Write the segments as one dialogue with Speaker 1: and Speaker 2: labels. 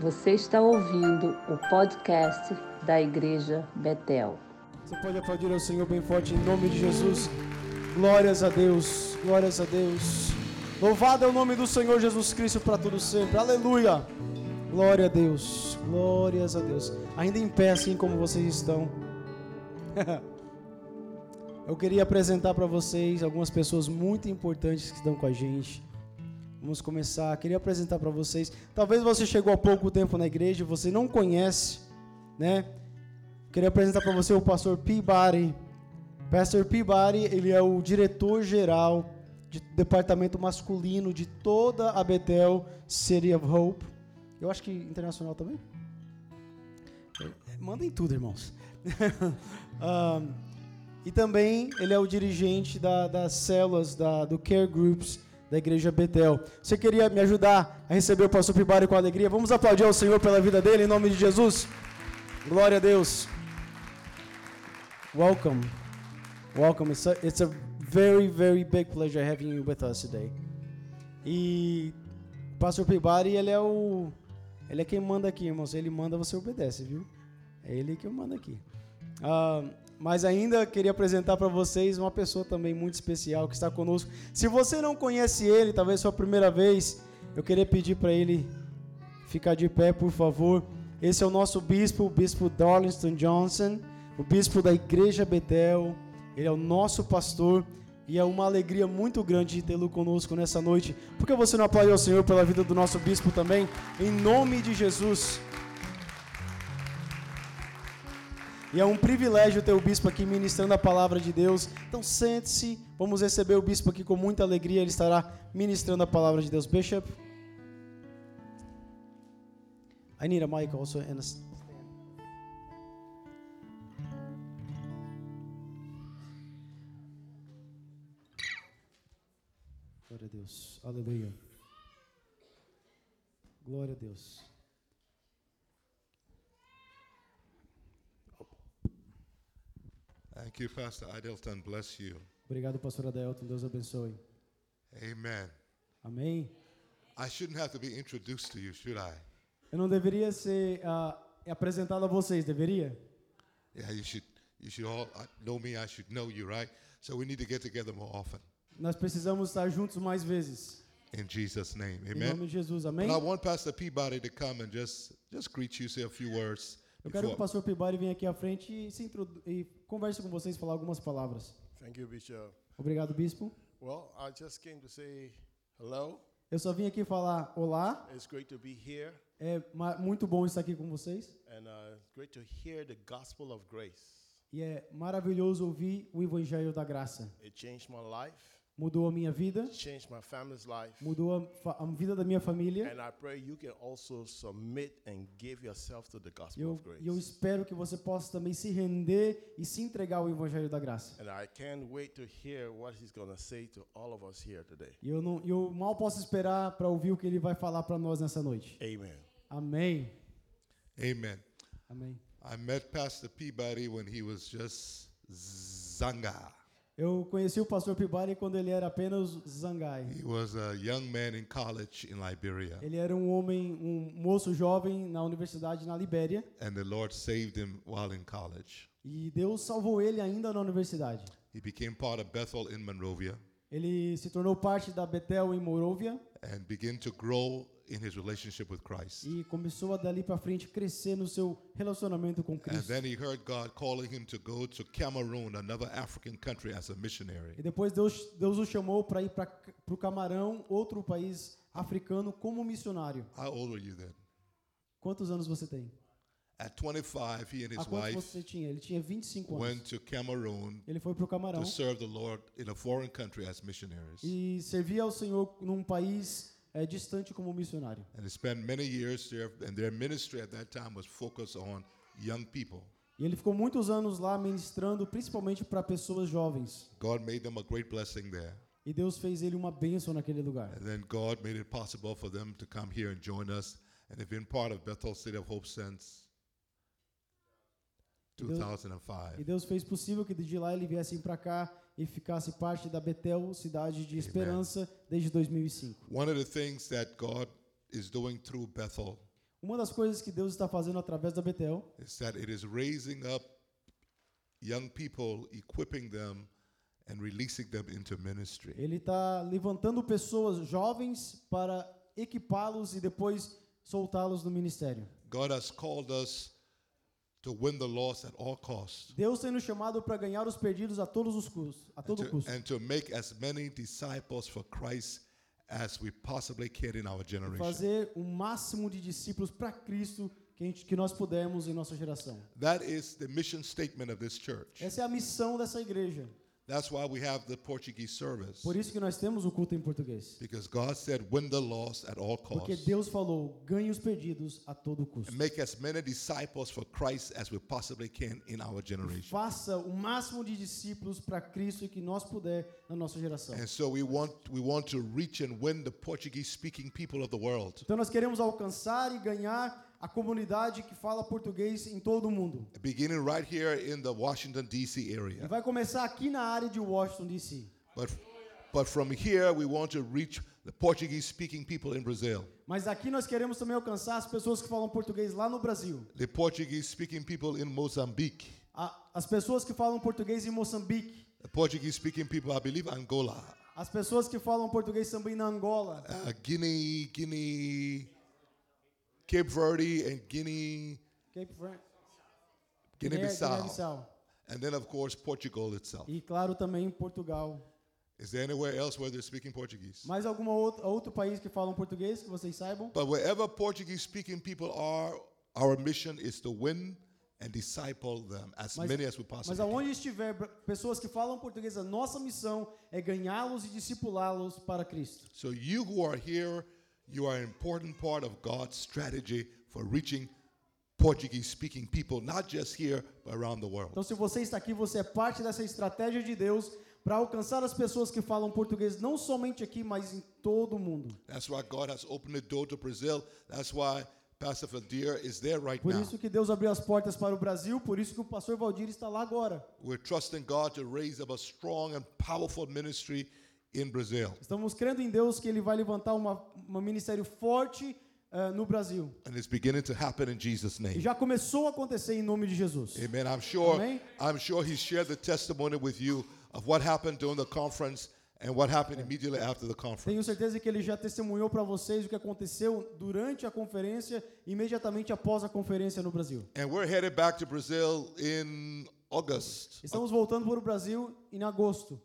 Speaker 1: Você está ouvindo o podcast da Igreja Betel.
Speaker 2: Você pode aplaudir ao Senhor bem forte em nome de Jesus. Glórias a Deus, glórias a Deus. Louvado é o nome do Senhor Jesus Cristo para tudo sempre. Aleluia. Glória a Deus, glórias a Deus. Ainda em pé, assim como vocês estão. Eu queria apresentar para vocês algumas pessoas muito importantes que estão com a gente. Vamos começar. Queria apresentar para vocês. Talvez você chegou há pouco tempo na igreja, você não conhece, né? Queria apresentar para você o pastor Pibari. Pastor Pibari, ele é o diretor geral de departamento masculino de toda a Betel City of Hope. Eu acho que internacional também. Mandem tudo, irmãos. Ah, e também ele é o dirigente da- das células da- do Care Groups da Igreja Betel. Você queria me ajudar a receber o pastor Pibari com alegria? Vamos aplaudir ao Senhor pela vida dele, em nome de Jesus. Glória a Deus. Welcome. Welcome. It's a, it's a very, very big pleasure having you with us today. E o pastor Pibari, ele é o. Ele é quem manda aqui, irmãos. Ele manda, você obedece, viu? É ele que eu mando aqui. Ah, mas ainda queria apresentar para vocês uma pessoa também muito especial que está conosco. Se você não conhece ele, talvez sua primeira vez, eu queria pedir para ele ficar de pé, por favor. Esse é o nosso bispo, o bispo Darlington Johnson, o bispo da Igreja Betel. Ele é o nosso pastor e é uma alegria muito grande tê-lo conosco nessa noite. Por que você não aplaude ao Senhor pela vida do nosso bispo também? Em nome de Jesus. E é um privilégio ter o bispo aqui ministrando a palavra de Deus. Então sente-se, vamos receber o bispo aqui com muita alegria. Ele estará ministrando a palavra de Deus. Bishop, I need a mic also and a s- Glória a Deus. Aleluia. Glória a Deus.
Speaker 3: Thank you, Pastor Adelton. Bless you.
Speaker 2: Obrigado, pastor Adelton. Deus abençoe.
Speaker 3: Amen.
Speaker 2: Amém.
Speaker 3: I shouldn't have to be introduced to you, should I?
Speaker 2: Eu não deveria ser ah, apresentado a vocês, deveria?
Speaker 3: Yeah, you should. You should all uh, know me. I should know you, right? So we need to get together more often.
Speaker 2: Nós precisamos estar juntos mais vezes.
Speaker 3: In Jesus' name,
Speaker 2: Em
Speaker 3: Amen.
Speaker 2: nome de Jesus, amém?
Speaker 3: But I want Pastor Peabody to come and just just greet you, say a few words.
Speaker 2: Eu quero que o
Speaker 3: before-
Speaker 2: pastor Pibari venha aqui à frente e, se introdu- e converse com vocês, falar algumas palavras.
Speaker 4: Thank you, Bishop.
Speaker 2: Obrigado, bispo.
Speaker 4: Well, I just came to say hello.
Speaker 2: Eu só vim aqui falar olá.
Speaker 4: It's great to be here,
Speaker 2: É ma- muito bom estar aqui com vocês.
Speaker 4: and uh, it's great to hear the gospel of grace.
Speaker 2: E é maravilhoso ouvir o Evangelho da Graça.
Speaker 4: It changed my life,
Speaker 2: Mudou a minha vida,
Speaker 4: it changed my family's life,
Speaker 2: mudou a, fa- a vida da minha família.
Speaker 4: and I pray you can also submit and give yourself to the
Speaker 2: E
Speaker 4: gospel
Speaker 2: eu,
Speaker 4: of grace.
Speaker 2: e eu espero que você possa também se render e se entregar ao Evangelho da Graça.
Speaker 4: and I can't wait to hear what he's going to say to all of us here today.
Speaker 2: E eu, não, eu mal posso esperar para ouvir o que ele vai falar para nós nessa noite.
Speaker 4: Amen.
Speaker 2: Amém.
Speaker 3: Amen.
Speaker 2: Amém.
Speaker 3: I met Pastor Peabody when he was just Zanga.
Speaker 2: Eu conheci o pastor Pibari quando ele era apenas Zangai.
Speaker 3: He was a young man in college in Liberia,
Speaker 2: Ele era um homem, um moço jovem na universidade na Libéria
Speaker 3: and the Lord saved him while in college.
Speaker 2: e Deus salvou ele ainda na universidade.
Speaker 3: He became part of Bethel in Monrovia.
Speaker 2: Ele se tornou parte da Betel em Morovia
Speaker 3: and begin to grow in his relationship with Christ.
Speaker 2: e começou a dali para frente crescer no seu relacionamento com
Speaker 3: And
Speaker 2: Cristo.
Speaker 3: then he heard God calling him to go to Cameroon, another African country, as a
Speaker 2: E
Speaker 3: missionary.
Speaker 2: depois Deus, Deus o chamou para ir para o Camarão, outro país africano, como missionário.
Speaker 3: How old were you then?
Speaker 2: Quantos anos você tem?
Speaker 3: At 25, he and
Speaker 2: Há
Speaker 3: his
Speaker 2: quantos
Speaker 3: wife
Speaker 2: você tinha? Ele tinha 25 anos.
Speaker 3: went to Cameroon
Speaker 2: Ele foi para o Camarão
Speaker 3: to serve the Lord in a foreign country as missionaries.
Speaker 2: e servia ao Senhor num país eh, distante como missionário.
Speaker 3: And he spent many years there, and their ministry at that time was focused on young people.
Speaker 2: E ele ficou muitos anos lá ministrando, principalmente para pessoas jovens.
Speaker 3: God made them a great blessing there.
Speaker 2: E Deus fez ele uma bênção naquele lugar.
Speaker 3: And then God made it possible for them to come here and join us. And they've been part of Bethel City of Hope since
Speaker 2: E Deus-
Speaker 3: 2005.
Speaker 2: E Deus fez possível que de lá ele viessem para cá e ficasse parte da Betel, cidade de esperança, desde 2005.
Speaker 3: One of the things that God is doing through Bethel
Speaker 2: Uma das coisas que Deus está fazendo através da Betel
Speaker 3: is that it is raising up young people, equipping them, and releasing them into ministry.
Speaker 2: Ele está levantando pessoas jovens para equipá-los e depois soltá-los no ministério.
Speaker 3: God has called us to win the lost at all costs
Speaker 2: Deus tem nos chamado para ganhar os perdidos a todos os custos, a todo
Speaker 3: to-
Speaker 2: custo,
Speaker 3: and to make as many disciples for Christ as we possibly can in our generation.
Speaker 2: fazer o máximo de discípulos para Cristo que, a gente, que nós pudermos em nossa geração.
Speaker 3: That is the mission statement of this church.
Speaker 2: Essa é a missão dessa igreja.
Speaker 3: That's why we have the Portuguese service.
Speaker 2: Por isso que nós temos o culto em português,
Speaker 3: Because God said, win the lost at all
Speaker 2: porque
Speaker 3: costs.
Speaker 2: Deus falou: ganhe os perdidos a todo custo.
Speaker 3: And make as many disciples for Christ as we possibly can in our generation.
Speaker 2: Faça o máximo de discípulos para Cristo que nós puder na nossa geração.
Speaker 3: And so we want we want to reach and win the Portuguese speaking people of the world.
Speaker 2: Então nós queremos alcançar e ganhar a comunidade que fala português em todo o mundo.
Speaker 3: Beginning right here in the Washington DC
Speaker 2: E
Speaker 3: area.
Speaker 2: vai começar aqui na área de Washington DC.
Speaker 3: But but from here we want to reach the Portuguese speaking people in Brazil.
Speaker 2: Mas aqui nós queremos também alcançar as pessoas que falam português lá no Brasil,
Speaker 3: The Portuguese speaking people in Mozambique.
Speaker 2: a, as pessoas que falam português em Moçambique,
Speaker 3: The Portuguese speaking people, I believe Angola,
Speaker 2: as pessoas que falam português também na Angola,
Speaker 3: uh, Guinea, Guinea, Cape Verde and Guinea
Speaker 2: Cape Verde,
Speaker 3: Guinea-Bissau.
Speaker 2: Guiné-Bissau.
Speaker 3: And then, of course, Portugal itself.
Speaker 2: E claro também em Portugal.
Speaker 3: Is there anywhere else where they're speaking Portuguese?
Speaker 2: Mais algum outro, outro país que falam português que vocês saibam?
Speaker 3: But wherever Portuguese speaking people are, our mission is to win and disciple them as
Speaker 2: Mas,
Speaker 3: many as we
Speaker 2: mas
Speaker 3: possibly can.
Speaker 2: aonde estiver bra- pessoas que falam português, a nossa missão é ganhá-los e discipulá-los para Cristo.
Speaker 3: So, you who are here, you are an important part of God's strategy for reaching Portuguese speaking people, not just here, but around the
Speaker 2: Então,
Speaker 3: world.
Speaker 2: se você está aqui, você é parte dessa estratégia de Deus para alcançar as pessoas que falam português, não somente aqui, mas em todo o mundo.
Speaker 3: That's why God has opened the door to Brazil. That's why Pastor Fadir is there right
Speaker 2: Por
Speaker 3: now.
Speaker 2: isso que Deus abriu as portas para o Brasil, por isso que o pastor Valdir está lá agora.
Speaker 3: We're trusting God to raise up a strong and powerful ministry in Brazil.
Speaker 2: Estamos crendo em Deus que ele vai levantar uma- um ministério forte eh, no Brasil.
Speaker 3: And it's beginning to happen in Jesus'
Speaker 2: E
Speaker 3: name.
Speaker 2: já começou a acontecer em nome de Jesus.
Speaker 3: Amen. I'm sure
Speaker 2: Amém.
Speaker 3: I'm sure he shared the testimony with you of what happened during the conference and what happened immediately after the
Speaker 2: Tenho
Speaker 3: conference.
Speaker 2: certeza que ele já testemunhou para vocês o que aconteceu durante a conferência, imediatamente após a conferência no Brasil.
Speaker 3: And we're headed back to Brazil in August of
Speaker 2: Estamos voltando para o Brasil em agosto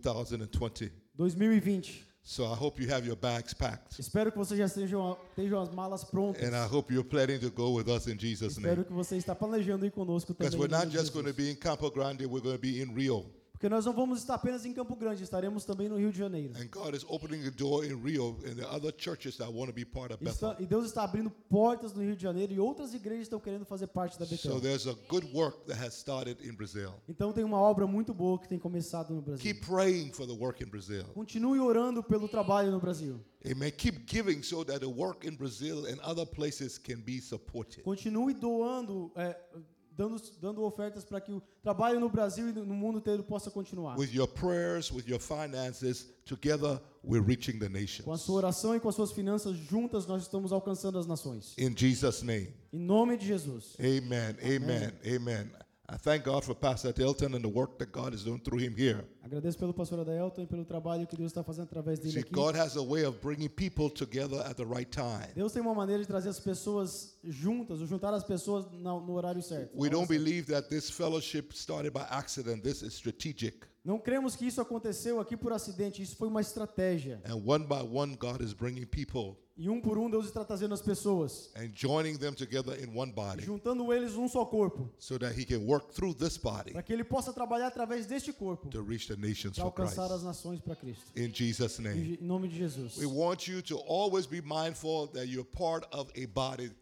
Speaker 3: 2020.
Speaker 2: 2020.
Speaker 3: So I hope you have your bags packed.
Speaker 2: Espero que vocês já estejam, estejam as malas prontas.
Speaker 3: And I hope you're planning to go with us in Jesus'
Speaker 2: Espero
Speaker 3: nome.
Speaker 2: que você está planejando ir conosco também.
Speaker 3: Because we're
Speaker 2: em nome
Speaker 3: not
Speaker 2: de
Speaker 3: just going to
Speaker 2: Jesus.
Speaker 3: be in Campo Grande, we're going to be in Rio.
Speaker 2: Porque nós não vamos estar apenas em Campo Grande, estaremos também no Rio de Janeiro.
Speaker 3: And God is opening the door in Rio and the other churches that want to be part of Bethel.
Speaker 2: Está- e Deus está abrindo portas no Rio de Janeiro e outras igrejas estão querendo fazer parte da
Speaker 3: So
Speaker 2: Betel.
Speaker 3: there's a good work that has started in Brazil.
Speaker 2: Então tem uma obra muito boa que tem começado no Brasil.
Speaker 3: Keep praying for the work in Brazil.
Speaker 2: Continue orando pelo trabalho no Brasil.
Speaker 3: Amen. Keep giving so that the work in Brazil and other places can be supported.
Speaker 2: Continue doando, é, dando, dando ofertas para que o trabalho no Brasil e no no mundo inteiro possa continuar.
Speaker 3: With your prayers, with your finances, together we're reaching the
Speaker 2: Com a
Speaker 3: nations.
Speaker 2: sua oração e com as suas finanças juntas, nós estamos alcançando as nações.
Speaker 3: In Jesus' name.
Speaker 2: Em nome de Jesus.
Speaker 3: Amen. Amen. Amen. I thank God for Pastor Elton and the work that God is doing through him here.
Speaker 2: Agradeço pelo pastor Adelton e pelo trabalho que Deus está fazendo através dele
Speaker 3: See,
Speaker 2: aqui.
Speaker 3: God has a way of bringing people together at the right time.
Speaker 2: Deus tem uma maneira de trazer as pessoas juntas, ou juntar as pessoas na- no horário certo.
Speaker 3: We don't believe that this fellowship started by accident. This is strategic.
Speaker 2: Não cremos que isso aconteceu aqui por acidente, isso foi uma estratégia.
Speaker 3: And one by one, God is bringing people
Speaker 2: E um por um, Deus está trazendo as pessoas,
Speaker 3: and joining them together in one body.
Speaker 2: juntando eles num só corpo.
Speaker 3: so that he can work through this body
Speaker 2: para que ele possa trabalhar através deste corpo
Speaker 3: to reach the nations
Speaker 2: para
Speaker 3: for Christ. É.
Speaker 2: alcançar as nações para Cristo.
Speaker 3: In Jesus'
Speaker 2: Em
Speaker 3: name.
Speaker 2: Je- em nome de Jesus.
Speaker 3: We want you to always be mindful that you're part of a body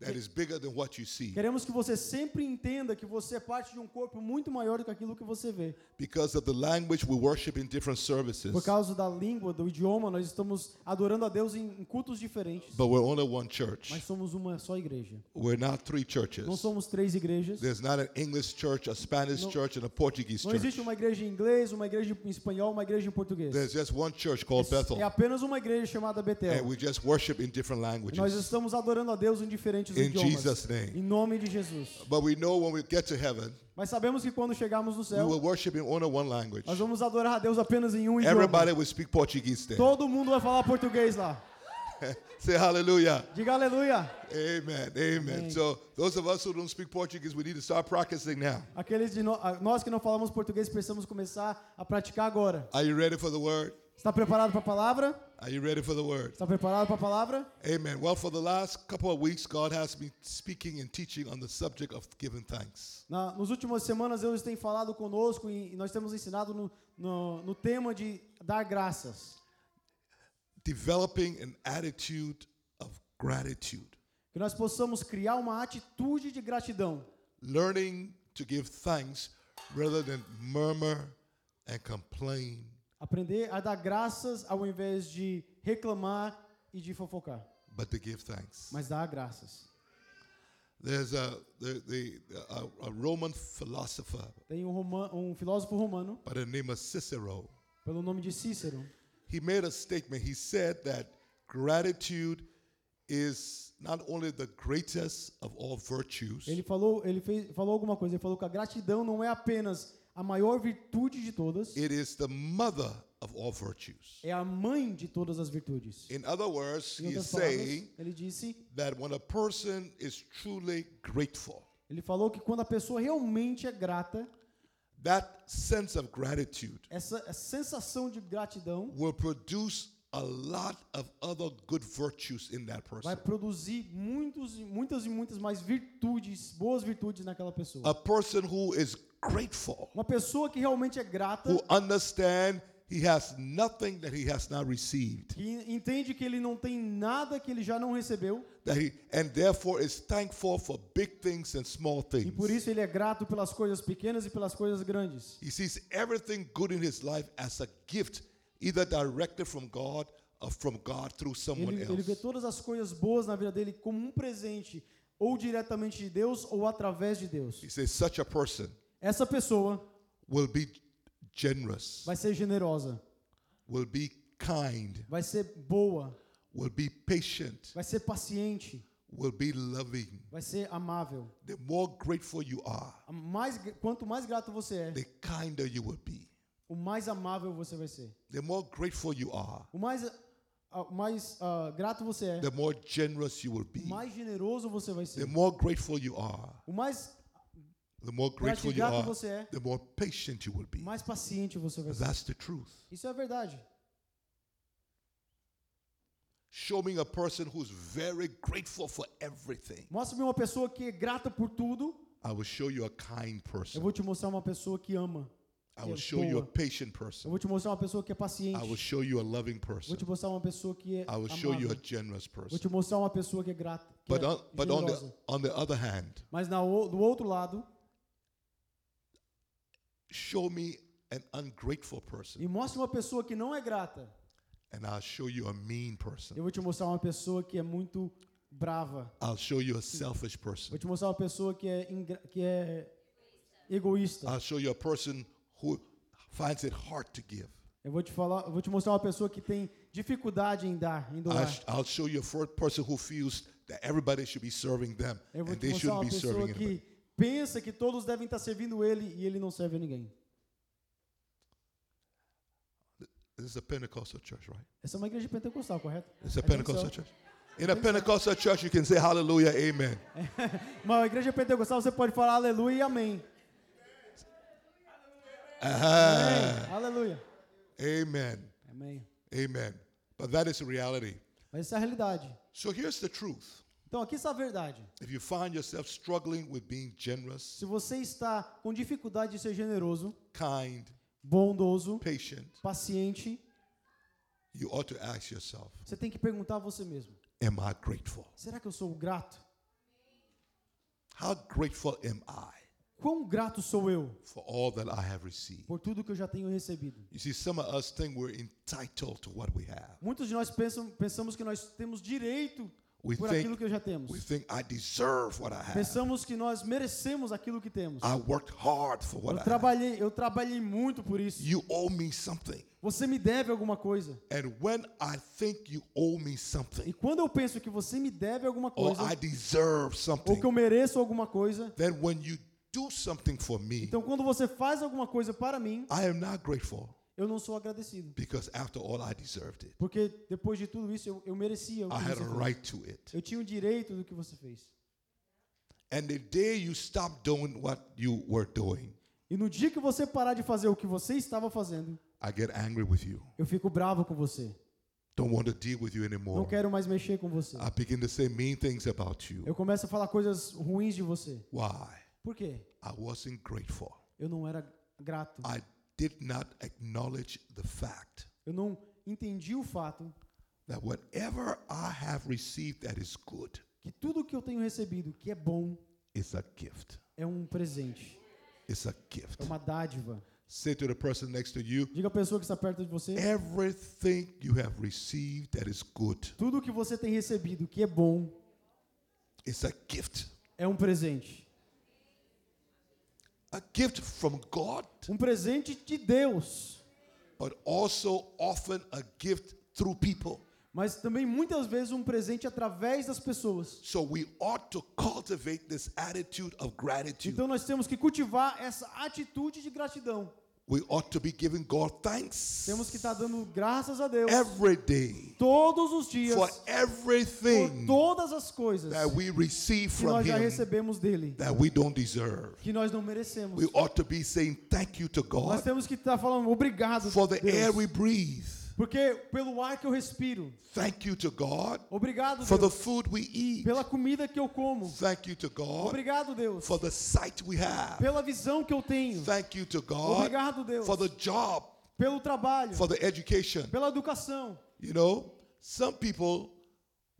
Speaker 3: that is bigger than what you see.
Speaker 2: Queremos que você sempre entenda que você é parte de um corpo muito maior do que aquilo que você vê.
Speaker 3: Because of the language we worship in different services,
Speaker 2: Por causa da língua, do idioma, nós estamos adorando a Deus em em cultos diferentes.
Speaker 3: but we're only one church.
Speaker 2: Mas somos uma só igreja.
Speaker 3: We're not three
Speaker 2: Não
Speaker 3: churches.
Speaker 2: somos três igrejas.
Speaker 3: There's not an English church, a Spanish church, and a Portuguese
Speaker 2: Não
Speaker 3: church.
Speaker 2: existe uma igreja em inglês, uma igreja em espanhol, uma igreja em português.
Speaker 3: There's just one church called
Speaker 2: É
Speaker 3: Bethel,
Speaker 2: apenas uma igreja chamada
Speaker 3: and
Speaker 2: Betel.
Speaker 3: we just worship in different
Speaker 2: Nós
Speaker 3: languages.
Speaker 2: estamos adorando a Deus em diferentes
Speaker 3: In
Speaker 2: idiomas.
Speaker 3: Jesus' name.
Speaker 2: Em nome de Jesus.
Speaker 3: But we know when we get to heaven,
Speaker 2: Mas sabemos que quando chegarmos no
Speaker 3: we
Speaker 2: céu,
Speaker 3: will worship in only one language.
Speaker 2: nós vamos adorar a Deus apenas em um idioma.
Speaker 3: Everybody will speak Portuguese then.
Speaker 2: Todo mundo vai falar português lá.
Speaker 3: Say hallelujah.
Speaker 2: Diga aleluia.
Speaker 3: Amen. Amen. So those of us who don't speak Portuguese, we need to start practicing now.
Speaker 2: Aqueles de no- a- nós que não falamos português precisamos começar a praticar agora.
Speaker 3: Are you ready for the word?
Speaker 2: Está preparado para a palavra?
Speaker 3: Are you ready for the word?
Speaker 2: Está preparado para a palavra?
Speaker 3: Amen. Well, for the last couple of weeks, God has been speaking and teaching on the subject of giving thanks.
Speaker 2: Na, nos últimas semanas Deus tem falado conosco e, e nós temos ensinado no, no, no tema de dar graças.
Speaker 3: Developing an attitude of gratitude,
Speaker 2: Que nós possamos criar uma atitude de gratidão.
Speaker 3: learning to give thanks rather than murmur and complain.
Speaker 2: Aprender a dar graças ao invés de reclamar e de fofocar.
Speaker 3: But to give thanks.
Speaker 2: Mas dar graças.
Speaker 3: There's a, the, the, a, a Roman philosopher
Speaker 2: Tem um, roma- um filósofo romano,
Speaker 3: by the name of Cicero.
Speaker 2: pelo nome de Cícero,
Speaker 3: he made a statement. He said that gratitude is not only the greatest of all virtues,
Speaker 2: Ele falou, ele fez, falou alguma coisa. Ele falou que a gratidão não é apenas a maior virtude de todas,
Speaker 3: it is the mother of all virtues.
Speaker 2: é a mãe de todas as virtudes.
Speaker 3: In other words,
Speaker 2: Em
Speaker 3: he's
Speaker 2: outras palavras,
Speaker 3: saying
Speaker 2: ele disse,
Speaker 3: that when a person is truly grateful,
Speaker 2: ele falou que quando a pessoa realmente é grata,
Speaker 3: that sense of gratitude
Speaker 2: essa essa sensação de gratidão
Speaker 3: will produce a lot of other good virtues in that
Speaker 2: vai
Speaker 3: person.
Speaker 2: produzir muitos, e- muitas e muitas mais virtudes, boas virtudes naquela pessoa.
Speaker 3: A person who is grateful,
Speaker 2: Uma pessoa que realmente é grata,
Speaker 3: who understands he has nothing that he has not received.
Speaker 2: que entende que ele não tem nada que ele já não recebeu,
Speaker 3: that he and therefore is thankful for big things and small
Speaker 2: e
Speaker 3: things.
Speaker 2: por isso ele é grato pelas coisas pequenas e pelas coisas grandes.
Speaker 3: He sees everything good in his life as a gift, either directed from God or from God through someone
Speaker 2: Ele, ele
Speaker 3: else.
Speaker 2: vê todas as coisas boas na vida dele como um presente, ou diretamente de Deus ou através de Deus.
Speaker 3: He says such a person
Speaker 2: Essa pessoa
Speaker 3: will be generous,
Speaker 2: vai ser generosa,
Speaker 3: will be kind,
Speaker 2: vai ser boa,
Speaker 3: will be patient,
Speaker 2: vai ser paciente,
Speaker 3: will be loving.
Speaker 2: vai ser amável.
Speaker 3: The more grateful you are,
Speaker 2: A Mais, gr- quanto mais grato você é,
Speaker 3: the kinder you will be.
Speaker 2: o mais amável você vai ser.
Speaker 3: The more grateful you are,
Speaker 2: O mais, ah, o mais ah, grato você é,
Speaker 3: the more generous you will
Speaker 2: o
Speaker 3: be.
Speaker 2: mais generoso você vai
Speaker 3: The
Speaker 2: ser.
Speaker 3: more grateful you are,
Speaker 2: O mais,
Speaker 3: the more grateful you
Speaker 2: grato
Speaker 3: are,
Speaker 2: você é,
Speaker 3: the more patient you will
Speaker 2: o
Speaker 3: be.
Speaker 2: mais paciente você vai ser.
Speaker 3: That's the truth.
Speaker 2: Isso é verdade.
Speaker 3: Show me a person who's very grateful for everything.
Speaker 2: Mostra-me uma pessoa que é grata por tudo,
Speaker 3: I will show you a kind
Speaker 2: eu
Speaker 3: person.
Speaker 2: vou te mostrar uma pessoa que ama.
Speaker 3: I
Speaker 2: que é
Speaker 3: will Ah, show you a
Speaker 2: boa.
Speaker 3: patient
Speaker 2: Eu
Speaker 3: person.
Speaker 2: vou te mostrar uma pessoa que é paciente.
Speaker 3: I will show you a loving
Speaker 2: Vou
Speaker 3: person.
Speaker 2: te mostrar uma pessoa que é
Speaker 3: I will show
Speaker 2: amável.
Speaker 3: you a generous
Speaker 2: Vou
Speaker 3: person.
Speaker 2: te mostrar uma pessoa que é grata, que
Speaker 3: But
Speaker 2: é
Speaker 3: on, but on the
Speaker 2: generosa.
Speaker 3: on the other hand,
Speaker 2: Mas na, o- do outro lado,
Speaker 3: show me an ungrateful person,
Speaker 2: e mostra uma pessoa que não é grata,
Speaker 3: and I'll show you a mean person.
Speaker 2: eu vou te mostrar uma pessoa que é muito brava.
Speaker 3: I'll show you a selfish
Speaker 2: Vou
Speaker 3: person.
Speaker 2: te mostrar uma pessoa que é, ingra- que é egoísta.
Speaker 3: I'll show you a person who finds it hard to give.
Speaker 2: Eu vou te falar, eu vou te mostrar uma pessoa que tem dificuldade em dar, em
Speaker 3: I'll,
Speaker 2: doar.
Speaker 3: sh- I'll show you a fir- person who feels that everybody should be serving them
Speaker 2: Eu vou
Speaker 3: and
Speaker 2: te
Speaker 3: they
Speaker 2: mostrar uma
Speaker 3: shouldn't be serving
Speaker 2: pessoa
Speaker 3: anybody.
Speaker 2: que pensa que todos devem estar servindo ele e ele não serve a ninguém.
Speaker 3: This is a Pentecostal church, right?
Speaker 2: Essa é uma igreja pentecostal, correto?
Speaker 3: It's a
Speaker 2: I think so.
Speaker 3: é Pentecostal church. In a Pentecostal church, you can say hallelujah, amen.
Speaker 2: Uma igreja pentecostal você pode falar aleluia e amém.
Speaker 3: Aha.
Speaker 2: Amém. Aleluia.
Speaker 3: Amen.
Speaker 2: Amém.
Speaker 3: Amen. But that is a reality.
Speaker 2: Mas essa é a realidade.
Speaker 3: So here's the truth.
Speaker 2: Então aqui está a verdade.
Speaker 3: If you find yourself struggling with being generous,
Speaker 2: Se você está com dificuldade de ser generoso,
Speaker 3: kind,
Speaker 2: bondoso,
Speaker 3: patient,
Speaker 2: paciente,
Speaker 3: you ought to ask yourself,
Speaker 2: você tem que perguntar a você mesmo:
Speaker 3: Am I grateful?
Speaker 2: será que eu sou grato?
Speaker 3: How grateful am I
Speaker 2: Quão grato sou eu
Speaker 3: for all that I have received?
Speaker 2: por tudo que eu já tenho recebido.
Speaker 3: You see, some of us think we're entitled to what we have.
Speaker 2: Muitos de nós pensam, pensamos que nós temos direito
Speaker 3: We
Speaker 2: por
Speaker 3: think-
Speaker 2: aquilo que já
Speaker 3: We
Speaker 2: temos.
Speaker 3: think I deserve what I have.
Speaker 2: Pensamos que nós merecemos aquilo que temos.
Speaker 3: I worked hard for what
Speaker 2: Eu
Speaker 3: I have.
Speaker 2: trabalhei, eu trabalhei muito por isso.
Speaker 3: You owe me something.
Speaker 2: Você me deve alguma coisa.
Speaker 3: And when I think you owe me
Speaker 2: E
Speaker 3: something
Speaker 2: quando eu penso que você me deve alguma
Speaker 3: or
Speaker 2: coisa,
Speaker 3: Oh, I deserve
Speaker 2: ou que eu
Speaker 3: something,
Speaker 2: mereço alguma coisa,
Speaker 3: then when you do something for me,
Speaker 2: então quando você faz alguma coisa para mim,
Speaker 3: I am not grateful
Speaker 2: eu não sou agradecido.
Speaker 3: because after all, I deserved it.
Speaker 2: Porque depois de tudo isso, eu, eu merecia o que
Speaker 3: I had
Speaker 2: você
Speaker 3: a
Speaker 2: fez.
Speaker 3: right to it.
Speaker 2: Eu tinha o direito do que você fez.
Speaker 3: And the day you stop doing what you were doing,
Speaker 2: E no dia que você parar de fazer o que você estava fazendo,
Speaker 3: I get angry with you.
Speaker 2: eu fico bravo com você.
Speaker 3: Don't want to deal with you
Speaker 2: Não
Speaker 3: anymore.
Speaker 2: quero mais mexer com você.
Speaker 3: Oh. I begin to say mean things about you.
Speaker 2: Eu começo a falar coisas ruins de você.
Speaker 3: Why?
Speaker 2: Por quê?
Speaker 3: I wasn't grateful.
Speaker 2: Eu não era grato.
Speaker 3: I did not acknowledge the fact
Speaker 2: Eu não entendi o fato
Speaker 3: that whatever I have received that is good
Speaker 2: que tudo que eu tenho recebido, que é bom,
Speaker 3: is a gift.
Speaker 2: é um presente,
Speaker 3: It's a gift.
Speaker 2: é uma dádiva.
Speaker 3: Say to the person next to you,
Speaker 2: Diga à pessoa que está perto de você,
Speaker 3: É. everything you have received that is good
Speaker 2: tudo que você tem recebido, que é bom,
Speaker 3: is a gift.
Speaker 2: é um presente.
Speaker 3: A gift from God,
Speaker 2: Um presente de Deus,
Speaker 3: but also often a gift through people.
Speaker 2: mas também muitas vezes um presente através das pessoas.
Speaker 3: So we ought to cultivate this attitude of gratitude.
Speaker 2: Então nós temos que cultivar essa atitude de gratidão.
Speaker 3: We ought to be giving God thanks
Speaker 2: Temos que estar dando graças a Deus
Speaker 3: every day
Speaker 2: todos os dias
Speaker 3: for
Speaker 2: por
Speaker 3: everything
Speaker 2: todas as coisas
Speaker 3: that we receive
Speaker 2: que
Speaker 3: from
Speaker 2: nós já
Speaker 3: Him
Speaker 2: recebemos dele,
Speaker 3: that we don't deserve.
Speaker 2: que nós não merecemos.
Speaker 3: We ought to be saying thank you to
Speaker 2: Nós
Speaker 3: God
Speaker 2: temos que estar falando obrigado
Speaker 3: for the air we
Speaker 2: Deus,
Speaker 3: breathe.
Speaker 2: porque pelo ar que eu respiro.
Speaker 3: Thank you to God
Speaker 2: Obrigado
Speaker 3: for the
Speaker 2: Deus,
Speaker 3: food we eat.
Speaker 2: pela comida que eu como.
Speaker 3: Thank you to God
Speaker 2: Obrigado Deus,
Speaker 3: for the sight we have.
Speaker 2: pela visão que eu tenho.
Speaker 3: Thank you to God
Speaker 2: Obrigado, Deus.
Speaker 3: for the job,
Speaker 2: Pelo trabalho,
Speaker 3: for the education.
Speaker 2: pela educação.
Speaker 3: You know, some people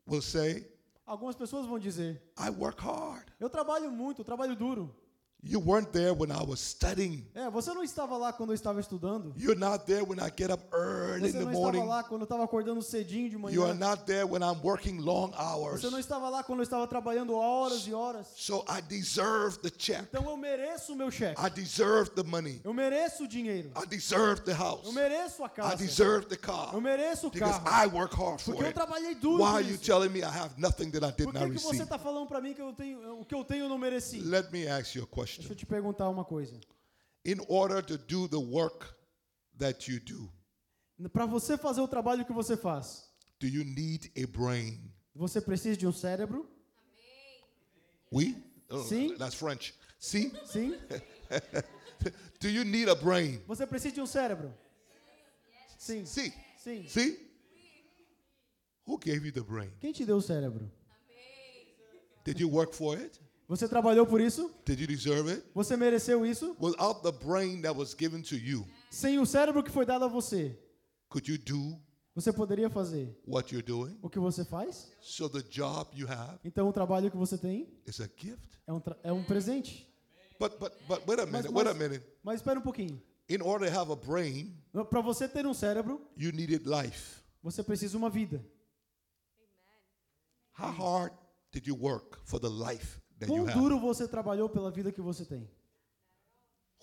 Speaker 3: will say,
Speaker 2: Algumas pessoas vão dizer:
Speaker 3: I work hard.
Speaker 2: "Eu trabalho muito, eu trabalho duro".
Speaker 3: You weren't there when I was studying.
Speaker 2: É, você não estava lá quando eu estava estudando.
Speaker 3: You're not there when I get up early in
Speaker 2: Você
Speaker 3: the
Speaker 2: não estava
Speaker 3: morning.
Speaker 2: lá quando eu estava acordando cedinho de
Speaker 3: You are
Speaker 2: manhã.
Speaker 3: not there when I'm working long hours.
Speaker 2: Você não estava lá quando eu estava trabalhando horas e horas.
Speaker 3: So I deserve the check.
Speaker 2: Então eu mereço o meu cheque.
Speaker 3: I deserve the money.
Speaker 2: Eu mereço o dinheiro.
Speaker 3: I deserve the
Speaker 2: Eu
Speaker 3: house.
Speaker 2: mereço a
Speaker 3: I
Speaker 2: casa.
Speaker 3: deserve the car.
Speaker 2: Eu mereço o
Speaker 3: Because
Speaker 2: carro.
Speaker 3: I work hard for
Speaker 2: Porque eu
Speaker 3: it.
Speaker 2: trabalhei duro.
Speaker 3: Why are
Speaker 2: Por,
Speaker 3: you
Speaker 2: isso.
Speaker 3: telling me I have nothing that I did
Speaker 2: por
Speaker 3: not
Speaker 2: que, que você
Speaker 3: receive?
Speaker 2: está falando para mim que eu tenho, o que eu tenho eu não mereci?
Speaker 3: Let me ask you a
Speaker 2: Deixa eu
Speaker 3: question.
Speaker 2: te perguntar uma coisa.
Speaker 3: In order to do the work that you do,
Speaker 2: Para você fazer o trabalho que você faz,
Speaker 3: do you need a brain?
Speaker 2: você precisa de um cérebro?
Speaker 3: Oui? Oh,
Speaker 2: Sim.
Speaker 3: That's French. See?
Speaker 2: Sim?
Speaker 3: Do you need a brain?
Speaker 2: Você precisa de um cérebro? Sim.
Speaker 3: See?
Speaker 2: Sim.
Speaker 3: See? Who gave you the brain?
Speaker 2: Quem te deu o cérebro?
Speaker 3: Did you work for it?
Speaker 2: Você trabalhou por isso?
Speaker 3: Did you deserve it?
Speaker 2: Você mereceu isso?
Speaker 3: Without the brain that was given to you,
Speaker 2: Sem o cérebro que foi dado a você,
Speaker 3: could you do
Speaker 2: você poderia fazer
Speaker 3: what you're doing?
Speaker 2: o que você faz?
Speaker 3: So the job you have
Speaker 2: Então o trabalho que você tem
Speaker 3: is a gift.
Speaker 2: é um, tra- é um presente.
Speaker 3: But but but wait a minute, wait a minute.
Speaker 2: mas espera um pouquinho.
Speaker 3: In order to have a brain,
Speaker 2: Para você ter um cérebro,
Speaker 3: you needed life.
Speaker 2: você precisa uma vida.
Speaker 3: How hard did you work for the life that you
Speaker 2: Quão
Speaker 3: have?
Speaker 2: duro você trabalhou pela vida que você tem?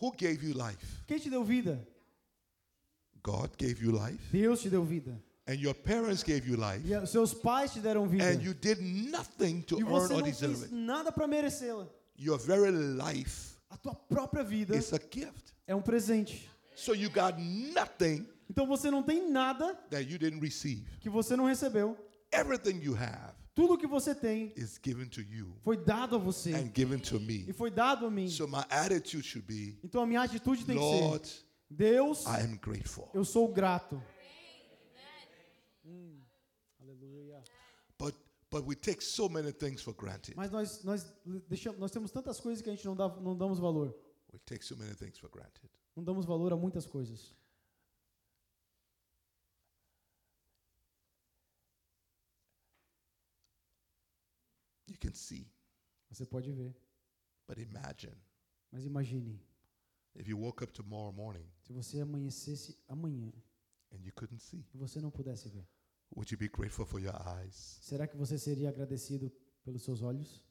Speaker 3: Who gave you life?
Speaker 2: Quem te deu vida?
Speaker 3: God gave you life,
Speaker 2: Deus te deu vida.
Speaker 3: and your parents gave you life,
Speaker 2: E a- seus pais te deram vida.
Speaker 3: and you did nothing to
Speaker 2: e
Speaker 3: earn
Speaker 2: você
Speaker 3: or
Speaker 2: não fez
Speaker 3: deserve it.
Speaker 2: nada para merecê-la.
Speaker 3: Your very life
Speaker 2: A tua própria vida
Speaker 3: is a gift.
Speaker 2: é um presente.
Speaker 3: So you got nothing
Speaker 2: Então você não tem nada
Speaker 3: that you didn't receive.
Speaker 2: que você não recebeu.
Speaker 3: Everything you have
Speaker 2: Tudo que você tem
Speaker 3: is given to you
Speaker 2: foi dado a você
Speaker 3: and given to
Speaker 2: e
Speaker 3: me.
Speaker 2: foi dado a mim.
Speaker 3: So my attitude should be,
Speaker 2: Então a minha atitude tem
Speaker 3: Lord,
Speaker 2: que ser: Deus,
Speaker 3: I am grateful.
Speaker 2: eu sou grato.
Speaker 3: But but we take so many things for granted.
Speaker 2: Mas nós nós deixamos, nós temos tantas coisas que a gente não dá, não damos valor.
Speaker 3: We take so many things for granted.
Speaker 2: Não damos valor a muitas coisas.
Speaker 3: You can see
Speaker 2: Você pode ver.
Speaker 3: But imagine
Speaker 2: Mas imagine,
Speaker 3: if you woke up tomorrow morning
Speaker 2: se você amanhecesse amanhã
Speaker 3: and you couldn't see.
Speaker 2: e você não pudesse ver.
Speaker 3: Would you be grateful for your eyes?
Speaker 2: Será que você seria agradecido pelos seus olhos?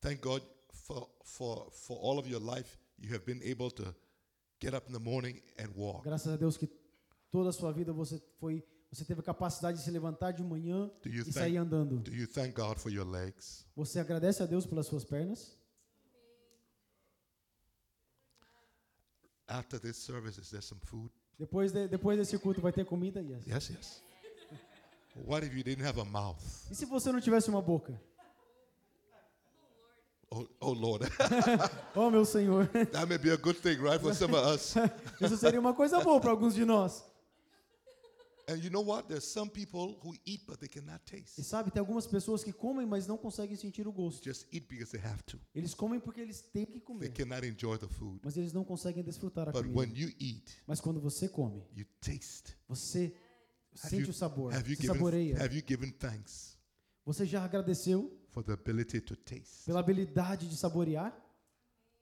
Speaker 3: Thank God for, for, for all of your life, you have been able to get up in the morning and walk.
Speaker 2: Graças a Deus que toda a sua vida você foi, você teve a capacidade de se levantar de manhã
Speaker 3: Do you
Speaker 2: e sair
Speaker 3: thank-
Speaker 2: andando.
Speaker 3: Do you thank God for your legs?
Speaker 2: Você agradece a Deus pelas suas pernas?
Speaker 3: After this service, is there some food?
Speaker 2: Depois de, depois desse culto vai ter comida? Yes.
Speaker 3: Yes, yes. What if you didn't have a mouth?
Speaker 2: E se você não tivesse uma boca?
Speaker 3: Oh, oh Lord,
Speaker 2: Oh, meu Senhor.
Speaker 3: that may be a good thing, right, for some of us.
Speaker 2: Isso seria uma coisa boa para alguns de nós.
Speaker 3: And you know what? There's some people who eat, but they cannot
Speaker 2: E
Speaker 3: taste.
Speaker 2: sabe, tem algumas pessoas que comem, mas não conseguem sentir o gosto.
Speaker 3: Just eat because they have to.
Speaker 2: Eles comem porque eles têm que
Speaker 3: They
Speaker 2: comer,
Speaker 3: cannot enjoy the food.
Speaker 2: mas eles não conseguem desfrutar a
Speaker 3: But when
Speaker 2: comida.
Speaker 3: you eat,
Speaker 2: Mas quando você come,
Speaker 3: you taste.
Speaker 2: você
Speaker 3: Have you,
Speaker 2: sente o sabor,
Speaker 3: have you
Speaker 2: você
Speaker 3: given,
Speaker 2: saboreia.
Speaker 3: have you given thanks
Speaker 2: Você já agradeceu
Speaker 3: for the ability to taste?
Speaker 2: pela habilidade de saborear?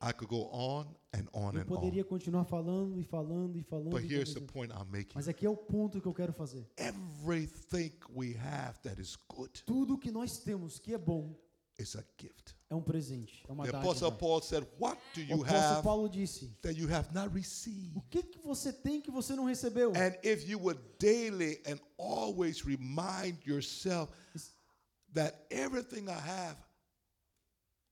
Speaker 3: I could go on and on
Speaker 2: Eu
Speaker 3: and on.
Speaker 2: poderia continuar falando e falando e falando.
Speaker 3: But
Speaker 2: e
Speaker 3: here's the
Speaker 2: falando.
Speaker 3: point I'm making.
Speaker 2: Mas aqui é o ponto que eu quero fazer.
Speaker 3: Everything we have that is good
Speaker 2: Tudo que nós temos que é bom
Speaker 3: is a gift.
Speaker 2: é um presente, é uma
Speaker 3: The
Speaker 2: dádiva.
Speaker 3: Apostle Paul said, What do
Speaker 2: o
Speaker 3: you
Speaker 2: apóstolo
Speaker 3: have
Speaker 2: Paulo disse:
Speaker 3: that you have not received?
Speaker 2: O que que você tem que você não recebeu?
Speaker 3: And if you would daily and always remind yourself that everything I have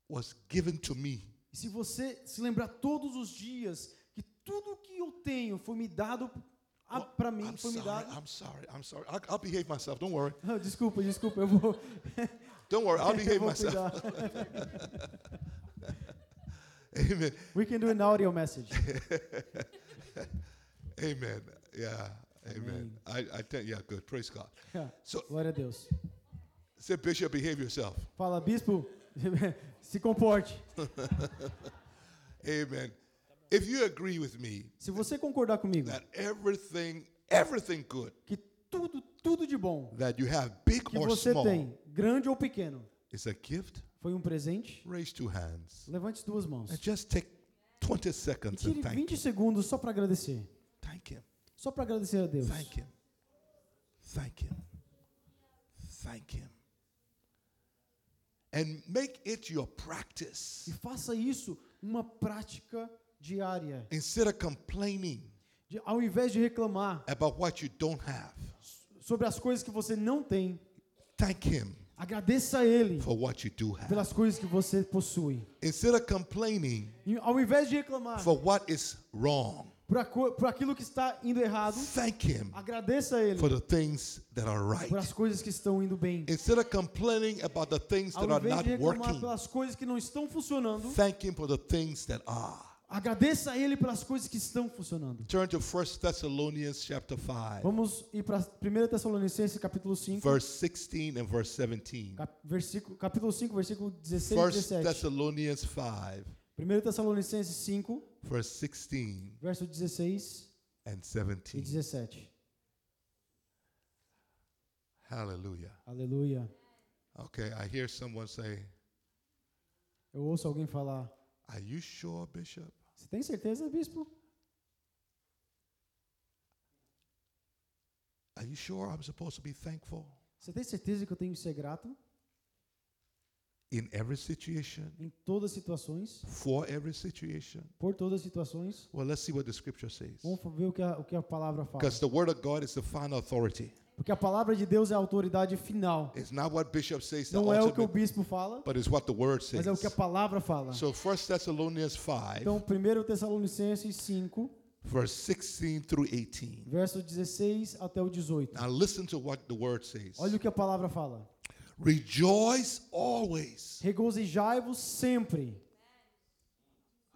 Speaker 3: was given to me
Speaker 2: E se você se lembrar todos os dias que tudo que eu tenho foi me dado a- pra mim,
Speaker 3: I'm
Speaker 2: foi me
Speaker 3: sorry,
Speaker 2: dado.
Speaker 3: I'm sorry, I'm sorry. I'll, I'll behave myself. Don't worry.
Speaker 2: Ah, Desculpa, desculpa, eu vou.
Speaker 3: Don't worry. I'll
Speaker 2: eu
Speaker 3: behave
Speaker 2: vou
Speaker 3: myself.
Speaker 2: cuidar.
Speaker 3: Amen.
Speaker 2: We can do an audio message.
Speaker 3: Amen. Yeah. Amen. I, I tell yeah, good. Praise God. So
Speaker 2: Glória a Deus.
Speaker 3: say, Bishop, behave yourself.
Speaker 2: Fala, bispo, se comporte.
Speaker 3: Amen. If you agree with me
Speaker 2: Se você concordar comigo
Speaker 3: that everything, everything good
Speaker 2: que tudo, tudo de bom
Speaker 3: that you have, big
Speaker 2: que
Speaker 3: or
Speaker 2: você
Speaker 3: small,
Speaker 2: tem, grande ou pequeno,
Speaker 3: is a gift,
Speaker 2: foi um presente,
Speaker 3: raise two hands
Speaker 2: levante duas mãos.
Speaker 3: and just take 20
Speaker 2: E
Speaker 3: seconds
Speaker 2: tire
Speaker 3: and É tipo, thank
Speaker 2: 20
Speaker 3: him.
Speaker 2: segundos só para agradecer.
Speaker 3: Thank him.
Speaker 2: Só para agradecer a Deus.
Speaker 3: Thank him. Thank him. Thank him. And make it your practice.
Speaker 2: E faça isso uma prática diária.
Speaker 3: Instead of complaining
Speaker 2: De- ao invés de reclamar
Speaker 3: about what you don't have,
Speaker 2: sobre as coisas que você não tem,
Speaker 3: thank Him
Speaker 2: agradeça a Ele
Speaker 3: for what you do have.
Speaker 2: pelas coisas que você possui.
Speaker 3: Instead of complaining
Speaker 2: E ao invés de reclamar
Speaker 3: for what is wrong,
Speaker 2: por, aco- por aquilo que está indo errado,
Speaker 3: thank Him
Speaker 2: agradeça a Ele
Speaker 3: for the things that are right.
Speaker 2: por as coisas que estão indo bem.
Speaker 3: Instead of complaining about the things
Speaker 2: Ao
Speaker 3: that are
Speaker 2: invés
Speaker 3: not
Speaker 2: de reclamar
Speaker 3: working,
Speaker 2: pelas coisas que não estão funcionando,
Speaker 3: thank Him for the things that are.
Speaker 2: agradeça a Ele pelas coisas que estão funcionando.
Speaker 3: Turn to 1 Thessalonians chapter 5,
Speaker 2: Vamos ir para 1 Tessalonicenses capítulo 5,
Speaker 3: verse 16 and verse 17.
Speaker 2: cap- versículo, capítulo 5, versículo 16 e
Speaker 3: 1
Speaker 2: 17.
Speaker 3: Thessalonians 5,
Speaker 2: 1 Tessalonicenses 5,
Speaker 3: verse 16
Speaker 2: verso 16
Speaker 3: and
Speaker 2: e
Speaker 3: 17.
Speaker 2: 17.
Speaker 3: Hallelujah.
Speaker 2: Aleluia.
Speaker 3: Okay, I hear someone say,
Speaker 2: Eu ouço alguém falar:
Speaker 3: Are you sure, Bishop?
Speaker 2: Você tem certeza, bispo?
Speaker 3: Are you sure I'm supposed to be thankful
Speaker 2: Você tem certeza que eu tenho que ser grato
Speaker 3: in every situation,
Speaker 2: em todas as situações,
Speaker 3: for every situation?
Speaker 2: por todas as situações?
Speaker 3: Well, let's see what the scripture says.
Speaker 2: Vamos ver o que a, o que a palavra fala.
Speaker 3: Because the word of God is the final authority.
Speaker 2: Porque a palavra de Deus é a autoridade final.
Speaker 3: It's not what Bishop says, the
Speaker 2: Não é o que o
Speaker 3: ultimate,
Speaker 2: bispo fala,
Speaker 3: but it's what the word
Speaker 2: mas
Speaker 3: says.
Speaker 2: é o que a palavra fala.
Speaker 3: So 1 Thessalonians 5,
Speaker 2: Então, 1 Tessalonicenses 5,
Speaker 3: verse 16 through 18.
Speaker 2: verso 16 até o 18.
Speaker 3: Now listen to what the word says.
Speaker 2: Olha o que a palavra fala.
Speaker 3: Rejoice always.
Speaker 2: Regozijai-vos sempre.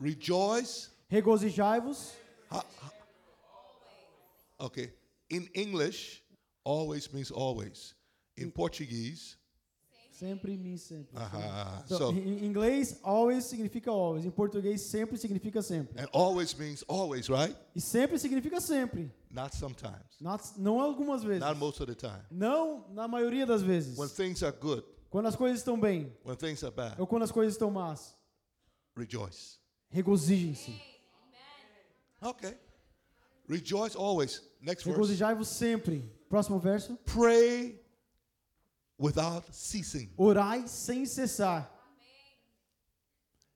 Speaker 3: Rejoice.
Speaker 2: Regozijai-vos.
Speaker 3: Okay. In English, always means always. In Portuguese,
Speaker 2: Sempre me sempre.
Speaker 3: uh-huh,
Speaker 2: So,
Speaker 3: so
Speaker 2: em em inglês, always significa always. Em português, sempre significa sempre.
Speaker 3: and always means always, right?
Speaker 2: E sempre significa sempre.
Speaker 3: Not sometimes.
Speaker 2: Not- não algumas vezes.
Speaker 3: Not most of the time.
Speaker 2: Não na maioria das vezes.
Speaker 3: When things are good,
Speaker 2: Quando as coisas estão bem
Speaker 3: When things are bad,
Speaker 2: ou quando as coisas estão más,
Speaker 3: rejoice.
Speaker 2: regozijem-se.
Speaker 3: Okay. Rejoice always. Next verse.
Speaker 2: Regozijai-vos sempre. Próximo verso.
Speaker 3: Pray without ceasing.
Speaker 2: Orai sem cessar.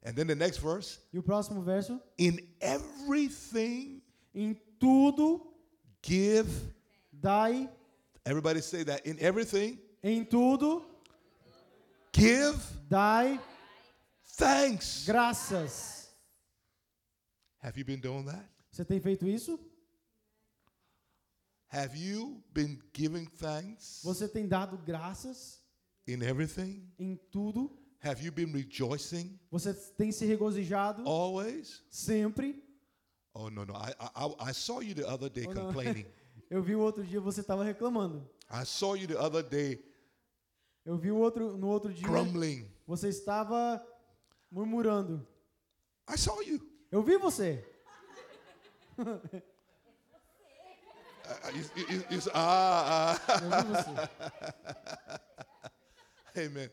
Speaker 3: And then the next verse.
Speaker 2: E o próximo verso.
Speaker 3: In everything,
Speaker 2: Em tudo
Speaker 3: give.
Speaker 2: dai,
Speaker 3: Everybody say that. In everything,
Speaker 2: em tudo
Speaker 3: give
Speaker 2: dai
Speaker 3: thanks.
Speaker 2: graças.
Speaker 3: Have you been doing that?
Speaker 2: Você tem feito isso?
Speaker 3: Have you been giving thanks
Speaker 2: Você tem dado graças
Speaker 3: in everything?
Speaker 2: em tudo?
Speaker 3: Have you been rejoicing
Speaker 2: Você tem se regozijado
Speaker 3: always?
Speaker 2: sempre?
Speaker 3: Oh no no! I I, I- I saw you the other day
Speaker 2: Oh, no.
Speaker 3: complaining.
Speaker 2: Eu vi o outro dia você estava reclamando.
Speaker 3: I saw you the other day
Speaker 2: Eu vi o outro no outro dia
Speaker 3: grumbling.
Speaker 2: você estava murmurando.
Speaker 3: I saw you.
Speaker 2: Eu vi você.
Speaker 3: Uh, uh, you- you- you- you- ah, ah.
Speaker 2: Eu vi você.
Speaker 3: amen.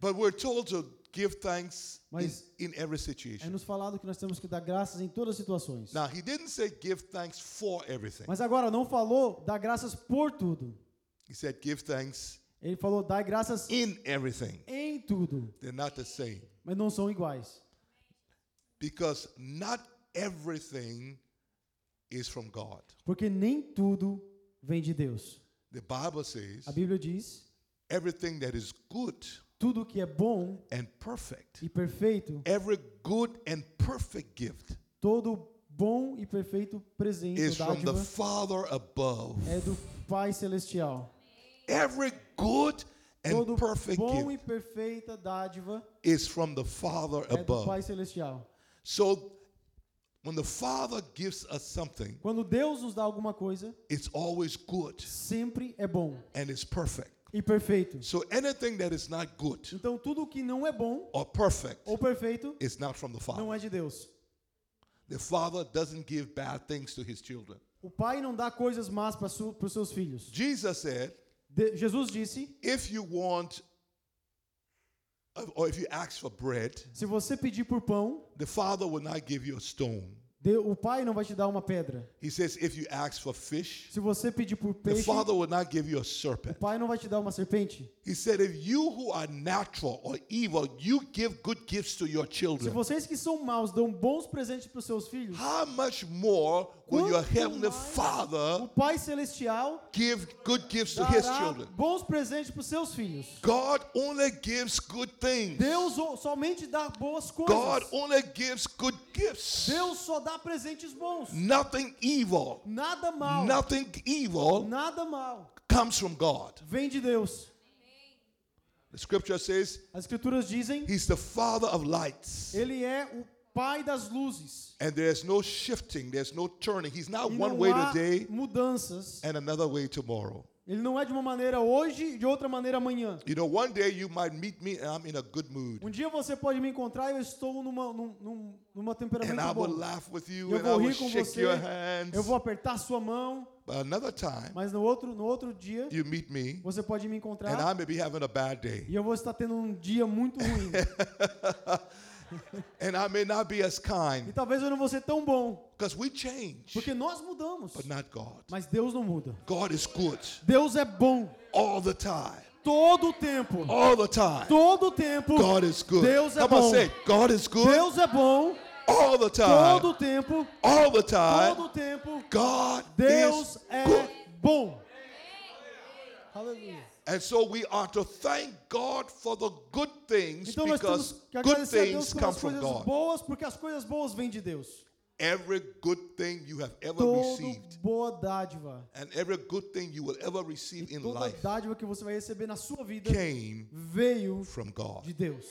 Speaker 3: But we're told to give thanks in,
Speaker 2: Mas-
Speaker 3: in every
Speaker 2: É
Speaker 3: situation.
Speaker 2: nos falado que nós temos que dar graças em todas as situações.
Speaker 3: Now he didn't say give thanks for everything.
Speaker 2: Mas agora não falou dar graças por tudo.
Speaker 3: He said give thanks
Speaker 2: Ele falou dar graças
Speaker 3: in everything.
Speaker 2: em tudo,
Speaker 3: They're not the same
Speaker 2: mas não são iguais.
Speaker 3: because not everything is from God.
Speaker 2: Porque nem tudo vem de Deus.
Speaker 3: The Bible says
Speaker 2: A Bíblia diz:
Speaker 3: everything that is good
Speaker 2: tudo que é bom
Speaker 3: and perfect
Speaker 2: e perfeito,
Speaker 3: Every good and perfect gift
Speaker 2: todo bom e perfeito presente ou
Speaker 3: is from the
Speaker 2: dádiva
Speaker 3: Father above.
Speaker 2: é do Pai Celestial.
Speaker 3: Every good
Speaker 2: Todo
Speaker 3: and perfect
Speaker 2: bom e
Speaker 3: gift
Speaker 2: perfeita dádiva
Speaker 3: is from the Father
Speaker 2: é do Pai
Speaker 3: above.
Speaker 2: Celestial.
Speaker 3: So when the Father gives us something,
Speaker 2: Quando Deus nos dá alguma coisa,
Speaker 3: it's always good
Speaker 2: sempre é bom
Speaker 3: and it's perfect.
Speaker 2: e perfeito.
Speaker 3: So anything that is not good
Speaker 2: Então tudo que não é bom
Speaker 3: or perfect
Speaker 2: ou perfeito
Speaker 3: is not from the
Speaker 2: não
Speaker 3: Father.
Speaker 2: é de Deus.
Speaker 3: The Father doesn't give bad things to his children.
Speaker 2: O Pai não dá coisas más para os seus filhos.
Speaker 3: Jesus said,
Speaker 2: De- Jesus disse:
Speaker 3: if you want or if you ask for bread,
Speaker 2: se você pedir por pão,
Speaker 3: the Father will not give you a stone.
Speaker 2: de- o Pai não vai te dar uma pedra.
Speaker 3: He says, if you ask for fish,
Speaker 2: Se você pedir por
Speaker 3: the
Speaker 2: peixe,
Speaker 3: Father
Speaker 2: o
Speaker 3: will not give you a serpent.
Speaker 2: Pai não vai te dar uma serpente.
Speaker 3: He said, if you who are natural or evil, you give good gifts to your
Speaker 2: Se
Speaker 3: children,
Speaker 2: vocês que são maus dão bons presentes para os seus filhos,
Speaker 3: how much more will your
Speaker 2: Quanto
Speaker 3: heavenly
Speaker 2: mais
Speaker 3: Father
Speaker 2: o Pai Celestial
Speaker 3: give good gifts to his
Speaker 2: dará
Speaker 3: children?
Speaker 2: bons presentes para os seus filhos.
Speaker 3: God only gives good things.
Speaker 2: Deus o- somente dá boas
Speaker 3: God
Speaker 2: coisas.
Speaker 3: only gives good gifts.
Speaker 2: Deus só dá presentes bons.
Speaker 3: Nothing evil,
Speaker 2: Nada mal.
Speaker 3: nothing evil
Speaker 2: Nada mal.
Speaker 3: comes from God.
Speaker 2: Vem de Deus.
Speaker 3: The scripture says,
Speaker 2: As escrituras dizem,
Speaker 3: He's the Father of lights.
Speaker 2: ele é o pai das luzes.
Speaker 3: And there's no shifting, there's no turning. He's not
Speaker 2: E
Speaker 3: Ah, one
Speaker 2: não
Speaker 3: way
Speaker 2: há
Speaker 3: today
Speaker 2: mudanças.
Speaker 3: and another way tomorrow.
Speaker 2: Ele não é de uma maneira hoje e de outra maneira amanhã.
Speaker 3: You know, one day you might meet me and I'm in a good mood.
Speaker 2: Um dia você pode me encontrar e eu estou numa, num- num- numa
Speaker 3: And I
Speaker 2: temperamento
Speaker 3: will
Speaker 2: boa.
Speaker 3: laugh with you
Speaker 2: Eu
Speaker 3: and I
Speaker 2: vou
Speaker 3: will
Speaker 2: rir com
Speaker 3: shake
Speaker 2: você,
Speaker 3: your hands.
Speaker 2: eu vou apertar sua mão,
Speaker 3: But another time,
Speaker 2: mas no outro, no outro dia
Speaker 3: you meet me
Speaker 2: você pode me
Speaker 3: and
Speaker 2: encontrar
Speaker 3: I may be having a bad day.
Speaker 2: e eu vou estar tendo um dia muito ruim.
Speaker 3: And I may not be as
Speaker 2: e
Speaker 3: kind
Speaker 2: talvez eu não vou ser tão bom,
Speaker 3: because we change,
Speaker 2: porque nós mudamos.
Speaker 3: but not God.
Speaker 2: Mas Deus não muda.
Speaker 3: God is good
Speaker 2: Deus é bom
Speaker 3: all the time.
Speaker 2: todo o tempo.
Speaker 3: All the time.
Speaker 2: Todo o tempo.
Speaker 3: Oh, God is good.
Speaker 2: Deus é
Speaker 3: Come
Speaker 2: bom.
Speaker 3: on, say, it. God is good
Speaker 2: Deus é bom
Speaker 3: all the time.
Speaker 2: todo o tempo.
Speaker 3: All the time.
Speaker 2: Todo o tempo.
Speaker 3: God
Speaker 2: Deus
Speaker 3: is
Speaker 2: é
Speaker 3: good.
Speaker 2: bom. Aleluia.
Speaker 3: And so we are to thank God for the good things
Speaker 2: Então nós temos
Speaker 3: because
Speaker 2: que
Speaker 3: good
Speaker 2: agradecer a
Speaker 3: things
Speaker 2: Deus
Speaker 3: come
Speaker 2: pelas
Speaker 3: from
Speaker 2: coisas
Speaker 3: God.
Speaker 2: boas, porque as coisas boas vêm de Deus.
Speaker 3: Every good thing you have ever
Speaker 2: Toda
Speaker 3: received
Speaker 2: boa dádiva,
Speaker 3: and every good thing you will ever receive in
Speaker 2: e toda
Speaker 3: life
Speaker 2: dádiva que você vai receber na sua vida
Speaker 3: came
Speaker 2: veio
Speaker 3: from God.
Speaker 2: de Deus.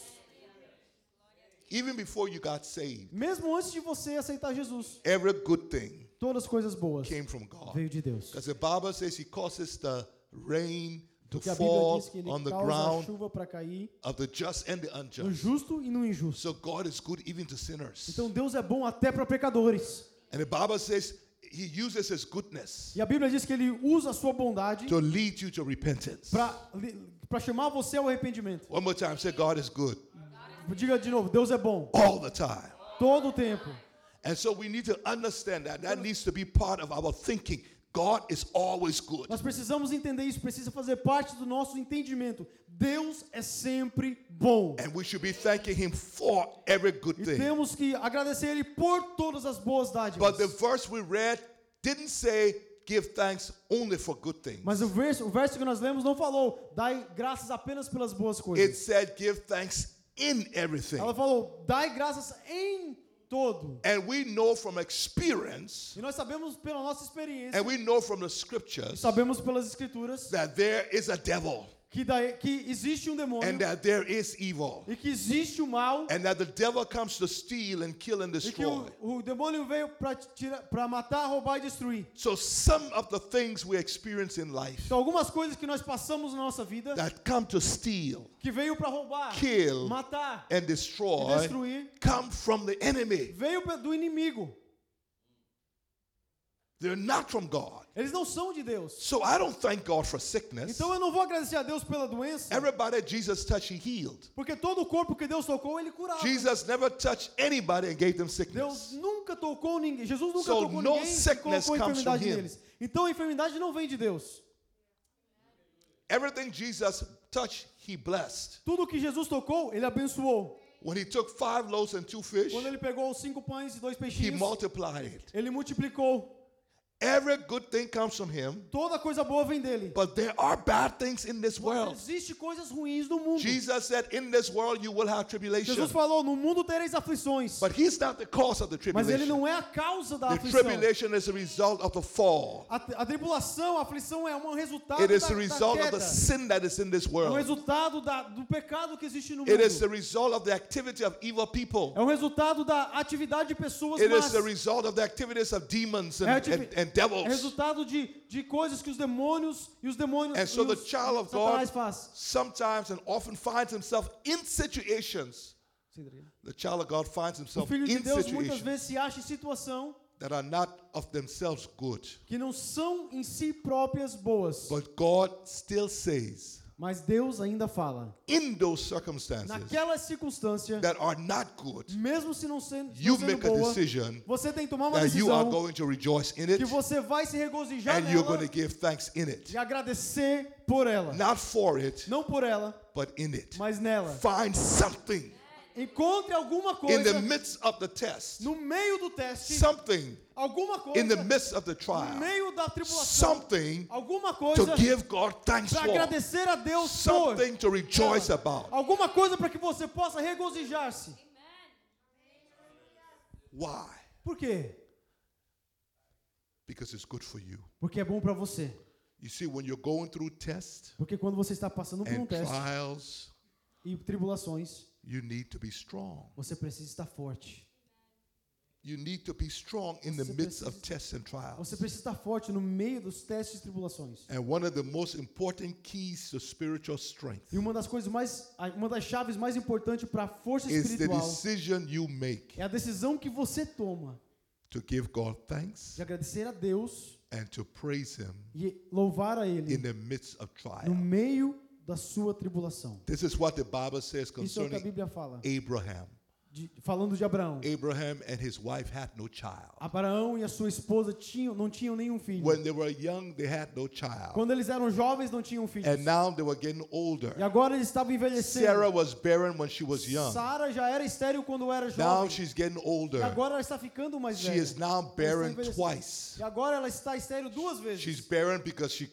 Speaker 3: Even before you got saved,
Speaker 2: Mesmo antes de você aceitar Jesus,
Speaker 3: every good thing
Speaker 2: todas as coisas boas
Speaker 3: came from God.
Speaker 2: veio de Deus.
Speaker 3: Because the Bible says He causes the rain to
Speaker 2: Porque a Bíblia
Speaker 3: fall
Speaker 2: diz que ele
Speaker 3: on the
Speaker 2: causa a
Speaker 3: ground
Speaker 2: chuva para cair
Speaker 3: of the just and the
Speaker 2: no
Speaker 3: unjust.
Speaker 2: justo e no injusto.
Speaker 3: So God is good even to sinners.
Speaker 2: Então Deus é bom até para pecadores.
Speaker 3: And the Bible says he uses his goodness
Speaker 2: E a Bíblia diz que ele usa a sua bondade
Speaker 3: to lead you to repentance.
Speaker 2: para chamar você ao arrependimento.
Speaker 3: One more time, say, God is good
Speaker 2: Diga de novo, Deus é bom
Speaker 3: all the time.
Speaker 2: todo o tempo.
Speaker 3: And so we need to understand that. That needs to be part of our thinking. God is always good.
Speaker 2: Nós precisamos entender isso, precisa fazer parte do nosso entendimento. Deus é sempre bom.
Speaker 3: And we should be thanking Him for every good
Speaker 2: E
Speaker 3: thing.
Speaker 2: temos que agradecer Ele por todas as boas
Speaker 3: But the
Speaker 2: dádivas.
Speaker 3: verse we read didn't say give thanks only for good things.
Speaker 2: Mas o verso, o verso que nós lemos não falou, dai graças apenas pelas boas
Speaker 3: It
Speaker 2: coisas.
Speaker 3: said give thanks in everything.
Speaker 2: Ela falou, dai graças em todo.
Speaker 3: And we know from experience
Speaker 2: E nós sabemos pela nossa experiência,
Speaker 3: and we know from the scriptures
Speaker 2: sabemos pelas escrituras,
Speaker 3: that there is a devil
Speaker 2: que, daí, que existe um demônio
Speaker 3: and uh, that there is evil
Speaker 2: e que existe o mal
Speaker 3: and that the devil comes to steal and kill and
Speaker 2: e que
Speaker 3: destroy.
Speaker 2: o, o demônio veio para matar, roubar e destruir.
Speaker 3: So some of the things we experience in life
Speaker 2: Então, algumas coisas que nós passamos na nossa vida
Speaker 3: that come to steal
Speaker 2: que veio para roubar,
Speaker 3: Kill.
Speaker 2: matar,
Speaker 3: and
Speaker 2: e
Speaker 3: destroy
Speaker 2: destruir,
Speaker 3: come from the enemy.
Speaker 2: veio pe- do inimigo.
Speaker 3: They're not from God.
Speaker 2: Eles não são de Deus.
Speaker 3: So I don't thank God for sickness.
Speaker 2: Então eu não vou agradecer a Deus pela doença,
Speaker 3: Everybody Jesus touched, he healed.
Speaker 2: porque todo o corpo que Deus tocou, ele curava.
Speaker 3: Jesus never touched anybody and gave them
Speaker 2: Deus
Speaker 3: sickness.
Speaker 2: nunca tocou ninguém. Jesus nunca
Speaker 3: So
Speaker 2: tocou
Speaker 3: no
Speaker 2: ninguém e
Speaker 3: sickness
Speaker 2: colocou
Speaker 3: comes
Speaker 2: enfermidade
Speaker 3: from him.
Speaker 2: neles. Então a enfermidade não vem de Deus.
Speaker 3: Everything Jesus touched, he blessed.
Speaker 2: Tudo que Jesus tocou, ele abençoou.
Speaker 3: When he took five loaves and two fish,
Speaker 2: Quando ele pegou os cinco pães e dois
Speaker 3: he
Speaker 2: peixinhos,
Speaker 3: multiplied it.
Speaker 2: ele multiplicou.
Speaker 3: Every good thing comes from him,
Speaker 2: Toda coisa boa vem dele.
Speaker 3: but there are bad things in this world.
Speaker 2: Existem coisas ruins no mundo.
Speaker 3: Jesus said, In this world you will have tribulation.
Speaker 2: Jesus falou: no mundo tereis aflições.
Speaker 3: But he's not the cause of the
Speaker 2: Mas ele
Speaker 3: tribulation.
Speaker 2: não é a causa da
Speaker 3: The
Speaker 2: aflição.
Speaker 3: tribulation is a result of the fall.
Speaker 2: A, a tribulação, a aflição é um resultado
Speaker 3: It is
Speaker 2: da,
Speaker 3: the result
Speaker 2: da
Speaker 3: of
Speaker 2: queda.
Speaker 3: the sin that is in this
Speaker 2: É um
Speaker 3: world.
Speaker 2: resultado da- do pecado que existe no
Speaker 3: It is the
Speaker 2: mundo.
Speaker 3: result of the activity of evil people.
Speaker 2: É um resultado da atividade de pessoas
Speaker 3: It is
Speaker 2: más.
Speaker 3: the result of the activities of demons
Speaker 2: é,
Speaker 3: and,
Speaker 2: ativi-
Speaker 3: and, and
Speaker 2: é
Speaker 3: devils.
Speaker 2: resultado de, de coisas que os demônios e os demônios
Speaker 3: And so
Speaker 2: e
Speaker 3: the
Speaker 2: os,
Speaker 3: child of
Speaker 2: Satanás
Speaker 3: God
Speaker 2: faz.
Speaker 3: sometimes and often finds himself in situations. The child of God finds
Speaker 2: O
Speaker 3: himself
Speaker 2: filho de
Speaker 3: in
Speaker 2: Deus muitas
Speaker 3: situations
Speaker 2: vezes se acha em situação
Speaker 3: that are not of themselves good.
Speaker 2: que não são em si próprias boas.
Speaker 3: But God still says,
Speaker 2: Mas Deus ainda fala.
Speaker 3: in those circumstances
Speaker 2: Naquela circunstância,
Speaker 3: that are not good,
Speaker 2: mesmo se não sendo, não
Speaker 3: you
Speaker 2: sendo
Speaker 3: make a
Speaker 2: boa,
Speaker 3: decision
Speaker 2: você tem que tomar uma
Speaker 3: that you are
Speaker 2: decisão
Speaker 3: going to rejoice in
Speaker 2: que
Speaker 3: it
Speaker 2: você vai se regozijar
Speaker 3: and you're
Speaker 2: nela
Speaker 3: going to give thanks in it.
Speaker 2: e agradecer por ela.
Speaker 3: Not for it,
Speaker 2: Não por ela,
Speaker 3: but in it.
Speaker 2: mas nela.
Speaker 3: Find something
Speaker 2: Encontre alguma
Speaker 3: in the
Speaker 2: coisa
Speaker 3: midst of the test,
Speaker 2: no meio do teste,
Speaker 3: something
Speaker 2: alguma coisa
Speaker 3: in the midst of the
Speaker 2: no
Speaker 3: trial,
Speaker 2: meio da tribulação,
Speaker 3: something
Speaker 2: alguma coisa
Speaker 3: to give God thanks
Speaker 2: para
Speaker 3: for,
Speaker 2: agradecer a Deus por
Speaker 3: something to rejoice
Speaker 2: ela.
Speaker 3: about.
Speaker 2: Alguma coisa para que você possa regozijar-se.
Speaker 3: Why?
Speaker 2: Por quê?
Speaker 3: Because it's good for you.
Speaker 2: Porque é bom para você.
Speaker 3: You see, when you're going through tests
Speaker 2: Porque quando você está passando por um
Speaker 3: and
Speaker 2: teste
Speaker 3: trials,
Speaker 2: e tribulações,
Speaker 3: you need to be strong.
Speaker 2: você precisa estar forte.
Speaker 3: You need to be strong in the
Speaker 2: Você
Speaker 3: midst of
Speaker 2: precisa-
Speaker 3: tests and
Speaker 2: Você
Speaker 3: trials.
Speaker 2: precisa estar forte no meio dos testes e tribulações.
Speaker 3: And one of the most important keys to spiritual strength
Speaker 2: E uma das coisas mais, a- uma das chaves mais importantes para a força
Speaker 3: is the
Speaker 2: espiritual
Speaker 3: decision you make
Speaker 2: é a decisão que você toma
Speaker 3: to give God thanks
Speaker 2: de agradecer a Deus
Speaker 3: and to praise Him
Speaker 2: e louvar a
Speaker 3: in
Speaker 2: Ele
Speaker 3: the midst of
Speaker 2: no
Speaker 3: trial.
Speaker 2: meio da sua tribulação.
Speaker 3: This is what the Bible
Speaker 2: Isso é
Speaker 3: says
Speaker 2: o que a
Speaker 3: concerning
Speaker 2: Bíblia fala,
Speaker 3: Abraham.
Speaker 2: de- falando de Abraão.
Speaker 3: Abraham and his wife had no child.
Speaker 2: Abraão e a sua esposa tinham, não tinham nenhum filho.
Speaker 3: When they were young, they had no child.
Speaker 2: Quando eles eram jovens, não tinham filhos.
Speaker 3: And now they were getting
Speaker 2: E
Speaker 3: older.
Speaker 2: agora eles estavam
Speaker 3: Sarah
Speaker 2: envelhecendo.
Speaker 3: was barren when she was young.
Speaker 2: Sara já era estéril quando era
Speaker 3: Now
Speaker 2: jovem.
Speaker 3: she's getting
Speaker 2: E
Speaker 3: older.
Speaker 2: agora ela está ficando mais
Speaker 3: She
Speaker 2: velha.
Speaker 3: is now
Speaker 2: Ela está
Speaker 3: barren
Speaker 2: envelhecendo.
Speaker 3: twice.
Speaker 2: E agora ela está estéril duas vezes.
Speaker 3: She's barren because she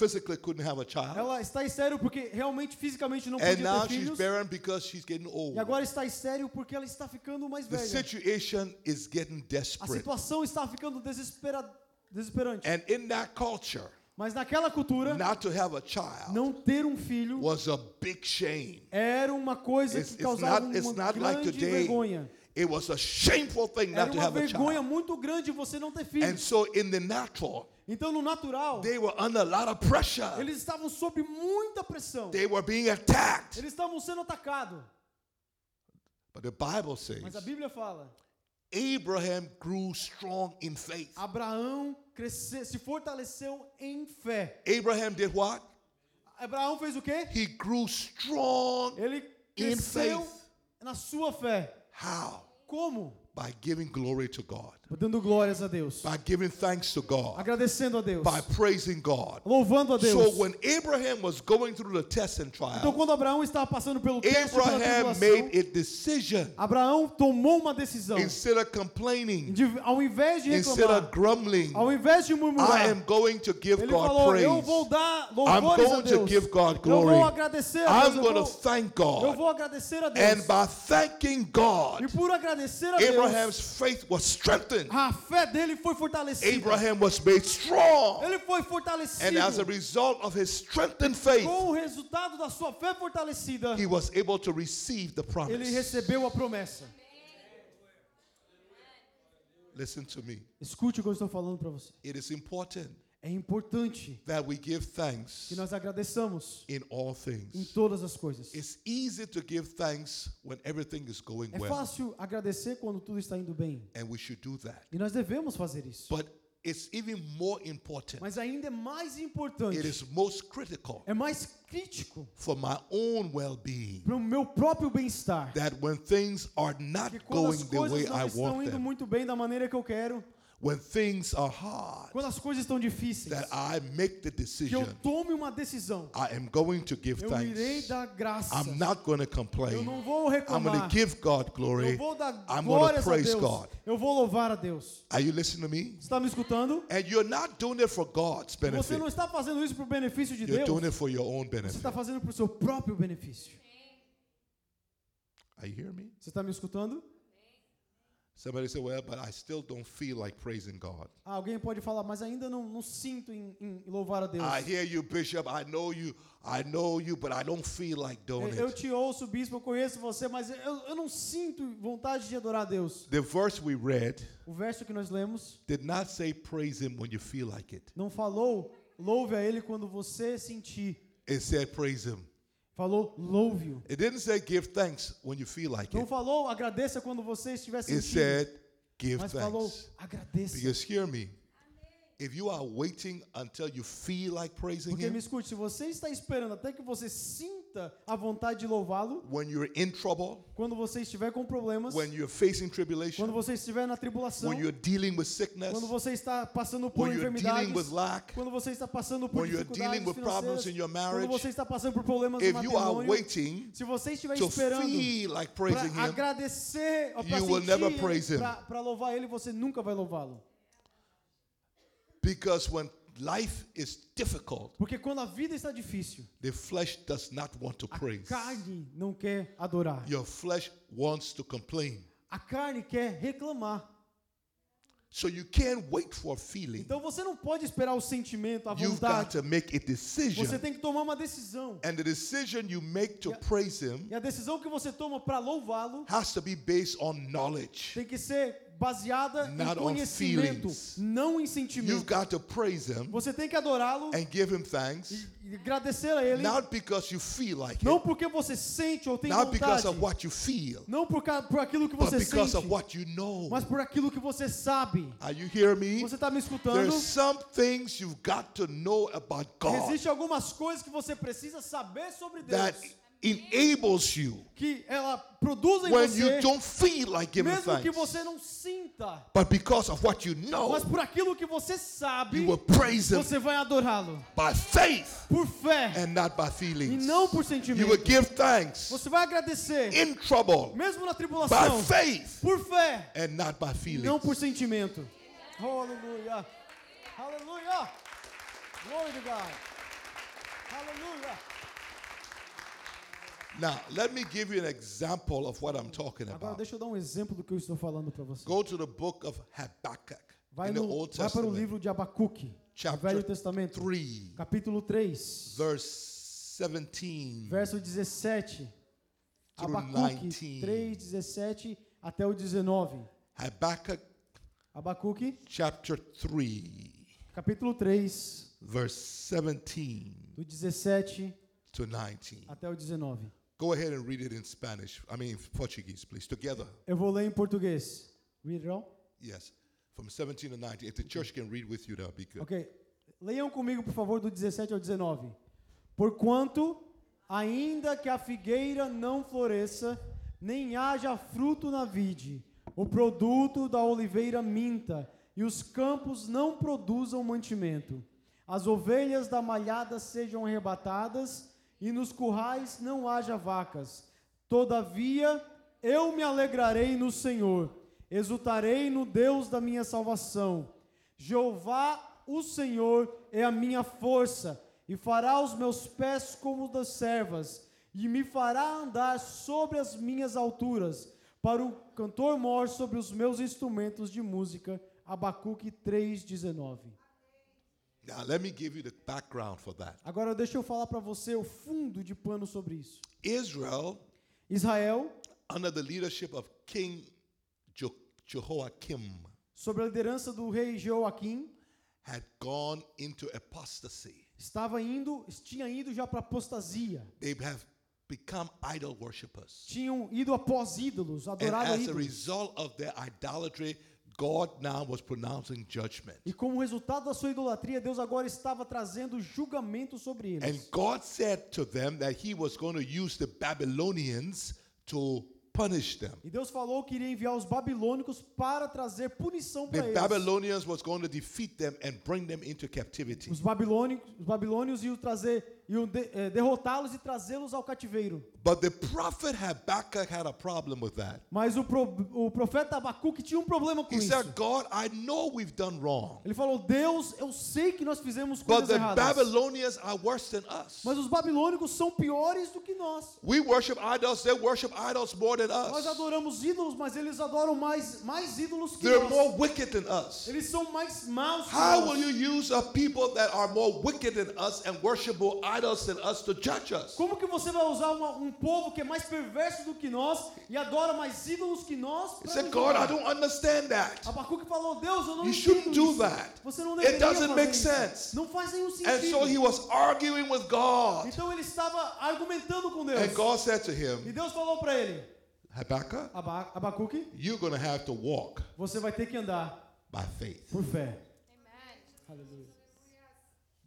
Speaker 3: physically couldn't have a child.
Speaker 2: Ela está estéril porque realmente fisicamente não
Speaker 3: And
Speaker 2: podia
Speaker 3: now
Speaker 2: ter
Speaker 3: she's
Speaker 2: filhos.
Speaker 3: barren because she's getting old.
Speaker 2: E agora está estéril porque ela está ficando mais
Speaker 3: The
Speaker 2: velha.
Speaker 3: situation is getting
Speaker 2: A
Speaker 3: desperate.
Speaker 2: situação está ficando desespera desesperante.
Speaker 3: And in that culture,
Speaker 2: Mas naquela cultura,
Speaker 3: not to have a child
Speaker 2: não ter um filho
Speaker 3: was a big shame.
Speaker 2: era uma coisa
Speaker 3: It's-
Speaker 2: que
Speaker 3: it's
Speaker 2: causava
Speaker 3: not- it's
Speaker 2: uma
Speaker 3: not like
Speaker 2: grande
Speaker 3: today.
Speaker 2: vergonha.
Speaker 3: It was a shameful thing
Speaker 2: Era
Speaker 3: not to
Speaker 2: uma
Speaker 3: have a
Speaker 2: vergonha
Speaker 3: child.
Speaker 2: muito grande você não ter
Speaker 3: And
Speaker 2: filhos.
Speaker 3: so, in the natural,
Speaker 2: Então, no natural,
Speaker 3: they were under a lot of pressure.
Speaker 2: eles estavam sob muita pressão.
Speaker 3: They were being attacked.
Speaker 2: Eles estavam sendo atacados.
Speaker 3: But the Bible
Speaker 2: Mas
Speaker 3: says
Speaker 2: a Bíblia fala
Speaker 3: Abraham grew strong in faith.
Speaker 2: Abraão cresceu, se fortaleceu em fé.
Speaker 3: Abraham did what?
Speaker 2: Abraão fez o quê?
Speaker 3: He grew strong.
Speaker 2: Ele cresceu
Speaker 3: faith.
Speaker 2: na sua fé.
Speaker 3: How?
Speaker 2: Como?
Speaker 3: By giving glory to God,
Speaker 2: Dando glórias a Deus.
Speaker 3: by giving thanks to God,
Speaker 2: Agradecendo a Deus.
Speaker 3: by praising God.
Speaker 2: Louvando a
Speaker 3: So
Speaker 2: Deus.
Speaker 3: when Abraham was going through the test and
Speaker 2: Então
Speaker 3: trial,
Speaker 2: quando Abraão estava passando pelo teste e pela
Speaker 3: Abraham
Speaker 2: tribulação,
Speaker 3: made a decision.
Speaker 2: Abraão tomou uma decisão.
Speaker 3: Instead of complaining,
Speaker 2: De- ao invés de
Speaker 3: instead
Speaker 2: reclamar,
Speaker 3: of grumbling,
Speaker 2: ao invés de
Speaker 3: I
Speaker 2: murmurar,
Speaker 3: am going to give
Speaker 2: Ele
Speaker 3: God
Speaker 2: falou, eu
Speaker 3: praise.
Speaker 2: vou dar
Speaker 3: I'm
Speaker 2: louvores a
Speaker 3: going to
Speaker 2: Deus.
Speaker 3: give God
Speaker 2: Eu vou
Speaker 3: glory.
Speaker 2: agradecer a Deus.
Speaker 3: I'm
Speaker 2: Eu
Speaker 3: going to
Speaker 2: vou,
Speaker 3: thank
Speaker 2: eu
Speaker 3: God.
Speaker 2: vou agradecer a Deus.
Speaker 3: And by thanking God,
Speaker 2: E por agradecer a Deus,
Speaker 3: Abraham's faith was strengthened.
Speaker 2: a fé dele foi fortalecida.
Speaker 3: Abraham was made strong.
Speaker 2: Ele foi
Speaker 3: And
Speaker 2: fortalecido.
Speaker 3: as a result of his strengthened faith,
Speaker 2: Com o resultado da sua fé fortalecida,
Speaker 3: he was able to receive the
Speaker 2: ele
Speaker 3: promise.
Speaker 2: recebeu a promessa.
Speaker 3: Listen to me.
Speaker 2: Escute o que eu estou falando para você.
Speaker 3: It is important
Speaker 2: É importante
Speaker 3: that we give thanks
Speaker 2: que nós agradeçamos
Speaker 3: in all
Speaker 2: em
Speaker 3: things.
Speaker 2: todas as coisas.
Speaker 3: It's easy to give thanks when everything is going
Speaker 2: É
Speaker 3: well,
Speaker 2: fácil agradecer quando tudo está indo bem.
Speaker 3: and we should do that.
Speaker 2: E nós devemos fazer isso.
Speaker 3: But it's even more important.
Speaker 2: Mas ainda é mais
Speaker 3: It
Speaker 2: importante,
Speaker 3: is most critical
Speaker 2: é mais crítico
Speaker 3: for my own well-being
Speaker 2: para o meu próprio bem-estar.
Speaker 3: that when things are not
Speaker 2: Que quando
Speaker 3: going
Speaker 2: as
Speaker 3: the
Speaker 2: coisas
Speaker 3: way
Speaker 2: não
Speaker 3: I
Speaker 2: estão
Speaker 3: want
Speaker 2: indo
Speaker 3: them,
Speaker 2: muito bem da maneira que eu quero,
Speaker 3: when things are hard,
Speaker 2: quando as coisas estão difíceis,
Speaker 3: that I make the
Speaker 2: que eu
Speaker 3: decision.
Speaker 2: tome uma decisão.
Speaker 3: I am going to give
Speaker 2: Eu irei
Speaker 3: thanks.
Speaker 2: dar graça.
Speaker 3: I'm not going to
Speaker 2: Eu
Speaker 3: complain.
Speaker 2: não vou
Speaker 3: I'm going to
Speaker 2: reclamar.
Speaker 3: give God
Speaker 2: Eu
Speaker 3: glory.
Speaker 2: vou dar
Speaker 3: I'm going to
Speaker 2: glórias a
Speaker 3: praise
Speaker 2: Deus.
Speaker 3: God.
Speaker 2: Eu vou louvar a Deus.
Speaker 3: Are you listening to me?
Speaker 2: Você está me escutando?
Speaker 3: And you're not doing it for God's
Speaker 2: Você
Speaker 3: benefit.
Speaker 2: não está fazendo isso para o benefício de
Speaker 3: You're
Speaker 2: Deus.
Speaker 3: doing it for your own
Speaker 2: Você
Speaker 3: benefit.
Speaker 2: está fazendo para o seu próprio benefício.
Speaker 3: Are you hearing me?
Speaker 2: Você está me escutando?
Speaker 3: Somebody said, Well, but I still don't feel like praising God.
Speaker 2: Ah, alguém pode falar, mas ainda não, não sinto em, em louvar a Deus.
Speaker 3: I hear you, Bishop. I know you. I know you, but I don't feel like doing
Speaker 2: Eu eu
Speaker 3: it.
Speaker 2: te ouço, bispo, eu conheço você, mas eu, eu não sinto vontade de adorar a Deus.
Speaker 3: The verse we read
Speaker 2: O verso que nós lemos
Speaker 3: did not say praise him when you feel like it.
Speaker 2: não falou louve a ele quando você sentir.
Speaker 3: It said praise him.
Speaker 2: Falou louve-o.
Speaker 3: It didn't say give thanks when you feel like
Speaker 2: Não
Speaker 3: it.
Speaker 2: falou agradeça quando você estiver
Speaker 3: It
Speaker 2: sentindo.
Speaker 3: said give
Speaker 2: Mas falou
Speaker 3: thanks.
Speaker 2: agradeça.
Speaker 3: Because hear me. If you are waiting until you feel like praising
Speaker 2: Porque me
Speaker 3: him,
Speaker 2: escute, se você está esperando até que você sinta a vontade de louvá-lo,
Speaker 3: when you're in trouble,
Speaker 2: quando você estiver com problemas,
Speaker 3: when you're facing
Speaker 2: quando
Speaker 3: tribulation,
Speaker 2: você estiver na tribulação,
Speaker 3: when you're dealing with sickness,
Speaker 2: quando você está passando por
Speaker 3: when you're
Speaker 2: enfermidades,
Speaker 3: dealing with lack,
Speaker 2: quando você está passando por
Speaker 3: when you're
Speaker 2: dificuldades
Speaker 3: dealing with problems
Speaker 2: financeiras,
Speaker 3: in your
Speaker 2: quando
Speaker 3: marriage,
Speaker 2: você está passando por problemas no
Speaker 3: if you are
Speaker 2: matrimônio,
Speaker 3: waiting
Speaker 2: se você estiver
Speaker 3: to
Speaker 2: esperando
Speaker 3: feel like
Speaker 2: para
Speaker 3: praising him,
Speaker 2: agradecer, para
Speaker 3: you will never praise
Speaker 2: sentir,
Speaker 3: him.
Speaker 2: para louvar ele, você nunca vai louvá-lo.
Speaker 3: because when life is difficult,
Speaker 2: Porque quando a vida está difícil,
Speaker 3: the flesh does not want to
Speaker 2: a
Speaker 3: praise.
Speaker 2: carne não quer adorar.
Speaker 3: Your flesh wants to complain.
Speaker 2: A carne quer reclamar.
Speaker 3: So you can't wait for a feeling.
Speaker 2: Então você não pode esperar o sentimento, a
Speaker 3: You've got
Speaker 2: vontade.
Speaker 3: to make a
Speaker 2: Você
Speaker 3: decision.
Speaker 2: tem que tomar uma decisão.
Speaker 3: And the decision you make to praise him
Speaker 2: E a decisão que você toma para louvá-lo
Speaker 3: has to be based on knowledge.
Speaker 2: tem que ser baseada
Speaker 3: Not
Speaker 2: em
Speaker 3: on
Speaker 2: conhecimento,
Speaker 3: feelings.
Speaker 2: não em
Speaker 3: You've
Speaker 2: sentimento.
Speaker 3: got to praise him
Speaker 2: Você tem que adorá-lo
Speaker 3: and give him thanks,
Speaker 2: e agradecer a ele,
Speaker 3: not because you feel like
Speaker 2: não
Speaker 3: it,
Speaker 2: porque você sente ou tem
Speaker 3: not because
Speaker 2: vontade,
Speaker 3: of what you feel,
Speaker 2: não por, ca- por aquilo que
Speaker 3: but
Speaker 2: você
Speaker 3: because
Speaker 2: sente,
Speaker 3: of what you know.
Speaker 2: mas por aquilo que você sabe.
Speaker 3: Are you hearing me?
Speaker 2: Você está me escutando?
Speaker 3: There's some things you've got to know about God
Speaker 2: Existem algumas coisas que você precisa saber sobre
Speaker 3: that
Speaker 2: Deus,
Speaker 3: enables you
Speaker 2: que ela produz em
Speaker 3: when you
Speaker 2: você,
Speaker 3: don't feel like giving
Speaker 2: mesmo que
Speaker 3: thanks.
Speaker 2: você não sinta.
Speaker 3: But because of what you know,
Speaker 2: Mas por aquilo que você sabe,
Speaker 3: you will praise Him
Speaker 2: você vai adorá-lo
Speaker 3: by faith
Speaker 2: por fé
Speaker 3: and not by
Speaker 2: e
Speaker 3: feelings.
Speaker 2: não por
Speaker 3: You will
Speaker 2: sentimento.
Speaker 3: give thanks
Speaker 2: Você vai agradecer
Speaker 3: in trouble
Speaker 2: mesmo na
Speaker 3: by
Speaker 2: tribulação
Speaker 3: faith
Speaker 2: por fé
Speaker 3: and not by
Speaker 2: e não por
Speaker 3: feelings.
Speaker 2: sentimento. Oh, aleluia. Aleluia. Glory to God. Aleluia.
Speaker 3: Now, let me give you an example of what I'm talking
Speaker 2: Agora
Speaker 3: about.
Speaker 2: deixa eu dar um exemplo do que eu estou falando para você.
Speaker 3: Go to the book of Habakkuk
Speaker 2: Vai,
Speaker 3: in the
Speaker 2: no-
Speaker 3: Old
Speaker 2: vai para o
Speaker 3: Testament,
Speaker 2: livro de Abacuque, no Velho
Speaker 3: chapter
Speaker 2: Testamento,
Speaker 3: 3.
Speaker 2: capítulo 3,
Speaker 3: verse 17.
Speaker 2: verso 17.
Speaker 3: Through
Speaker 2: Abacuque
Speaker 3: 19.
Speaker 2: 3, 17 até o 19.
Speaker 3: Habakkuk
Speaker 2: Abacuque,
Speaker 3: chapter 3,
Speaker 2: capítulo 3,
Speaker 3: verse 17
Speaker 2: do 17
Speaker 3: to 19.
Speaker 2: até o 19.
Speaker 3: Go ahead and read it in Spanish. I mean, in Portuguese, please, together.
Speaker 2: Eu vou ler em português.
Speaker 5: Read it all?
Speaker 3: Yes, from 17 to 19. If the church can read with you, that'll be good.
Speaker 2: Ok. Leiam comigo, por favor, do 17 ao 19. Porquanto, ainda que a figueira não floresça, nem haja fruto na vide, o produto da oliveira minta, e os campos não produzam mantimento. As ovelhas da malhada sejam arrebatadas, e nos currais não haja vacas. Todavia, eu me alegrarei no Senhor, exultarei no Deus da minha salvação. Jeová, o Senhor, é a minha força, e fará os meus pés como os das servas, e me fará andar sobre as minhas alturas, para o cantor mor sobre os meus instrumentos de música. Abacuque 3,19.
Speaker 3: Now, let me give you the background for that.
Speaker 2: Agora deixa eu falar para você o fundo de pano sobre isso.
Speaker 3: Israel,
Speaker 2: Israel,
Speaker 3: under the leadership of King Jo- Jehoiakim,
Speaker 2: sob a liderança do rei Jeoaquim,
Speaker 3: had gone into apostasy.
Speaker 2: estava indo, tinha ido já para apostasia.
Speaker 3: They have become idol worshippers.
Speaker 2: Tinham ido após ídolos,
Speaker 3: And
Speaker 2: adorado
Speaker 3: as a
Speaker 2: ídolos.
Speaker 3: result of their idolatry, God now was pronouncing judgment.
Speaker 2: E como resultado da sua idolatria, Deus agora estava trazendo julgamento sobre eles.
Speaker 3: And God said to them that He was going to use the Babylonians to punish them.
Speaker 2: e Deus falou que iria enviar os babilônicos para trazer punição
Speaker 3: The
Speaker 2: para eles.
Speaker 3: Babylonians was going to defeat them and bring them into captivity.
Speaker 2: Os babilônicos, os babilônios iam trazer, iam de- eh, derrotá-los e trazê-los ao cativeiro.
Speaker 3: But the prophet Habakkuk had a problem with that.
Speaker 2: Mas o, pro- o profeta Abacuque tinha um problema com
Speaker 3: He
Speaker 2: isso.
Speaker 3: said, God, I know we've done wrong,
Speaker 2: Ele falou: Deus, eu sei que nós fizemos
Speaker 3: but
Speaker 2: coisas
Speaker 3: the
Speaker 2: erradas.
Speaker 3: Babylonians are worse than us.
Speaker 2: Mas os babilônicos são piores do que nós.
Speaker 3: We worship idols, they worship idols more than
Speaker 2: Nós
Speaker 3: us.
Speaker 2: adoramos ídolos, mas eles adoram mais, mais ídolos que
Speaker 3: They're
Speaker 2: nós.
Speaker 3: more wicked than us.
Speaker 2: Eles são mais maus que
Speaker 3: How
Speaker 2: nós.
Speaker 3: will you use a people that are more wicked than us and worship more idols than us to judge us?
Speaker 2: Como que você vai usar uma- um povo que é mais perverso do que nós e adora mais ídolos que nós?
Speaker 3: He
Speaker 2: pra
Speaker 3: said,
Speaker 2: nos
Speaker 3: God, I
Speaker 2: julgar?"
Speaker 3: don't understand that.
Speaker 2: Abacuque falou, Deus, eu não
Speaker 3: é
Speaker 2: entendo
Speaker 3: You shouldn't do
Speaker 2: isso.
Speaker 3: that.
Speaker 2: Você não
Speaker 3: It
Speaker 2: deveria
Speaker 3: doesn't
Speaker 2: fazer
Speaker 3: make
Speaker 2: isso.
Speaker 3: sense."
Speaker 2: Não faz nenhum sentido.
Speaker 3: And so he was arguing with God.
Speaker 2: Então ele estava argumentando com Deus.
Speaker 3: And God said to
Speaker 2: E
Speaker 3: him,
Speaker 2: Deus falou para ele,
Speaker 3: Habakkuk,
Speaker 2: "Aba- Abacuque,
Speaker 3: you're going to have to walk
Speaker 2: você vai ter que andar
Speaker 3: by faith
Speaker 2: por fé.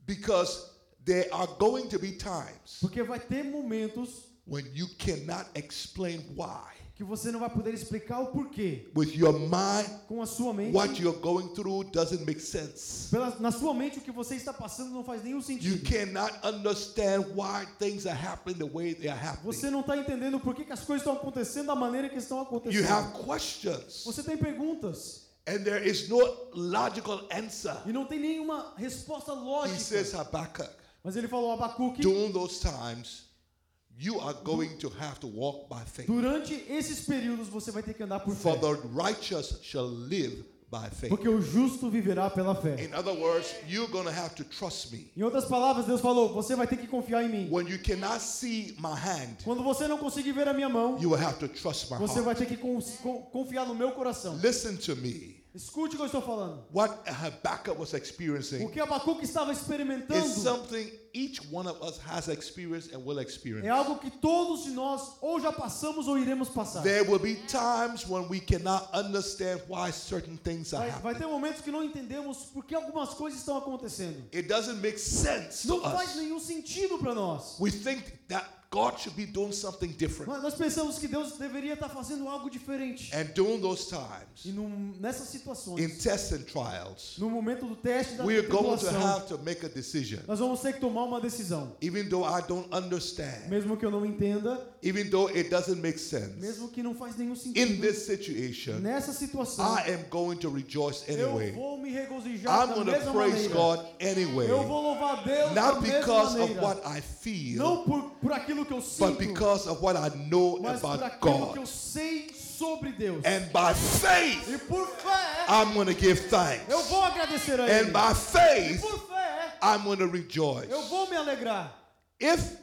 Speaker 3: because there are going to be times
Speaker 2: Porque vai ter momentos
Speaker 3: when you cannot explain why
Speaker 2: que você não vai poder explicar o porquê.
Speaker 3: with your mind
Speaker 2: Com a sua mente,
Speaker 3: what you're going through doesn't make sense.
Speaker 2: pela- na sua mente o que você está passando não faz nenhum
Speaker 3: You
Speaker 2: sentido.
Speaker 3: cannot understand why things are happening the way they are
Speaker 2: Você
Speaker 3: happening.
Speaker 2: não está entendendo por que, que as coisas estão acontecendo da maneira que estão
Speaker 3: You
Speaker 2: acontecendo.
Speaker 3: have questions
Speaker 2: Você tem perguntas
Speaker 3: and there is no logical answer.
Speaker 2: e não tem nenhuma resposta
Speaker 3: He
Speaker 2: lógica.
Speaker 3: says Habakkuk,
Speaker 2: Mas ele falou, Abacuque,
Speaker 3: during those times, you are going to have to walk by faith.
Speaker 2: durante esses períodos você vai ter que andar por
Speaker 3: For
Speaker 2: fé.
Speaker 3: the righteous shall live by faith.
Speaker 2: Porque o justo viverá pela fé.
Speaker 3: In other words, you're going to have to trust me.
Speaker 2: Em outras palavras, Deus falou, você vai ter que confiar em mim.
Speaker 3: When you cannot see my hand,
Speaker 2: Quando você não conseguir ver a minha mão,
Speaker 3: you will have to trust my
Speaker 2: você vai
Speaker 3: heart.
Speaker 2: ter que cons- con- confiar no meu coração.
Speaker 3: Listen to me.
Speaker 2: Escute o que eu estou falando.
Speaker 3: What Habakkuk was
Speaker 2: O
Speaker 3: experiencing
Speaker 2: que Abacuque estava
Speaker 3: is
Speaker 2: experimentando
Speaker 3: something each one of us has experienced and will
Speaker 2: é
Speaker 3: experience.
Speaker 2: algo que todos de nós ou já passamos ou iremos passar.
Speaker 3: There will be times when we cannot understand why certain things
Speaker 2: Vai,
Speaker 3: are
Speaker 2: vai
Speaker 3: happening.
Speaker 2: ter momentos que não entendemos por que algumas coisas estão acontecendo.
Speaker 3: It doesn't make sense to
Speaker 2: Não faz
Speaker 3: us.
Speaker 2: nenhum sentido para nós.
Speaker 3: We think that God should be doing something different.
Speaker 2: Nós nós pensamos que Deus deveria estar fazendo algo diferente.
Speaker 3: And during those
Speaker 2: E
Speaker 3: times,
Speaker 2: num- nessas
Speaker 3: in
Speaker 2: situações,
Speaker 3: tests and trials,
Speaker 2: no momento do teste da
Speaker 3: we're going to
Speaker 2: tribulação,
Speaker 3: have to make a decision.
Speaker 2: nós vamos ter que tomar uma decisão.
Speaker 3: Even though I don't understand,
Speaker 2: Mesmo que eu não entenda,
Speaker 3: even though it doesn't make sense,
Speaker 2: mesmo que não faz nenhum
Speaker 3: in
Speaker 2: sentido,
Speaker 3: this situation,
Speaker 2: nessa situação,
Speaker 3: I am going to rejoice
Speaker 2: eu
Speaker 3: anyway.
Speaker 2: vou me regozijar
Speaker 3: I'm
Speaker 2: da
Speaker 3: going to
Speaker 2: mesma
Speaker 3: praise
Speaker 2: maneira.
Speaker 3: God anyway.
Speaker 2: Eu vou louvar Deus da
Speaker 3: Not
Speaker 2: mesma
Speaker 3: because of
Speaker 2: maneira.
Speaker 3: what I feel,
Speaker 2: Não por, por aquilo que eu
Speaker 3: but
Speaker 2: sinto,
Speaker 3: because of what I know
Speaker 2: mas por
Speaker 3: É about
Speaker 2: aquilo que eu
Speaker 3: God. É
Speaker 2: sei sobre Deus.
Speaker 3: And by faith,
Speaker 2: E por fé,
Speaker 3: I'm going to give
Speaker 2: eu
Speaker 3: thanks.
Speaker 2: vou agradecer a Ele.
Speaker 3: And by
Speaker 2: E
Speaker 3: faith,
Speaker 2: por fé,
Speaker 3: I'm going to rejoice.
Speaker 2: eu vou me alegrar.
Speaker 3: If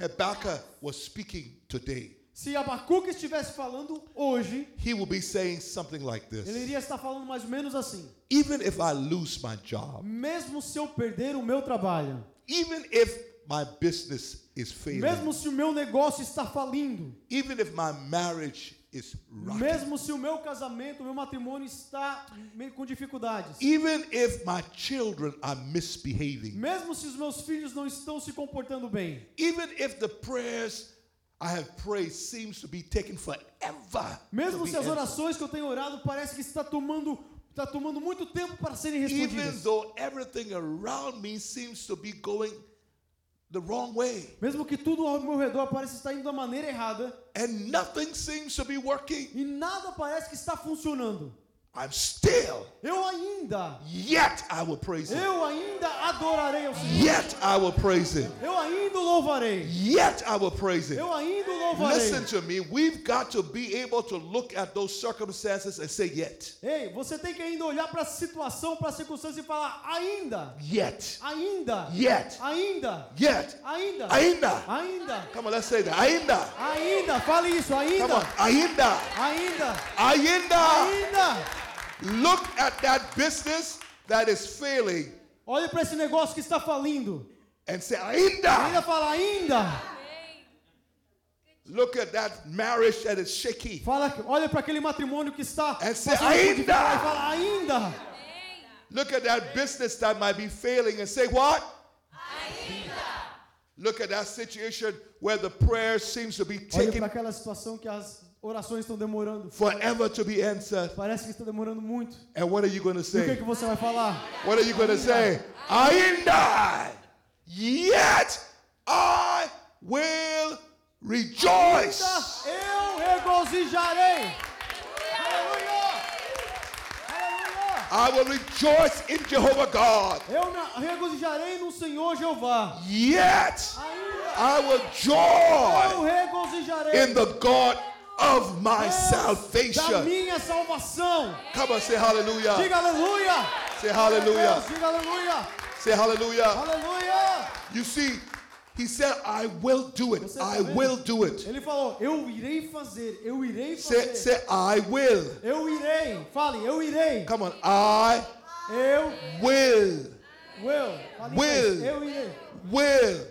Speaker 3: Habakkuk was speaking today,
Speaker 2: Se Abacuque estivesse falando hoje,
Speaker 3: he would be saying something like
Speaker 2: ele
Speaker 3: this
Speaker 2: iria estar falando mais ou menos assim.
Speaker 3: Even if I lose my job,
Speaker 2: Mesmo se eu perder o meu trabalho,
Speaker 3: even if my business is failing,
Speaker 2: mesmo se o meu negócio está falindo,
Speaker 3: even if my marriage is rocky.
Speaker 2: Mesmo se o meu casamento, o meu matrimônio está meio com dificuldades.
Speaker 3: Even if my children are misbehaving,
Speaker 2: Mesmo se os meus filhos não estão se comportando bem.
Speaker 3: even if the prayers I have prayed seems to be taking forever, to
Speaker 2: Mesmo
Speaker 3: be
Speaker 2: se as
Speaker 3: answered,
Speaker 2: orações que eu tenho orado parece que está tomando está tomando muito tempo para serem
Speaker 3: even
Speaker 2: respondidas.
Speaker 3: though everything around me seems to be going the wrong way
Speaker 2: Mesmo que tudo ao meu redor parece estar indo da maneira errada
Speaker 3: and nothing seems to be working,
Speaker 2: e nada parece que está funcionando.
Speaker 3: I'm still
Speaker 2: Eu ainda,
Speaker 3: yet I will praise him.
Speaker 2: eu ainda adorarei ao Senhor.
Speaker 3: Yet I will praise him.
Speaker 2: Eu ainda o louvarei.
Speaker 3: Yet I will praise him.
Speaker 2: Eu ainda o louvarei.
Speaker 3: Listen to me. We've got to be able to look at those circumstances and say, yet,
Speaker 2: Ei, você tem que ainda olhar para a situação, para a circunstância e falar ainda,
Speaker 3: yet,
Speaker 2: ainda,
Speaker 3: yet,
Speaker 2: ainda,
Speaker 3: yet,
Speaker 2: ainda,
Speaker 3: ainda.
Speaker 2: ainda,
Speaker 3: Come on, let's say that. Ainda.
Speaker 2: ainda, fale isso,
Speaker 3: Come on. Ah.
Speaker 2: ainda,
Speaker 3: Ainda.
Speaker 2: ainda,
Speaker 3: Ainda.
Speaker 2: ainda.
Speaker 3: Look at that business that is failing
Speaker 2: Olhe para esse negócio que está falindo.
Speaker 3: and say,
Speaker 2: Ainda
Speaker 3: ainda.
Speaker 2: fala ainda.
Speaker 3: Look at that marriage that is shaky
Speaker 2: Fala, que- olha para aquele matrimônio que está
Speaker 3: and say,
Speaker 2: passando por dificuldade e
Speaker 3: É ainda.
Speaker 2: fala ainda.
Speaker 3: Look at that business that might be failing and say, What? Look at that situation where the prayer seems to be
Speaker 2: Olha para
Speaker 3: taking
Speaker 2: aquela situação que as orações estão demorando.
Speaker 3: forever to be answered.
Speaker 2: Parece que está demorando muito.
Speaker 3: And what are you
Speaker 2: E
Speaker 3: going to
Speaker 2: o que, é
Speaker 3: say?
Speaker 2: que você vai falar?
Speaker 3: What are you going to say? Ainda, yet I will rejoice.
Speaker 2: Eu regozijarei. Aleluia! Aleluia!
Speaker 3: I will rejoice in Jehovah God.
Speaker 2: Eu na- regozijarei no Senhor Jeová.
Speaker 3: Yet
Speaker 2: Ainda
Speaker 3: I will
Speaker 2: eu
Speaker 3: joy
Speaker 2: regozijarei
Speaker 3: in the God of my
Speaker 2: Deus da
Speaker 3: salvation.
Speaker 2: minha salvação.
Speaker 3: Come on, say hallelujah.
Speaker 2: Diga aleluia.
Speaker 3: Say hallelujah.
Speaker 2: Deus, diga aleluia.
Speaker 3: Say hallelujah.
Speaker 2: Aleluia.
Speaker 3: You see, he said, I will do it.
Speaker 2: Você tá
Speaker 3: I
Speaker 2: vendo?
Speaker 3: will do it.
Speaker 2: Ele falou, eu irei fazer, eu irei
Speaker 3: Say,
Speaker 2: fazer.
Speaker 3: say, I will.
Speaker 2: Eu irei. Fale, eu irei.
Speaker 3: Come on. I
Speaker 2: Eu
Speaker 3: will.
Speaker 2: will. Fale em
Speaker 3: Will.
Speaker 2: inglês. Eu irei.
Speaker 3: Will.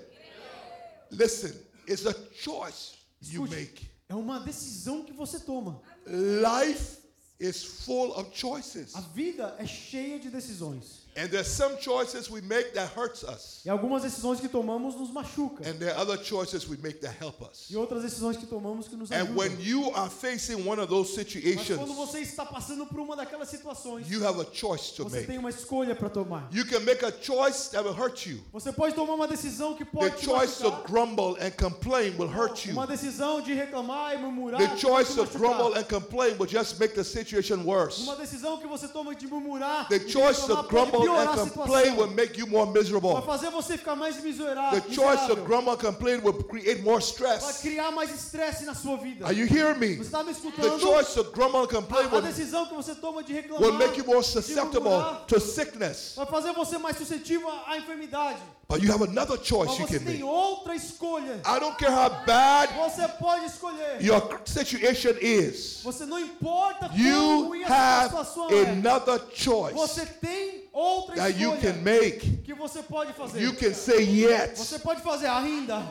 Speaker 3: Listen, it's a choice you
Speaker 2: Escute,
Speaker 3: make.
Speaker 2: É uma decisão que você toma.
Speaker 3: Life is full of choices.
Speaker 2: A vida é cheia de decisões.
Speaker 3: And there's some choices we make that hurts us.
Speaker 2: E algumas decisões que tomamos nos machuca.
Speaker 3: And there are other choices we make that help us.
Speaker 2: E outras decisões que tomamos que nos
Speaker 3: And when
Speaker 2: ajudam.
Speaker 3: you are facing one of those
Speaker 2: Mas quando
Speaker 3: situations,
Speaker 2: você está passando por uma daquelas situações,
Speaker 3: you have a choice to
Speaker 2: você
Speaker 3: make.
Speaker 2: tem uma escolha para tomar.
Speaker 3: You can make a choice that will hurt you.
Speaker 2: Você pode tomar uma decisão que
Speaker 3: The
Speaker 2: pode te
Speaker 3: choice to
Speaker 2: machucar.
Speaker 3: grumble and complain will hurt you.
Speaker 2: Uma decisão de reclamar e murmurar.
Speaker 3: The
Speaker 2: que
Speaker 3: choice to
Speaker 2: pode te machucar.
Speaker 3: grumble and complain will just make the situation worse.
Speaker 2: Uma decisão que você toma de murmurar.
Speaker 3: The
Speaker 2: e de
Speaker 3: choice to
Speaker 2: reclamar pode
Speaker 3: grumble
Speaker 2: piorar a
Speaker 3: and complain will
Speaker 2: situação.
Speaker 3: make you more
Speaker 2: Vai
Speaker 3: miserable.
Speaker 2: fazer você ficar mais miserável.
Speaker 3: The choice to
Speaker 2: miserável.
Speaker 3: grumble and complain will create more
Speaker 2: Vai
Speaker 3: stress.
Speaker 2: criar mais estresse na sua vida.
Speaker 3: Are you hearing me?
Speaker 2: Você está me
Speaker 3: The
Speaker 2: escutando?
Speaker 3: choice to grumble and complain
Speaker 2: A, a
Speaker 3: will,
Speaker 2: decisão que você toma de reclamar
Speaker 3: will make you more
Speaker 2: de
Speaker 3: susceptible
Speaker 2: murmurar,
Speaker 3: to sickness.
Speaker 2: vai fazer você mais suscetível à, à enfermidade.
Speaker 3: But you have another choice
Speaker 2: Mas
Speaker 3: you
Speaker 2: você
Speaker 3: can
Speaker 2: tem
Speaker 3: make.
Speaker 2: outra escolha.
Speaker 3: I don't care how bad
Speaker 2: Você pode escolher.
Speaker 3: your situation is,
Speaker 2: Você não importa como
Speaker 3: you
Speaker 2: ruim a
Speaker 3: have
Speaker 2: situação é.
Speaker 3: another choice
Speaker 2: Você tem outra
Speaker 3: that you
Speaker 2: escolha
Speaker 3: can make.
Speaker 2: que você pode fazer.
Speaker 3: You can say yet.
Speaker 2: Você pode fazer ainda.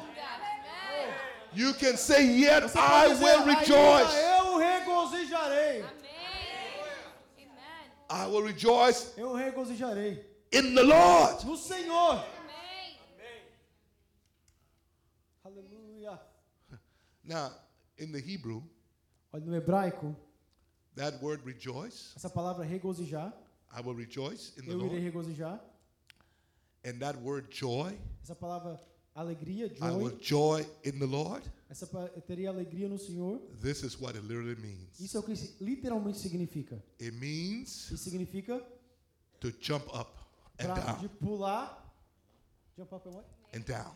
Speaker 3: You can say yet
Speaker 2: Você
Speaker 3: I
Speaker 2: pode dizer,
Speaker 3: will
Speaker 2: "Ainda
Speaker 3: rejoice.
Speaker 2: Eu regozijarei.
Speaker 3: I will rejoice
Speaker 2: Eu regozijarei
Speaker 3: in the Lord.
Speaker 2: no Senhor. Aleluia.
Speaker 3: Now, in the Hebrew,
Speaker 2: Olha no hebraico,
Speaker 3: that word rejoice,
Speaker 2: essa palavra regozijar
Speaker 3: I will rejoice in the
Speaker 2: Eu irei
Speaker 3: Lord.
Speaker 2: regozijar.
Speaker 3: And that word joy,
Speaker 2: Essa palavra alegria,
Speaker 3: I will
Speaker 2: joy.
Speaker 3: joy in the Lord.
Speaker 2: Essa pa- eu teria alegria no Senhor.
Speaker 3: This is what it literally means.
Speaker 2: Isso é o que se- literalmente significa.
Speaker 3: It means
Speaker 2: Isso significa
Speaker 3: to jump up and
Speaker 2: pra, de
Speaker 3: down
Speaker 2: pular, jump up and what?
Speaker 3: and down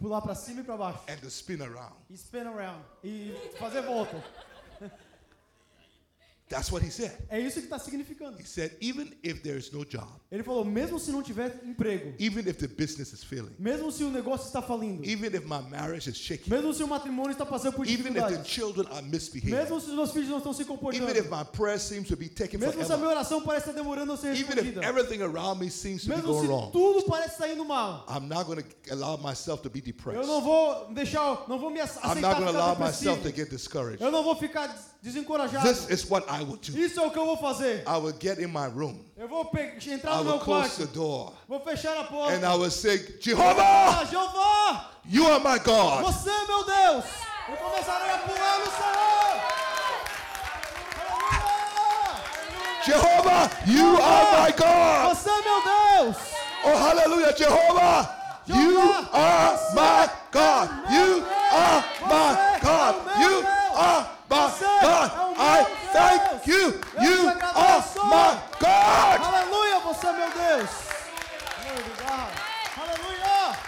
Speaker 2: Pular para cima e para baixo.
Speaker 3: and to spin around.
Speaker 2: E spin around e fazer volta.
Speaker 3: That's what he said.
Speaker 2: É isso que está significando.
Speaker 3: He said, even if there is no job,
Speaker 2: Ele falou, mesmo se não tiver emprego,
Speaker 3: even if the business is failing,
Speaker 2: mesmo se o negócio está falindo,
Speaker 3: even if my marriage is shaking,
Speaker 2: mesmo se o matrimônio está passando por
Speaker 3: even if the
Speaker 2: dificuldades,
Speaker 3: children are misbehaving,
Speaker 2: mesmo se os meus filhos não estão se
Speaker 3: even if
Speaker 2: comportando,
Speaker 3: my prayer seems to be taking
Speaker 2: mesmo se a minha
Speaker 3: forever,
Speaker 2: oração parece estar demorando a ser
Speaker 3: even if
Speaker 2: respondida,
Speaker 3: everything around me seems to be
Speaker 2: mesmo
Speaker 3: going
Speaker 2: se
Speaker 3: wrong.
Speaker 2: tudo parece estar indo mal,
Speaker 3: I'm not going to allow myself to be depressed.
Speaker 2: Eu não vou deixar, não vou me ace-
Speaker 3: I'm not
Speaker 2: aceitar
Speaker 3: going to
Speaker 2: ficar
Speaker 3: allow myself to
Speaker 2: depressivo.
Speaker 3: get discouraged.
Speaker 2: Eu não vou ficar des- desencorajado.
Speaker 3: This is what I will do.
Speaker 2: Isso é o que eu vou fazer.
Speaker 3: I will get in my room.
Speaker 2: Eu vou pe- entrar no
Speaker 3: I will
Speaker 2: meu
Speaker 3: close
Speaker 2: quarto.
Speaker 3: the door.
Speaker 2: Vou fechar a porta.
Speaker 3: And I will say,
Speaker 2: Ah,
Speaker 3: Jehovah,
Speaker 2: Jeová,
Speaker 3: you are my God.
Speaker 2: você é meu Deus. Eu começarei a pular no Senhor. Aleluia!
Speaker 3: Jehovah, you are my God.
Speaker 2: Você é meu Deus.
Speaker 3: Oh, hallelujah. Jehovah, you
Speaker 2: Jeová,
Speaker 3: are my God. You
Speaker 2: Deus.
Speaker 3: are
Speaker 2: Você
Speaker 3: my
Speaker 2: é
Speaker 3: God.
Speaker 2: o meu
Speaker 3: You
Speaker 2: Deus.
Speaker 3: are my
Speaker 2: Você
Speaker 3: God.
Speaker 2: é o
Speaker 3: I
Speaker 2: meu
Speaker 3: thank
Speaker 2: Deus.
Speaker 3: you.
Speaker 2: Eu
Speaker 3: You
Speaker 2: te
Speaker 3: are
Speaker 2: agradeço.
Speaker 3: my God.
Speaker 2: Aleluia, você é meu Deus. Glória a Deus. Aleluia.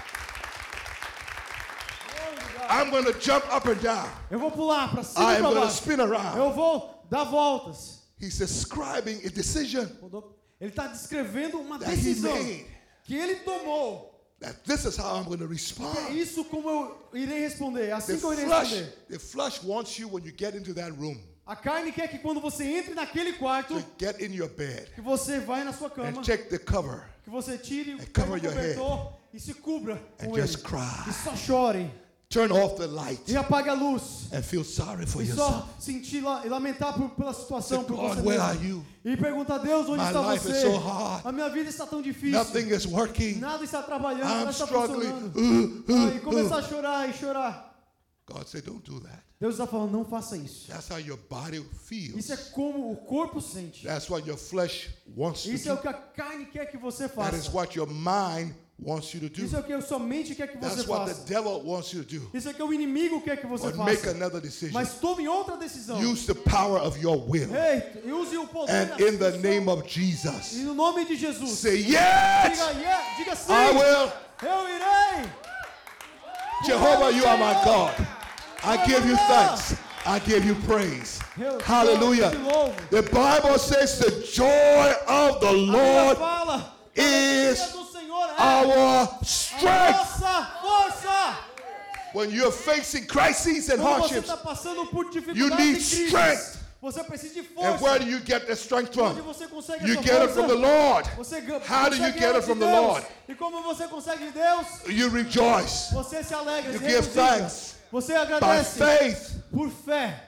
Speaker 3: I'm going to jump up and down.
Speaker 2: Eu vou pular para cima
Speaker 3: I
Speaker 2: e para
Speaker 3: am going to
Speaker 2: baixo.
Speaker 3: spin around.
Speaker 2: Eu vou dar voltas.
Speaker 3: He's describing a decision
Speaker 2: Mudou. Ele está descrevendo uma
Speaker 3: that he
Speaker 2: decisão
Speaker 3: made.
Speaker 2: que ele tomou.
Speaker 3: That this is how I'm going to
Speaker 2: É
Speaker 3: respond.
Speaker 2: isso como eu irei responder. É
Speaker 3: The
Speaker 2: assim que eu irei
Speaker 3: flesh,
Speaker 2: responder.
Speaker 3: the flesh wants you when you get into that room
Speaker 2: A carne quer que quando você entre naquele quarto,
Speaker 3: to get in your bed
Speaker 2: que você vai na sua
Speaker 3: and
Speaker 2: cama,
Speaker 3: take the cover
Speaker 2: que você tire o
Speaker 3: cover your
Speaker 2: cobertor e se cubra
Speaker 3: and
Speaker 2: com ele.
Speaker 3: just cry.
Speaker 2: E só chore.
Speaker 3: Turn off the light
Speaker 2: E apague a luz.
Speaker 3: and feel sorry for
Speaker 2: E só
Speaker 3: yourself.
Speaker 2: sentir la- e lamentar por- pela situação,
Speaker 3: Say,
Speaker 2: por
Speaker 3: "God,
Speaker 2: você
Speaker 3: where are you?
Speaker 2: mesmo. E perguntar a Deus onde
Speaker 3: My
Speaker 2: está
Speaker 3: life is
Speaker 2: você.
Speaker 3: so hard.
Speaker 2: A minha vida está tão difícil.
Speaker 3: Nothing is working.
Speaker 2: Nada está trabalhando, nada
Speaker 3: I'm
Speaker 2: está
Speaker 3: struggling. Uh,
Speaker 2: funcionando.
Speaker 3: Ooh,
Speaker 2: Ah,
Speaker 3: ooh,
Speaker 2: e começar
Speaker 3: ooh.
Speaker 2: a chorar e chorar.
Speaker 3: God said, don't do that.
Speaker 2: Deus está falando, não faça isso.
Speaker 3: That's how your body
Speaker 2: Isso é
Speaker 3: feels.
Speaker 2: como o corpo sente.
Speaker 3: That's what your flesh wants to
Speaker 2: Isso é o
Speaker 3: do.
Speaker 2: que a carne quer que você
Speaker 3: That is
Speaker 2: faça.
Speaker 3: what your mind wants you to do.
Speaker 2: Isso é o que a sua mente quer que você
Speaker 3: That's what the
Speaker 2: faça.
Speaker 3: devil wants you to do.
Speaker 2: Isso é o que o inimigo quer que você
Speaker 3: But make
Speaker 2: faça.
Speaker 3: another decision.
Speaker 2: Mas tome outra decisão.
Speaker 3: Use the power of your will.
Speaker 2: Ei, use o poder
Speaker 3: And
Speaker 2: da
Speaker 3: in the
Speaker 2: decisão.
Speaker 3: name of
Speaker 2: E
Speaker 3: Jesus,
Speaker 2: no nome de Jesus.
Speaker 3: say, Yes,
Speaker 2: Diga, yeah, diga sim.
Speaker 3: I will.
Speaker 2: Eu irei.
Speaker 3: Jehovah, you are my God. I give you thanks. I give you praise.
Speaker 2: Eu te
Speaker 3: Hallelujah.
Speaker 2: louvo.
Speaker 3: The Bible says the joy of the
Speaker 2: A Bíblia
Speaker 3: Lord
Speaker 2: fala. "A
Speaker 3: is
Speaker 2: alegria do Senhor é
Speaker 3: our
Speaker 2: a
Speaker 3: strength.
Speaker 2: nossa força.
Speaker 3: When you're facing crises and
Speaker 2: Quando você
Speaker 3: hardships,
Speaker 2: está passando por
Speaker 3: You
Speaker 2: dificuldades e crises,
Speaker 3: need strength.
Speaker 2: você precisa de
Speaker 3: and
Speaker 2: força.
Speaker 3: where do you get the strength
Speaker 2: Onde
Speaker 3: from?
Speaker 2: você consegue
Speaker 3: You
Speaker 2: essa
Speaker 3: get it
Speaker 2: força?
Speaker 3: from the Lord.
Speaker 2: Você gan-
Speaker 3: How do you
Speaker 2: consegue
Speaker 3: get
Speaker 2: ela
Speaker 3: it
Speaker 2: de
Speaker 3: from the
Speaker 2: Deus.
Speaker 3: Lord?
Speaker 2: E como você consegue de Deus,
Speaker 3: You rejoice
Speaker 2: você se alegra.
Speaker 3: You
Speaker 2: se
Speaker 3: give
Speaker 2: regozija.
Speaker 3: thanks.
Speaker 2: Você
Speaker 3: by
Speaker 2: agradece
Speaker 3: faith.
Speaker 2: por fé.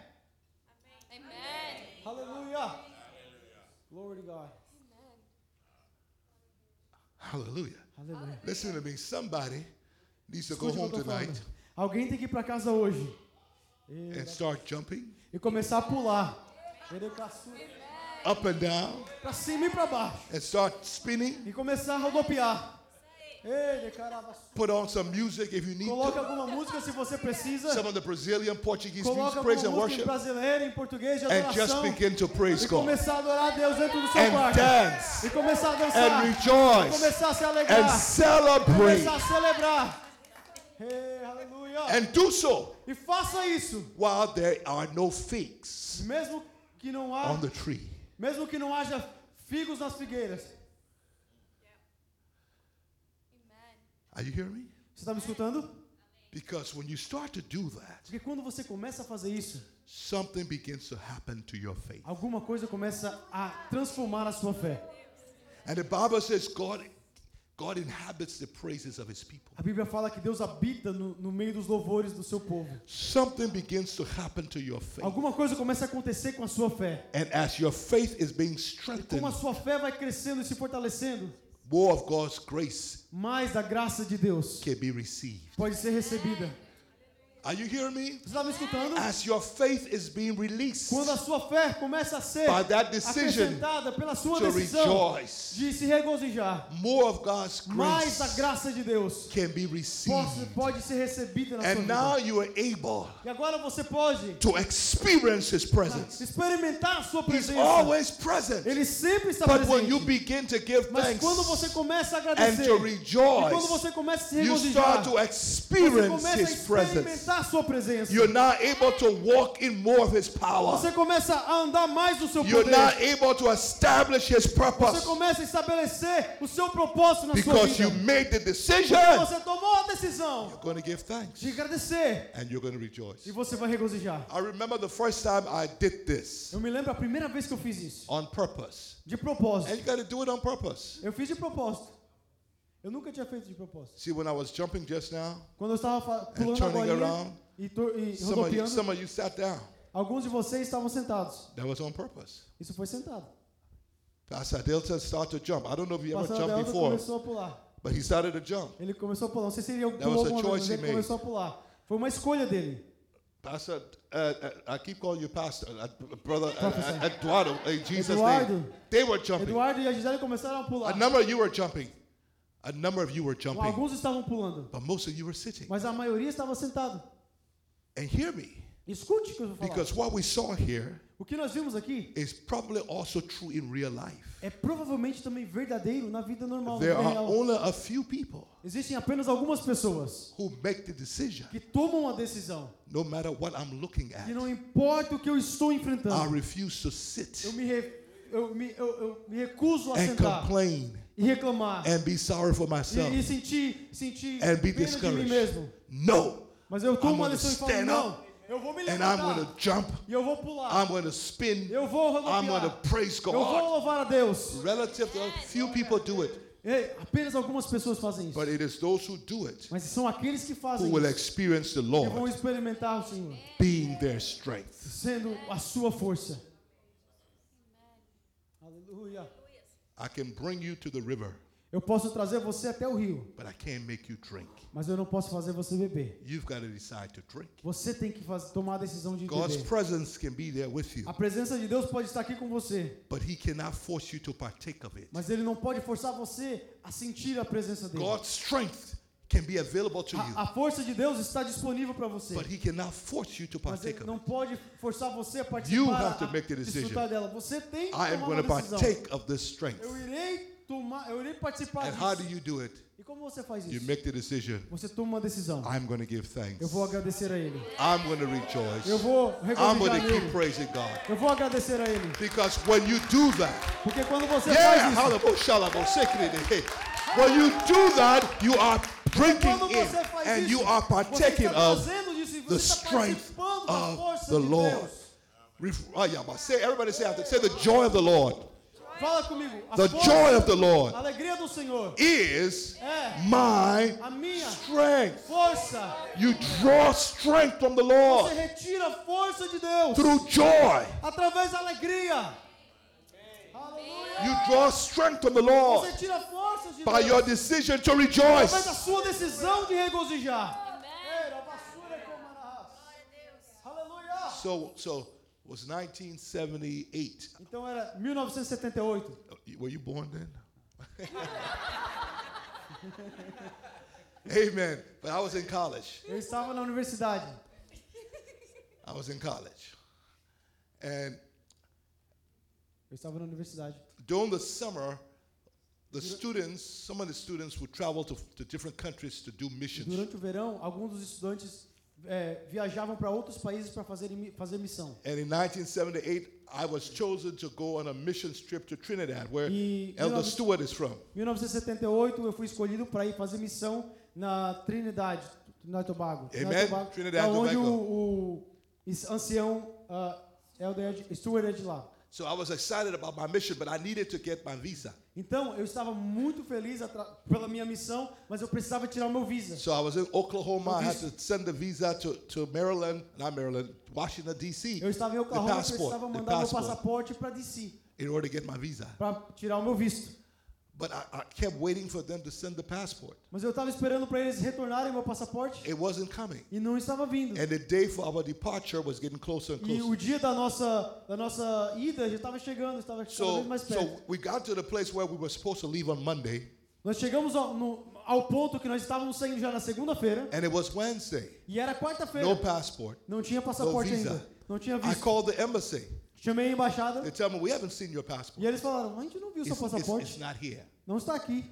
Speaker 2: Aleluia. Glory to God.
Speaker 3: Hallelujah.
Speaker 2: Aleluia.
Speaker 3: Listen to me. Somebody needs to go
Speaker 2: Escute o
Speaker 3: home
Speaker 2: que eu tô
Speaker 3: tonight
Speaker 2: falando. Alguém tem que ir para casa hoje
Speaker 3: and start jumping
Speaker 2: e começar a pular.
Speaker 3: up and down
Speaker 2: Para cima e para baixo.
Speaker 3: and start spinning.
Speaker 2: E começar a rodopiar. Ei, caramba.
Speaker 3: Put on some music if you need
Speaker 2: Coloque
Speaker 3: to.
Speaker 2: alguma música se você precisa.
Speaker 3: Some of the Brazilian, Portuguese
Speaker 2: Coloque
Speaker 3: music,
Speaker 2: alguma
Speaker 3: praise and
Speaker 2: música em
Speaker 3: worship,
Speaker 2: brasileira, em português, de
Speaker 3: and just
Speaker 2: adoração.
Speaker 3: begin to praise
Speaker 2: E
Speaker 3: God
Speaker 2: começar a adorar a Deus dentro do seu
Speaker 3: and
Speaker 2: quarto.
Speaker 3: dance
Speaker 2: E começar a dançar.
Speaker 3: and
Speaker 2: E
Speaker 3: rejoice
Speaker 2: começar a se alegrar.
Speaker 3: and celebrate
Speaker 2: começar a celebrar. Ei, aleluia.
Speaker 3: and do so
Speaker 2: E faça isso.
Speaker 3: while there are no figs
Speaker 2: Mesmo que não há,
Speaker 3: on the tree.
Speaker 2: mesmo que não haja figos nas figueiras.
Speaker 3: Are you hearing me?
Speaker 2: Você está me escutando?
Speaker 3: Because when you start to do that,
Speaker 2: Porque quando você começa a fazer isso,
Speaker 3: something begins to happen to your faith.
Speaker 2: alguma coisa começa a transformar a sua fé.
Speaker 3: And the Bible says God, God inhabits the praises of his people.
Speaker 2: A Bíblia fala que Deus habita no, no meio dos louvores do seu povo.
Speaker 3: Something begins to happen to your faith.
Speaker 2: Alguma coisa começa a acontecer com a sua fé.
Speaker 3: And as your faith is being
Speaker 2: E Como a
Speaker 3: strengthened,
Speaker 2: sua fé vai crescendo e se fortalecendo,
Speaker 3: more of God's grace
Speaker 2: mais a graça de Deus
Speaker 3: can be received.
Speaker 2: pode ser recebida.
Speaker 3: Are you hearing me?
Speaker 2: Você está me escutando?
Speaker 3: As your faith is being released
Speaker 2: Quando a sua fé começa a ser
Speaker 3: By that decision
Speaker 2: acrescentada pela sua
Speaker 3: to
Speaker 2: decisão
Speaker 3: rejoice,
Speaker 2: de se regozijar,
Speaker 3: more of God's
Speaker 2: mais a
Speaker 3: grace
Speaker 2: graça de Deus
Speaker 3: can be
Speaker 2: pode,
Speaker 3: received.
Speaker 2: pode ser recebida na sua
Speaker 3: And now
Speaker 2: vida.
Speaker 3: you are able
Speaker 2: E agora você pode
Speaker 3: to experience His presence.
Speaker 2: experimentar a sua
Speaker 3: He's
Speaker 2: presença.
Speaker 3: always present.
Speaker 2: Ele sempre está
Speaker 3: But when you
Speaker 2: presente.
Speaker 3: begin to give
Speaker 2: Mas quando você
Speaker 3: thanks
Speaker 2: começa a
Speaker 3: and
Speaker 2: agradecer, e
Speaker 3: to
Speaker 2: quando
Speaker 3: rejoice,
Speaker 2: você começa a se
Speaker 3: you
Speaker 2: regozijar,
Speaker 3: start to
Speaker 2: você
Speaker 3: experience
Speaker 2: começa a
Speaker 3: His presence.
Speaker 2: experimentar a sua presença.
Speaker 3: You're now able to walk in more of His power.
Speaker 2: Você começa a andar mais no seu
Speaker 3: You're now
Speaker 2: poder.
Speaker 3: able to establish His
Speaker 2: Você
Speaker 3: purpose
Speaker 2: começa a estabelecer o seu propósito na sua
Speaker 3: because you
Speaker 2: vida.
Speaker 3: made the decision.
Speaker 2: Você tomou a decisão
Speaker 3: You're going to give thanks
Speaker 2: de agradecer
Speaker 3: and you're going to
Speaker 2: e
Speaker 3: rejoice.
Speaker 2: você vai regozijar.
Speaker 3: I remember the first time I did this
Speaker 2: Eu me lembro a primeira vez que eu fiz isso,
Speaker 3: on purpose.
Speaker 2: de
Speaker 3: And you
Speaker 2: propósito.
Speaker 3: got to do it on purpose.
Speaker 2: Eu fiz de propósito. Eu nunca tinha feito de propósito.
Speaker 3: See, when I was jumping just now,
Speaker 2: Quando eu estava fa- pulando a
Speaker 3: turning
Speaker 2: bolinha
Speaker 3: around,
Speaker 2: e, to- e
Speaker 3: some of, you,
Speaker 2: rodopiando,
Speaker 3: some of you sat down.
Speaker 2: Alguns de vocês estavam sentados.
Speaker 3: That was on purpose.
Speaker 2: Isso foi sentado.
Speaker 3: Pastor Adelson started to jump. I don't know if he ever
Speaker 2: Pastor
Speaker 3: jumped
Speaker 2: Adelson
Speaker 3: before,
Speaker 2: começou a pular.
Speaker 3: but he started to jump.
Speaker 2: Ele começou a pular. Não sei se ele pulou
Speaker 3: was a
Speaker 2: alguma vez,
Speaker 3: choice
Speaker 2: mas
Speaker 3: he
Speaker 2: ele
Speaker 3: made.
Speaker 2: começou a pular. Foi uma escolha dele.
Speaker 3: Pastor, uh, uh, I keep calling you Pastor, uh, brother uh,
Speaker 2: Prophesy.
Speaker 3: uh, Eduardo, in Jesus'
Speaker 2: Eduardo.
Speaker 3: name. They were jumping.
Speaker 2: Eduardo e a Gisele começaram a pular.
Speaker 3: A number of you were jumping. A number of you were jumping,
Speaker 2: Alguns estavam pulando,
Speaker 3: but most of you were sitting.
Speaker 2: mas a maioria estava sentado.
Speaker 3: And hear me,
Speaker 2: Escute o que eu vou falar.
Speaker 3: because what we saw here
Speaker 2: o que nós vimos aqui
Speaker 3: is probably also true in real life.
Speaker 2: é provavelmente também verdadeiro na vida normal,
Speaker 3: There
Speaker 2: na vida
Speaker 3: are
Speaker 2: real.
Speaker 3: only a few people
Speaker 2: Existem apenas algumas pessoas
Speaker 3: who make the decision,
Speaker 2: que tomam a decisão
Speaker 3: no matter what I'm looking at.
Speaker 2: que não importa o que eu estou
Speaker 3: I
Speaker 2: enfrentando,
Speaker 3: refuse to sit
Speaker 2: eu me, re- eu me- eu- eu me recuso a
Speaker 3: and
Speaker 2: sentar
Speaker 3: complain
Speaker 2: e reclamar
Speaker 3: and be sorry for
Speaker 2: e,
Speaker 3: myself
Speaker 2: e sentir, sentir
Speaker 3: and be
Speaker 2: pena de mim
Speaker 3: discouraged.
Speaker 2: mesmo.
Speaker 3: No.
Speaker 2: Mas eu tomo uma
Speaker 3: gonna
Speaker 2: decisão e falo,
Speaker 3: stand
Speaker 2: não,
Speaker 3: up
Speaker 2: eu vou me
Speaker 3: And I'm
Speaker 2: levantar
Speaker 3: going to jump.
Speaker 2: e eu vou pular,
Speaker 3: I'm going to spin.
Speaker 2: eu vou
Speaker 3: I'm going to
Speaker 2: rodopiar,
Speaker 3: praise
Speaker 2: eu vou
Speaker 3: God.
Speaker 2: louvar a Deus.
Speaker 3: Relative to few people do it,
Speaker 2: Ei, apenas algumas pessoas fazem isso.
Speaker 3: but it is those who do it
Speaker 2: Mas são aqueles que fazem
Speaker 3: who will
Speaker 2: isso
Speaker 3: experience the
Speaker 2: que vão
Speaker 3: Lord
Speaker 2: experimentar o Senhor,
Speaker 3: being their strength.
Speaker 2: sendo a sua força. Aleluia.
Speaker 3: I can bring you to the river,
Speaker 2: Eu posso trazer você até o rio,
Speaker 3: but I can't make you drink.
Speaker 2: mas eu não posso fazer você beber.
Speaker 3: You've got to decide to drink.
Speaker 2: Você tem que faz- tomar a decisão de
Speaker 3: God's
Speaker 2: beber.
Speaker 3: presence can be there with you,
Speaker 2: A presença de Deus pode estar aqui com você,
Speaker 3: but He cannot force you to partake of it.
Speaker 2: mas Ele não pode forçar você a sentir a presença dele.
Speaker 3: God's strength can be available to
Speaker 2: A,
Speaker 3: you,
Speaker 2: a força de Deus está disponível para você,
Speaker 3: but He cannot force you to
Speaker 2: mas Ele
Speaker 3: partake of
Speaker 2: não
Speaker 3: it.
Speaker 2: pode forçar você a
Speaker 3: You
Speaker 2: participar,
Speaker 3: have to
Speaker 2: a
Speaker 3: make the decision.
Speaker 2: desfrutar dela. Você tem que
Speaker 3: I am
Speaker 2: tomar
Speaker 3: going
Speaker 2: uma
Speaker 3: to
Speaker 2: decisão.
Speaker 3: partake of this strength.
Speaker 2: Eu irei tomar, eu irei participar
Speaker 3: And how do
Speaker 2: disso.
Speaker 3: you do it?
Speaker 2: E como você faz
Speaker 3: You
Speaker 2: isso?
Speaker 3: make the decision.
Speaker 2: Você toma uma decisão.
Speaker 3: I'm going to give
Speaker 2: Eu
Speaker 3: thanks.
Speaker 2: vou agradecer a Ele.
Speaker 3: I'm going to rejoice.
Speaker 2: Eu vou
Speaker 3: I'm going
Speaker 2: regozijar
Speaker 3: to keep
Speaker 2: nele.
Speaker 3: praising God.
Speaker 2: Eu vou agradecer a Ele.
Speaker 3: Because when you do that,
Speaker 2: Porque quando você
Speaker 3: yeah,
Speaker 2: faz isso,
Speaker 3: halabo, shalabo, sekirede, hey. when you do that, you are drinking
Speaker 2: quando
Speaker 3: in
Speaker 2: você faz
Speaker 3: and
Speaker 2: isso,
Speaker 3: you are
Speaker 2: você
Speaker 3: partaking
Speaker 2: está
Speaker 3: of.
Speaker 2: fazendo disso e
Speaker 3: the
Speaker 2: você está
Speaker 3: strength
Speaker 2: participando da
Speaker 3: of
Speaker 2: força
Speaker 3: the
Speaker 2: de
Speaker 3: Lord.
Speaker 2: Deus.
Speaker 3: Ref- ah, yeah, but Say, everybody say after. Say the joy of the Lord.
Speaker 2: Fala comigo. A
Speaker 3: The
Speaker 2: força-
Speaker 3: joy of the Lord
Speaker 2: A alegria do Senhor
Speaker 3: is
Speaker 2: é
Speaker 3: my
Speaker 2: a minha
Speaker 3: strength.
Speaker 2: força.
Speaker 3: You draw strength from the
Speaker 2: Você
Speaker 3: Lord
Speaker 2: retira a força de Deus
Speaker 3: through joy.
Speaker 2: através da alegria. Aleluia.
Speaker 3: You draw strength from the Lord
Speaker 2: Você tira a força de
Speaker 3: by
Speaker 2: Deus.
Speaker 3: your decision to
Speaker 2: através da
Speaker 3: rejoice.
Speaker 2: sua decisão de regozijar. Era basura que eu amarás. Aleluia!
Speaker 3: So, so it was 1978.
Speaker 2: Então era 1978.
Speaker 3: Were you born then? Amen. But I was in college.
Speaker 2: Eu estava na universidade.
Speaker 3: I was in college. And
Speaker 2: Eu estava na universidade.
Speaker 3: during the summer, the students, some of the students would travel to, to different countries to do missions.
Speaker 2: Durante o verão, alguns dos estudantes eh, viajavam para outros países para fazer, fazer missão.
Speaker 3: And in 1978, I was chosen to go on a missions trip to Trinidad, where
Speaker 2: E-
Speaker 3: Elder
Speaker 2: 19-
Speaker 3: Stewart is from.
Speaker 2: 1978, eu fui escolhido para ir fazer missão na Trinidade, Trinidad e Tobago.
Speaker 3: Amen.
Speaker 2: Tobago,
Speaker 3: Trinidad
Speaker 2: da
Speaker 3: e
Speaker 2: onde
Speaker 3: É Tobago.
Speaker 2: o, o is- ancião ah, Elder Ed- Stuart é de lá.
Speaker 3: So I was excited about my mission, but I needed to get my visa.
Speaker 2: Então, eu estava muito feliz atra- pela minha missão, mas eu precisava tirar o meu visa.
Speaker 3: So I was in Oklahoma. I had
Speaker 2: Vis-
Speaker 3: to send the visa to, to Maryland, not Maryland, Washington, D.C.
Speaker 2: Eu estava em Oklahoma, eu
Speaker 3: the passport,
Speaker 2: precisava
Speaker 3: the
Speaker 2: mandar meu
Speaker 3: passport,
Speaker 2: passaporte para DC,
Speaker 3: in order to get my visa.
Speaker 2: para tirar o meu visto.
Speaker 3: But I, I kept waiting for them to send the passport.
Speaker 2: Mas eu estava esperando para eles retornarem meu passaporte
Speaker 3: It wasn't coming.
Speaker 2: e não estava vindo.
Speaker 3: And the day for our departure was getting closer and
Speaker 2: E
Speaker 3: closer.
Speaker 2: o dia da nossa, da nossa ida já estava chegando, estava cada vez
Speaker 3: So,
Speaker 2: mais
Speaker 3: so
Speaker 2: perto.
Speaker 3: we got to the place where we were supposed to leave on Monday,
Speaker 2: Nós chegamos ao, no- ao ponto que nós estávamos saindo já na segunda-feira
Speaker 3: and it was Wednesday.
Speaker 2: e era quarta-feira.
Speaker 3: No passport.
Speaker 2: Não tinha passaporte
Speaker 3: visa.
Speaker 2: ainda. Não tinha
Speaker 3: I
Speaker 2: visto.
Speaker 3: called the embassy.
Speaker 2: Chamei a
Speaker 3: They
Speaker 2: embaixada
Speaker 3: tell me, we haven't seen your passport.
Speaker 2: e eles falaram: E a gente não viu seu
Speaker 3: It's, it's, it's
Speaker 2: passaporte,
Speaker 3: not here.
Speaker 2: não está aqui.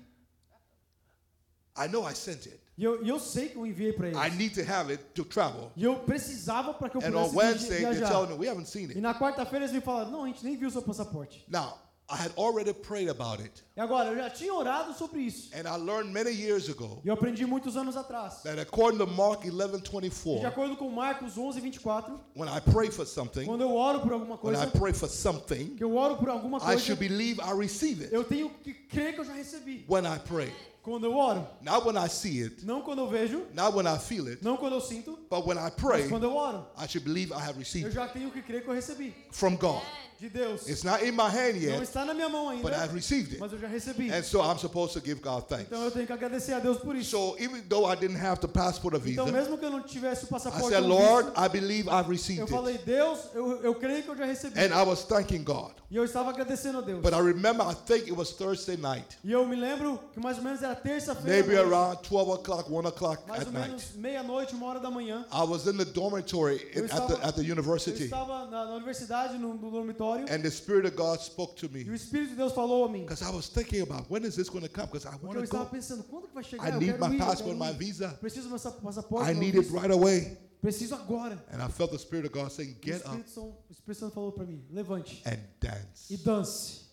Speaker 3: I know I sent it.
Speaker 2: E eu, e eu sei que eu enviei para
Speaker 3: I
Speaker 2: eles.
Speaker 3: need to have it to travel.
Speaker 2: E eu precisava para que eu
Speaker 3: And on
Speaker 2: pudesse
Speaker 3: Wednesday,
Speaker 2: via-
Speaker 3: they tell me,
Speaker 2: viajar.
Speaker 3: we haven't seen
Speaker 2: E
Speaker 3: it.
Speaker 2: na quarta-feira eles me falaram: não, a gente nem viu seu passaporte.
Speaker 3: Now, I had already prayed about it.
Speaker 2: E agora, eu já tinha orado sobre isso.
Speaker 3: And I learned many years ago
Speaker 2: E eu aprendi muitos anos atrás.
Speaker 3: that according to Mark
Speaker 2: E de
Speaker 3: 11:24,
Speaker 2: acordo com Marcos 11, 24,
Speaker 3: when I pray for something,
Speaker 2: quando eu oro por alguma
Speaker 3: when I
Speaker 2: coisa,
Speaker 3: pray for something,
Speaker 2: que eu oro por alguma
Speaker 3: I
Speaker 2: coisa,
Speaker 3: should believe I receive it
Speaker 2: eu tenho que crer que eu já recebi.
Speaker 3: when I pray.
Speaker 2: Quando eu oro,
Speaker 3: Not when I see it,
Speaker 2: não quando eu vejo,
Speaker 3: not when I feel it,
Speaker 2: não quando eu sinto,
Speaker 3: but when I
Speaker 2: mas
Speaker 3: pray,
Speaker 2: quando eu oro.
Speaker 3: I should believe I have
Speaker 2: Eu
Speaker 3: received
Speaker 2: já tenho que crer que eu recebi
Speaker 3: from God.
Speaker 2: de Deus.
Speaker 3: It's not in my hand
Speaker 2: Não
Speaker 3: yet,
Speaker 2: está na minha mão ainda,
Speaker 3: but I've received it.
Speaker 2: mas eu já recebi.
Speaker 3: And so I'm supposed to give God thanks.
Speaker 2: Então eu tenho que agradecer a Deus por isso.
Speaker 3: So even though I didn't have the passport or
Speaker 2: Então
Speaker 3: visa,
Speaker 2: mesmo que eu não tivesse o
Speaker 3: I
Speaker 2: passaporte, ou
Speaker 3: said, Ah, é Lord,
Speaker 2: visto,
Speaker 3: I believe I've
Speaker 2: eu
Speaker 3: received it.
Speaker 2: falei, Deus, eu, eu creio que eu já recebi.
Speaker 3: And I was thanking God.
Speaker 2: E eu estava agradecendo a Deus.
Speaker 3: But I remember, I think it was Thursday night,
Speaker 2: E eu me lembro que mais ou menos era terça-feira,
Speaker 3: maybe
Speaker 2: à noite,
Speaker 3: around 12 o'clock, 1 o'clock
Speaker 2: mais
Speaker 3: at
Speaker 2: ou
Speaker 3: night.
Speaker 2: means meia-noite, uma hora da manhã.
Speaker 3: I was in the dormitory
Speaker 2: Eu
Speaker 3: in- at, the,
Speaker 2: estava-
Speaker 3: at the
Speaker 2: Eu
Speaker 3: university,
Speaker 2: estava na, na universidade, no, no dormitório,
Speaker 3: and the Spirit of God spoke to me
Speaker 2: e o Espírito de Deus falou a mim.
Speaker 3: É. because I was thinking about when is this going to come? Because I
Speaker 2: Porque eu
Speaker 3: want to
Speaker 2: estava
Speaker 3: go.
Speaker 2: pensando, quando que vai chegar?
Speaker 3: I
Speaker 2: eu
Speaker 3: need
Speaker 2: quero
Speaker 3: my
Speaker 2: ir, eu
Speaker 3: passport,
Speaker 2: quero
Speaker 3: my
Speaker 2: ir.
Speaker 3: visa.
Speaker 2: Preciso do meu passaporte,
Speaker 3: I
Speaker 2: meu
Speaker 3: need it
Speaker 2: visto.
Speaker 3: right away.
Speaker 2: Preciso agora.
Speaker 3: And I felt the Spirit of God saying,
Speaker 2: O
Speaker 3: Get up
Speaker 2: Espírito, São- o Espírito Santo falou para mim, levante
Speaker 3: and dance.
Speaker 2: e dance.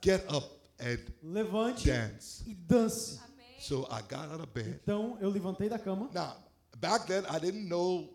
Speaker 3: Get up and
Speaker 2: Levante
Speaker 3: dance.
Speaker 2: e dance.
Speaker 3: So I got out of bed.
Speaker 2: Então eu levantei da cama.
Speaker 3: Now, back then, I didn't know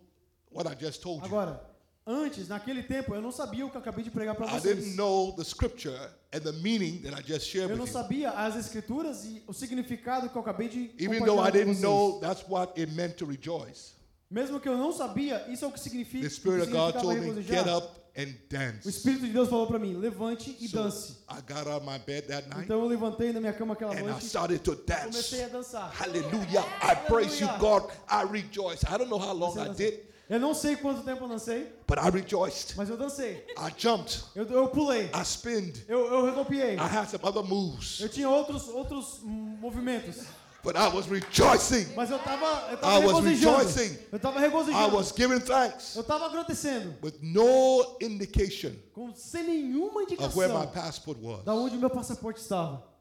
Speaker 3: what I just told you.
Speaker 2: Agora, antes, naquele tempo, eu não sabia o que eu acabei de pregar para
Speaker 3: I
Speaker 2: vocês.
Speaker 3: didn't know the scripture and the meaning that I just shared
Speaker 2: Eu não
Speaker 3: with you.
Speaker 2: sabia as escrituras e o significado que eu acabei de
Speaker 3: Even though
Speaker 2: compartilhar com
Speaker 3: I didn't
Speaker 2: vocês.
Speaker 3: know that's what it meant to rejoice,
Speaker 2: Mesmo que eu não sabia, isso é o que significa.
Speaker 3: the Spirit
Speaker 2: o que
Speaker 3: of God
Speaker 2: significava
Speaker 3: told me,
Speaker 2: regozijar.
Speaker 3: Get up and
Speaker 2: O
Speaker 3: dance.
Speaker 2: Espírito de Deus falou para mim, levante e
Speaker 3: So
Speaker 2: dance.
Speaker 3: I got out of my bed that night
Speaker 2: Então eu levantei da minha cama aquela
Speaker 3: and I
Speaker 2: noite
Speaker 3: started to
Speaker 2: e
Speaker 3: dance.
Speaker 2: comecei a dançar.
Speaker 3: Hallelujah. I praise you,
Speaker 2: Hallelujah.
Speaker 3: God. I rejoice. I don't know how long
Speaker 2: Comecei a
Speaker 3: I
Speaker 2: dançar.
Speaker 3: did,
Speaker 2: Eu não sei quanto tempo eu dancei,
Speaker 3: but I rejoiced.
Speaker 2: mas eu dancei.
Speaker 3: I jumped.
Speaker 2: Eu, eu pulei.
Speaker 3: I spinned.
Speaker 2: Eu, eu redopiei.
Speaker 3: I had some other moves,
Speaker 2: Eu tinha outros, outros hum, movimentos.
Speaker 3: but I was rejoicing.
Speaker 2: Mas eu tava, eu
Speaker 3: I
Speaker 2: tava
Speaker 3: was
Speaker 2: regozijando.
Speaker 3: rejoicing.
Speaker 2: Eu tava
Speaker 3: I
Speaker 2: regozijando.
Speaker 3: was giving thanks
Speaker 2: Eu tava agradecendo.
Speaker 3: with no indication
Speaker 2: Com, sem nenhuma
Speaker 3: of where my
Speaker 2: indicação
Speaker 3: passport was.
Speaker 2: da onde meu passaporte estava.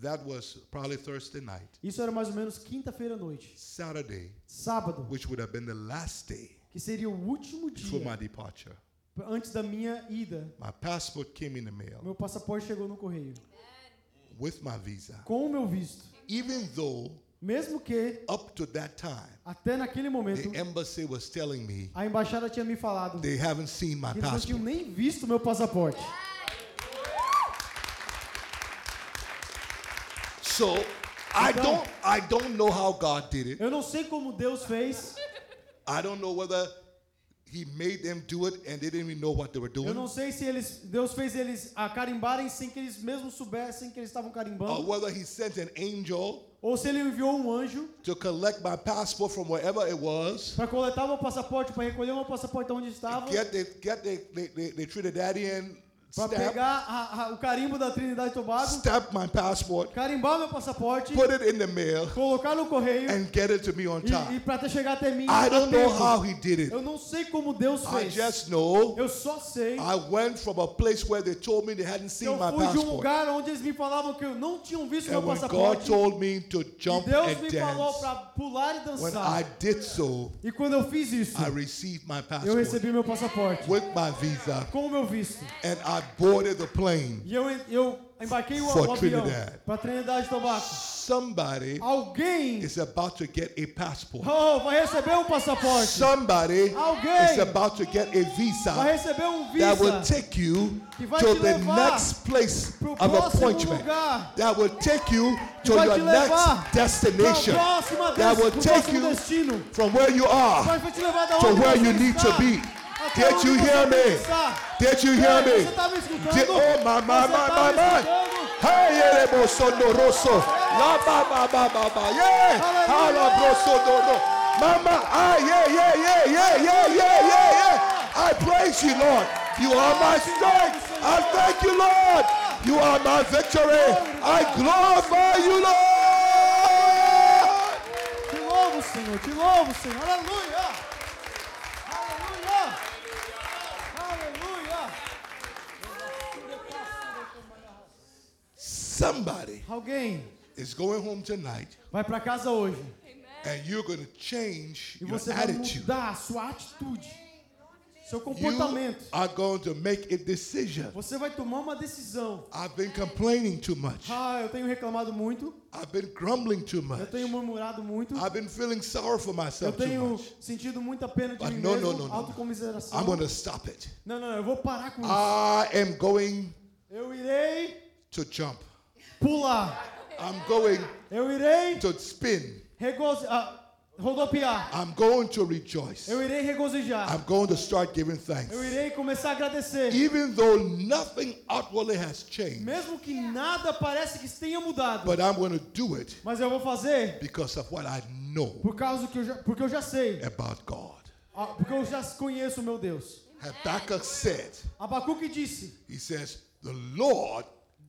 Speaker 3: That was probably Thursday night.
Speaker 2: Isso era mais ou menos quinta-feira à noite.
Speaker 3: Saturday,
Speaker 2: Sábado,
Speaker 3: which would have been the last day
Speaker 2: que seria o último
Speaker 3: before my
Speaker 2: dia
Speaker 3: departure,
Speaker 2: antes da minha ida.
Speaker 3: my passport came in the mail
Speaker 2: Meu passaporte chegou no correio
Speaker 3: with my visa.
Speaker 2: com o meu visto.
Speaker 3: Even though
Speaker 2: Mesmo que
Speaker 3: up to that time,
Speaker 2: até naquele momento
Speaker 3: the embassy was telling me
Speaker 2: a embaixada tinha me falado que
Speaker 3: they haven't seen my
Speaker 2: eles não tinham
Speaker 3: passport.
Speaker 2: nem visto meu passaporte.
Speaker 3: So I
Speaker 2: Então-
Speaker 3: don't I don't know how God did it.
Speaker 2: Eu não sei como Deus fez.
Speaker 3: I don't know whether he made them do it and they didn't even know what they were
Speaker 2: Eu
Speaker 3: doing.
Speaker 2: não sei se eles Deus fez eles a carimbarem sem que eles mesmos soubessem que eles estavam
Speaker 3: Or
Speaker 2: carimbando,
Speaker 3: whether he sent an angel
Speaker 2: ou se ele enviou um anjo
Speaker 3: to collect my passport from wherever it was.
Speaker 2: para coletar meu passaporte, para recolher meu passaporte de onde estava,
Speaker 3: Get the get the the, the, the Trinidadian
Speaker 2: para
Speaker 3: stamp,
Speaker 2: pegar a- a- o carimbo da Trinidade e Tobago,
Speaker 3: stamp my passport,
Speaker 2: carimbar meu passaporte,
Speaker 3: put it in the mail,
Speaker 2: colocar no correio
Speaker 3: and get it to me on
Speaker 2: e,
Speaker 3: time.
Speaker 2: e para até chegar até mim.
Speaker 3: I
Speaker 2: a
Speaker 3: don't know
Speaker 2: tempo.
Speaker 3: how he did it.
Speaker 2: Eu não sei como Deus
Speaker 3: I
Speaker 2: fez.
Speaker 3: just know
Speaker 2: Eu só sei
Speaker 3: I went from a place where they told me they
Speaker 2: que
Speaker 3: hadn't seen
Speaker 2: eu
Speaker 3: my
Speaker 2: fui de um
Speaker 3: passport.
Speaker 2: lugar onde eles me falavam que eu não tinham visto meu
Speaker 3: And when God
Speaker 2: passaporte.
Speaker 3: told me to
Speaker 2: E
Speaker 3: jump
Speaker 2: Deus
Speaker 3: and
Speaker 2: me falou
Speaker 3: dance,
Speaker 2: para pular e
Speaker 3: when I
Speaker 2: dançar.
Speaker 3: did so,
Speaker 2: E quando eu fiz isso,
Speaker 3: I received my
Speaker 2: eu
Speaker 3: passport
Speaker 2: recebi meu passaporte.
Speaker 3: with my visa,
Speaker 2: com o meu visto.
Speaker 3: and I boarded the plane.
Speaker 2: E eu, eu embarquei o,
Speaker 3: For
Speaker 2: o avião
Speaker 3: Trinidad.
Speaker 2: para Trinidade e Tobago.
Speaker 3: Somebody
Speaker 2: Alguém
Speaker 3: is about to get a passport.
Speaker 2: oh, vai receber um passaporte.
Speaker 3: Somebody
Speaker 2: Alguém
Speaker 3: is about to get a
Speaker 2: Vai
Speaker 3: visa
Speaker 2: receber um
Speaker 3: that will
Speaker 2: visa
Speaker 3: take you ah.
Speaker 2: Que vai
Speaker 3: to
Speaker 2: te
Speaker 3: the
Speaker 2: levar
Speaker 3: next place
Speaker 2: pro
Speaker 3: of
Speaker 2: próximo
Speaker 3: appointment.
Speaker 2: lugar.
Speaker 3: That will take oh you ah.
Speaker 2: Que
Speaker 3: to
Speaker 2: vai
Speaker 3: your
Speaker 2: te
Speaker 3: next
Speaker 2: levar pra
Speaker 3: destination.
Speaker 2: próxima
Speaker 3: That
Speaker 2: des-
Speaker 3: will
Speaker 2: pro
Speaker 3: take
Speaker 2: próximo
Speaker 3: you
Speaker 2: destino.
Speaker 3: from where you are
Speaker 2: Vai vai te levar da
Speaker 3: to
Speaker 2: onde
Speaker 3: where
Speaker 2: você
Speaker 3: you need to
Speaker 2: está
Speaker 3: be.
Speaker 2: até
Speaker 3: Did
Speaker 2: onde
Speaker 3: you
Speaker 2: você
Speaker 3: hear
Speaker 2: tem que
Speaker 3: me?
Speaker 2: estar.
Speaker 3: Did you hear
Speaker 2: Ei,
Speaker 3: me?
Speaker 2: Você tá me escutando?
Speaker 3: Did, oh my my
Speaker 2: Você
Speaker 3: my
Speaker 2: tá
Speaker 3: my
Speaker 2: me
Speaker 3: my.
Speaker 2: escutando?
Speaker 3: Hey, yeah, broso no rosso. La ba ba ba ba ba. Yeah. Hala broso do do. Mama. Ah yeah yeah yeah yeah yeah yeah yeah yeah. I praise you, Lord. You are my strength. I thank you, Lord. You are my victory. I glorify you, Lord.
Speaker 2: Te louvo, Senhor. Te louvo, Senhor. Aleluia. Aleluia. Aleluia.
Speaker 3: Somebody
Speaker 2: Alguém
Speaker 3: is going home tonight,
Speaker 2: vai para casa hoje
Speaker 3: and you're going to change
Speaker 2: e
Speaker 3: your
Speaker 2: você vai
Speaker 3: attitude.
Speaker 2: mudar a sua atitude, seu
Speaker 3: You
Speaker 2: comportamento.
Speaker 3: are going to make a decision.
Speaker 2: Você vai tomar uma decisão.
Speaker 3: I've been complaining too much.
Speaker 2: Ah, eu tenho reclamado muito,
Speaker 3: I've been grumbling too
Speaker 2: eu
Speaker 3: much.
Speaker 2: tenho murmurado muito,
Speaker 3: I've been feeling sorry for
Speaker 2: eu
Speaker 3: myself too
Speaker 2: tenho
Speaker 3: much.
Speaker 2: sentido muita pena de
Speaker 3: But
Speaker 2: mim
Speaker 3: no, no, no,
Speaker 2: mesmo,
Speaker 3: no.
Speaker 2: autocomiseração.
Speaker 3: I'm going to stop it. Ah.
Speaker 2: Não, não, eu vou parar com isso.
Speaker 3: I am going
Speaker 2: Eu irei
Speaker 3: to jump.
Speaker 2: pular,
Speaker 3: I'm going
Speaker 2: eu irei
Speaker 3: to spin.
Speaker 2: regozi- ah, rodopiar,
Speaker 3: I'm going to rejoice.
Speaker 2: eu irei regozijar,
Speaker 3: I'm going to start giving thanks.
Speaker 2: eu irei começar a agradecer.
Speaker 3: Even though nothing outwardly has changed,
Speaker 2: Mesmo que nada parece que tenha mudado,
Speaker 3: but I'm going to do it
Speaker 2: mas eu vou fazer
Speaker 3: because of what I know
Speaker 2: por causa que eu já, porque eu já sei,
Speaker 3: about God.
Speaker 2: ah, porque eu já conheço o meu Deus.
Speaker 3: Habakkuk said,
Speaker 2: Abacuque disse:
Speaker 3: He says, The Lord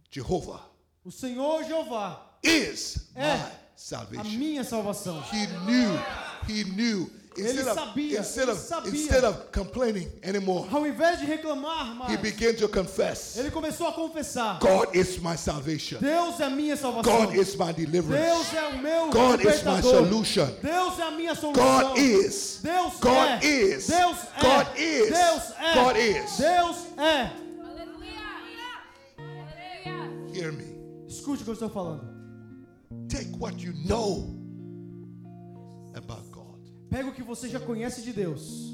Speaker 3: Jehovah
Speaker 2: O Senhor Jeová,
Speaker 3: is
Speaker 2: É.
Speaker 3: my
Speaker 2: a
Speaker 3: salvation.
Speaker 2: minha salvação.
Speaker 3: He knew. He knew. Instead of,
Speaker 2: sabia,
Speaker 3: instead,
Speaker 2: ele
Speaker 3: of,
Speaker 2: sabia.
Speaker 3: instead of complaining anymore,
Speaker 2: Ao invés de reclamar
Speaker 3: he
Speaker 2: mais,
Speaker 3: began to confess
Speaker 2: ele começou a confessar:
Speaker 3: God is my salvation.
Speaker 2: Deus é a minha salvação.
Speaker 3: God is my deliverance.
Speaker 2: Deus é o meu
Speaker 3: God is my
Speaker 2: libertador.
Speaker 3: solution.
Speaker 2: Deus é a minha solução.
Speaker 3: God is.
Speaker 2: Deus
Speaker 3: God
Speaker 2: é.
Speaker 3: is.
Speaker 2: Deus é.
Speaker 3: God is.
Speaker 2: Deus é.
Speaker 3: God is.
Speaker 2: Deus é.
Speaker 3: Hear me.
Speaker 2: Escute o que eu estou falando.
Speaker 3: Take what you know about God
Speaker 2: Pega o que você já conhece de Deus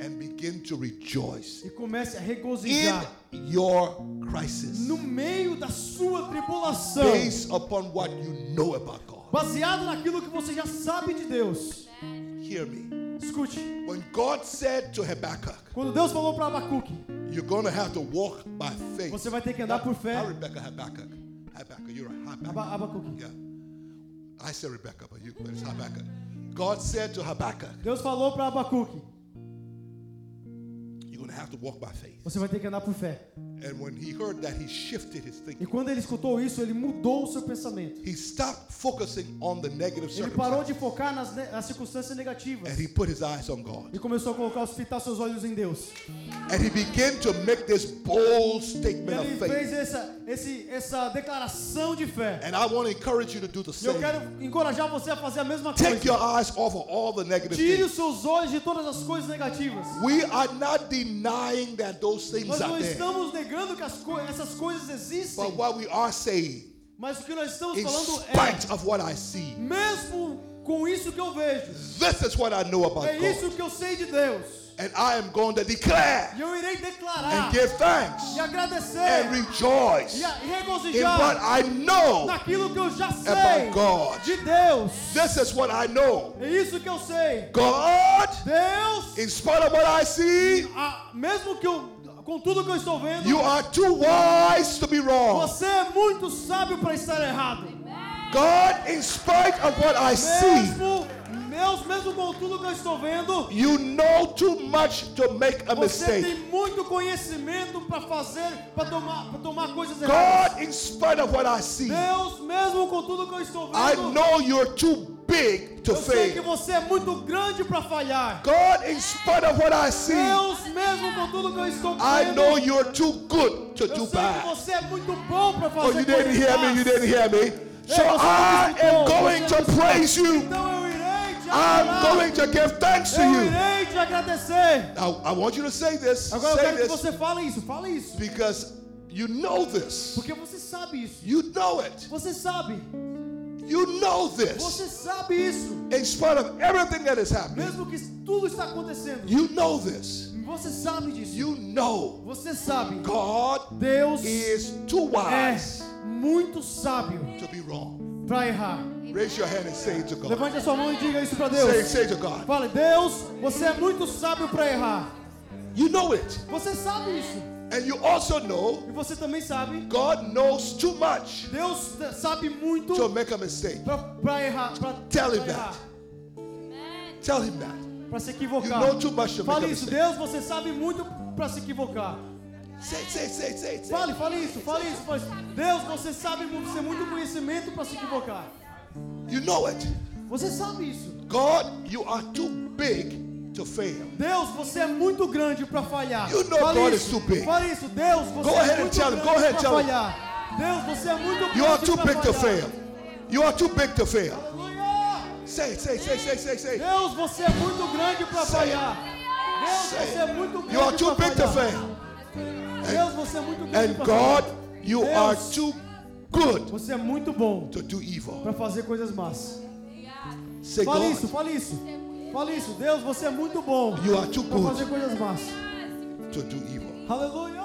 Speaker 3: and begin to rejoice
Speaker 2: e comece a
Speaker 3: in
Speaker 2: regozijar
Speaker 3: your crisis
Speaker 2: no meio da sua tribulação,
Speaker 3: based upon what you know about God.
Speaker 2: baseado naquilo que você já sabe de Deus.
Speaker 3: Hear me.
Speaker 2: Escute.
Speaker 3: When God said to Habakkuk,
Speaker 2: Quando Deus falou para Abacuque,
Speaker 3: You're going to have to walk by faith.
Speaker 2: Você vai ter que andar por fé.
Speaker 3: Not Rebecca, Habakkuk. Habakkuk, you're right. Habakkuk.
Speaker 2: Aba- Abacuque.
Speaker 3: Yeah. I said Rebecca, but, you, but it's Habakkuk. God said to Habakkuk,
Speaker 2: Deus falou para Abacuque,
Speaker 3: You're going to have to walk by faith.
Speaker 2: você vai ter que andar por fé.
Speaker 3: And when he heard that, he shifted his
Speaker 2: E
Speaker 3: thinking.
Speaker 2: quando ele escutou isso, ele mudou o seu pensamento.
Speaker 3: He stopped focusing on the negative
Speaker 2: Ele parou
Speaker 3: circumstances.
Speaker 2: de focar nas, ne- nas circunstâncias negativas
Speaker 3: And he put his eyes on God.
Speaker 2: e começou a colocar os fitar seus olhos em Deus.
Speaker 3: And he began to make this bold statement
Speaker 2: Ele
Speaker 3: of faith.
Speaker 2: fez essa, esse, essa declaração de fé.
Speaker 3: And I want to encourage you to do the
Speaker 2: E eu
Speaker 3: same.
Speaker 2: quero encorajar você a fazer a mesma
Speaker 3: Take your
Speaker 2: coisa.
Speaker 3: eyes off of all the negative
Speaker 2: Tire os
Speaker 3: things.
Speaker 2: seus olhos de todas as coisas negativas.
Speaker 3: We are not denying that those things
Speaker 2: Nós
Speaker 3: are
Speaker 2: não
Speaker 3: there.
Speaker 2: estamos negando que as co- essas coisas existem,
Speaker 3: But what we are saying,
Speaker 2: mas o que nós estamos
Speaker 3: in
Speaker 2: falando é,
Speaker 3: spite of what I see,
Speaker 2: mesmo com isso que eu vejo,
Speaker 3: this is what I know about
Speaker 2: é
Speaker 3: God.
Speaker 2: isso que eu sei de Deus.
Speaker 3: And I am going to declare
Speaker 2: E eu irei declarar
Speaker 3: and give thanks
Speaker 2: e agradecer
Speaker 3: and rejoice
Speaker 2: e a-
Speaker 3: in what
Speaker 2: regozijar
Speaker 3: I know
Speaker 2: naquilo que eu já sei
Speaker 3: about É God.
Speaker 2: de Deus.
Speaker 3: This is what I know.
Speaker 2: É isso que eu sei.
Speaker 3: God,
Speaker 2: Deus,
Speaker 3: in spite of what I see,
Speaker 2: a- mesmo que eu, com tudo que eu estou vendo,
Speaker 3: you are too wise to be wrong.
Speaker 2: você é muito sábio para estar errado.
Speaker 3: God, in spite of what I see,
Speaker 2: Mesmo, Deus, mesmo com tudo que eu estou vendo,
Speaker 3: you know too much to make
Speaker 2: você
Speaker 3: a
Speaker 2: tem
Speaker 3: mistake.
Speaker 2: muito conhecimento para fazer, para tomar, pra tomar coisas erradas.
Speaker 3: God, in spite of what I see,
Speaker 2: Deus, mesmo com tudo que eu estou
Speaker 3: I
Speaker 2: vendo,
Speaker 3: know you're too big to
Speaker 2: eu sei que
Speaker 3: fail.
Speaker 2: você é muito grande para falhar.
Speaker 3: God, in spite of what I see,
Speaker 2: Deus, mesmo com tudo que eu estou
Speaker 3: I
Speaker 2: vendo,
Speaker 3: know you're too good to
Speaker 2: Eu sei
Speaker 3: do
Speaker 2: que
Speaker 3: bad.
Speaker 2: você é muito bom para
Speaker 3: Oh,
Speaker 2: fazer
Speaker 3: you didn't
Speaker 2: coisas
Speaker 3: hear me, you
Speaker 2: más.
Speaker 3: didn't hear me. So
Speaker 2: Ei, você não
Speaker 3: I
Speaker 2: escutou,
Speaker 3: am
Speaker 2: você
Speaker 3: going
Speaker 2: não
Speaker 3: to
Speaker 2: escutou.
Speaker 3: praise you.
Speaker 2: Então eu irei te adorar.
Speaker 3: I'm going to give thanks to
Speaker 2: Eu
Speaker 3: you.
Speaker 2: irei te agradecer.
Speaker 3: Now, I want you to say this.
Speaker 2: Agora eu
Speaker 3: Say
Speaker 2: quero que
Speaker 3: this
Speaker 2: você fale isso, fale isso.
Speaker 3: because you know this.
Speaker 2: Porque você sabe isso.
Speaker 3: You know it.
Speaker 2: Você sabe.
Speaker 3: You know
Speaker 2: Você
Speaker 3: this.
Speaker 2: sabe isso.
Speaker 3: In spite of everything that is happening,
Speaker 2: Mesmo que tudo está acontecendo.
Speaker 3: you know this.
Speaker 2: Você sabe disso.
Speaker 3: You know
Speaker 2: Você sabe.
Speaker 3: God
Speaker 2: Deus
Speaker 3: is too
Speaker 2: é
Speaker 3: wise
Speaker 2: muito sábio
Speaker 3: to be wrong.
Speaker 2: para errar.
Speaker 3: Raise your hand and say it to God.
Speaker 2: Levante a sua mão e diga isso para
Speaker 3: Say,
Speaker 2: Deus.
Speaker 3: say to God.
Speaker 2: Fale, Deus, você é muito sábio para errar.
Speaker 3: You know it.
Speaker 2: Você sabe isso.
Speaker 3: And you also know
Speaker 2: E você também sabe,
Speaker 3: God knows too much
Speaker 2: Deus t- sabe muito
Speaker 3: to make a mistake.
Speaker 2: pra, pra errar, pra,
Speaker 3: Tell
Speaker 2: pra
Speaker 3: him
Speaker 2: errar,
Speaker 3: that. Tell him that.
Speaker 2: pra se
Speaker 3: You
Speaker 2: equivocar.
Speaker 3: know too much to make a
Speaker 2: Fale isso,
Speaker 3: mistake.
Speaker 2: Deus, você sabe muito pra se equivocar.
Speaker 3: Say, say, say, say, say.
Speaker 2: Fale, fale isso, fale isso, fale isso. Deus, você sabe mu- você tem muito conhecimento pra se equivocar.
Speaker 3: You know it.
Speaker 2: Você sabe isso.
Speaker 3: God, you are too big to fail.
Speaker 2: Deus, você é muito grande pra falhar.
Speaker 3: You know
Speaker 2: fale
Speaker 3: God is
Speaker 2: isso,
Speaker 3: too big.
Speaker 2: fale isso, Deus, você
Speaker 3: Go
Speaker 2: é
Speaker 3: ahead and
Speaker 2: muito
Speaker 3: tell him,
Speaker 2: grande
Speaker 3: go ahead and
Speaker 2: pra
Speaker 3: tell him.
Speaker 2: falhar. Deus, você é muito grande
Speaker 3: You are too
Speaker 2: pra
Speaker 3: big to
Speaker 2: falhar.
Speaker 3: fail. You are too big to fail.
Speaker 2: Aleluia!
Speaker 3: Say, it, say, it, say, it, say, it, say, say.
Speaker 2: Deus, você é muito grande pra
Speaker 3: Say it.
Speaker 2: falhar. Deus,
Speaker 3: Say
Speaker 2: você
Speaker 3: it.
Speaker 2: é muito grande
Speaker 3: You are too
Speaker 2: pra
Speaker 3: big to
Speaker 2: falhar.
Speaker 3: fail.
Speaker 2: Deus, você é muito grande
Speaker 3: And
Speaker 2: pra
Speaker 3: God,
Speaker 2: fazer.
Speaker 3: you are
Speaker 2: Deus,
Speaker 3: too good
Speaker 2: Você é muito bom
Speaker 3: to do evil.
Speaker 2: pra fazer coisas más.
Speaker 3: Say,
Speaker 2: Fale isso,
Speaker 3: God,
Speaker 2: fale isso. Fale isso. Deus, você é muito bom
Speaker 3: you are too
Speaker 2: pra fazer
Speaker 3: good
Speaker 2: coisas más.
Speaker 3: to do evil.
Speaker 2: Aleluia!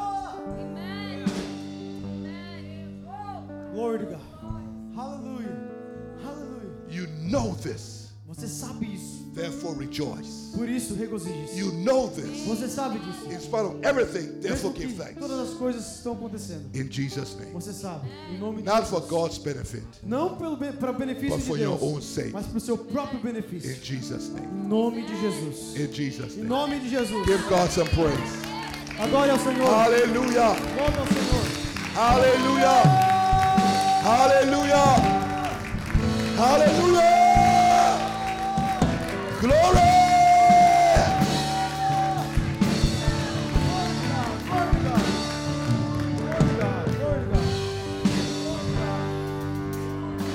Speaker 2: Glory to God. Hallelujah. Hallelujah.
Speaker 3: You know this,
Speaker 2: Você sabe isso.
Speaker 3: therefore rejoice.
Speaker 2: Por isso, regozije-se.
Speaker 3: You know this.
Speaker 2: Você sabe disso.
Speaker 3: In spite of everything,
Speaker 2: Mesmo
Speaker 3: therefore give
Speaker 2: que
Speaker 3: thanks.
Speaker 2: todas as coisas estão acontecendo.
Speaker 3: In Jesus' name.
Speaker 2: Você sabe, em nome de
Speaker 3: Not for
Speaker 2: Deus.
Speaker 3: God's benefit,
Speaker 2: Não pelo be- para o benefício
Speaker 3: But for
Speaker 2: de Deus,
Speaker 3: your own sake.
Speaker 2: mas para o seu próprio
Speaker 3: in
Speaker 2: benefício.
Speaker 3: Jesus' name.
Speaker 2: Em nome de Jesus.
Speaker 3: In Jesus'
Speaker 2: Em
Speaker 3: name.
Speaker 2: nome de Jesus.
Speaker 3: Give God some praise.
Speaker 2: Adore ao Senhor.
Speaker 3: Hallelujah.
Speaker 2: Louve ao Senhor.
Speaker 3: Hallelujah. Hallelujah. Hallelujah. Glory.
Speaker 2: Glória a Deus.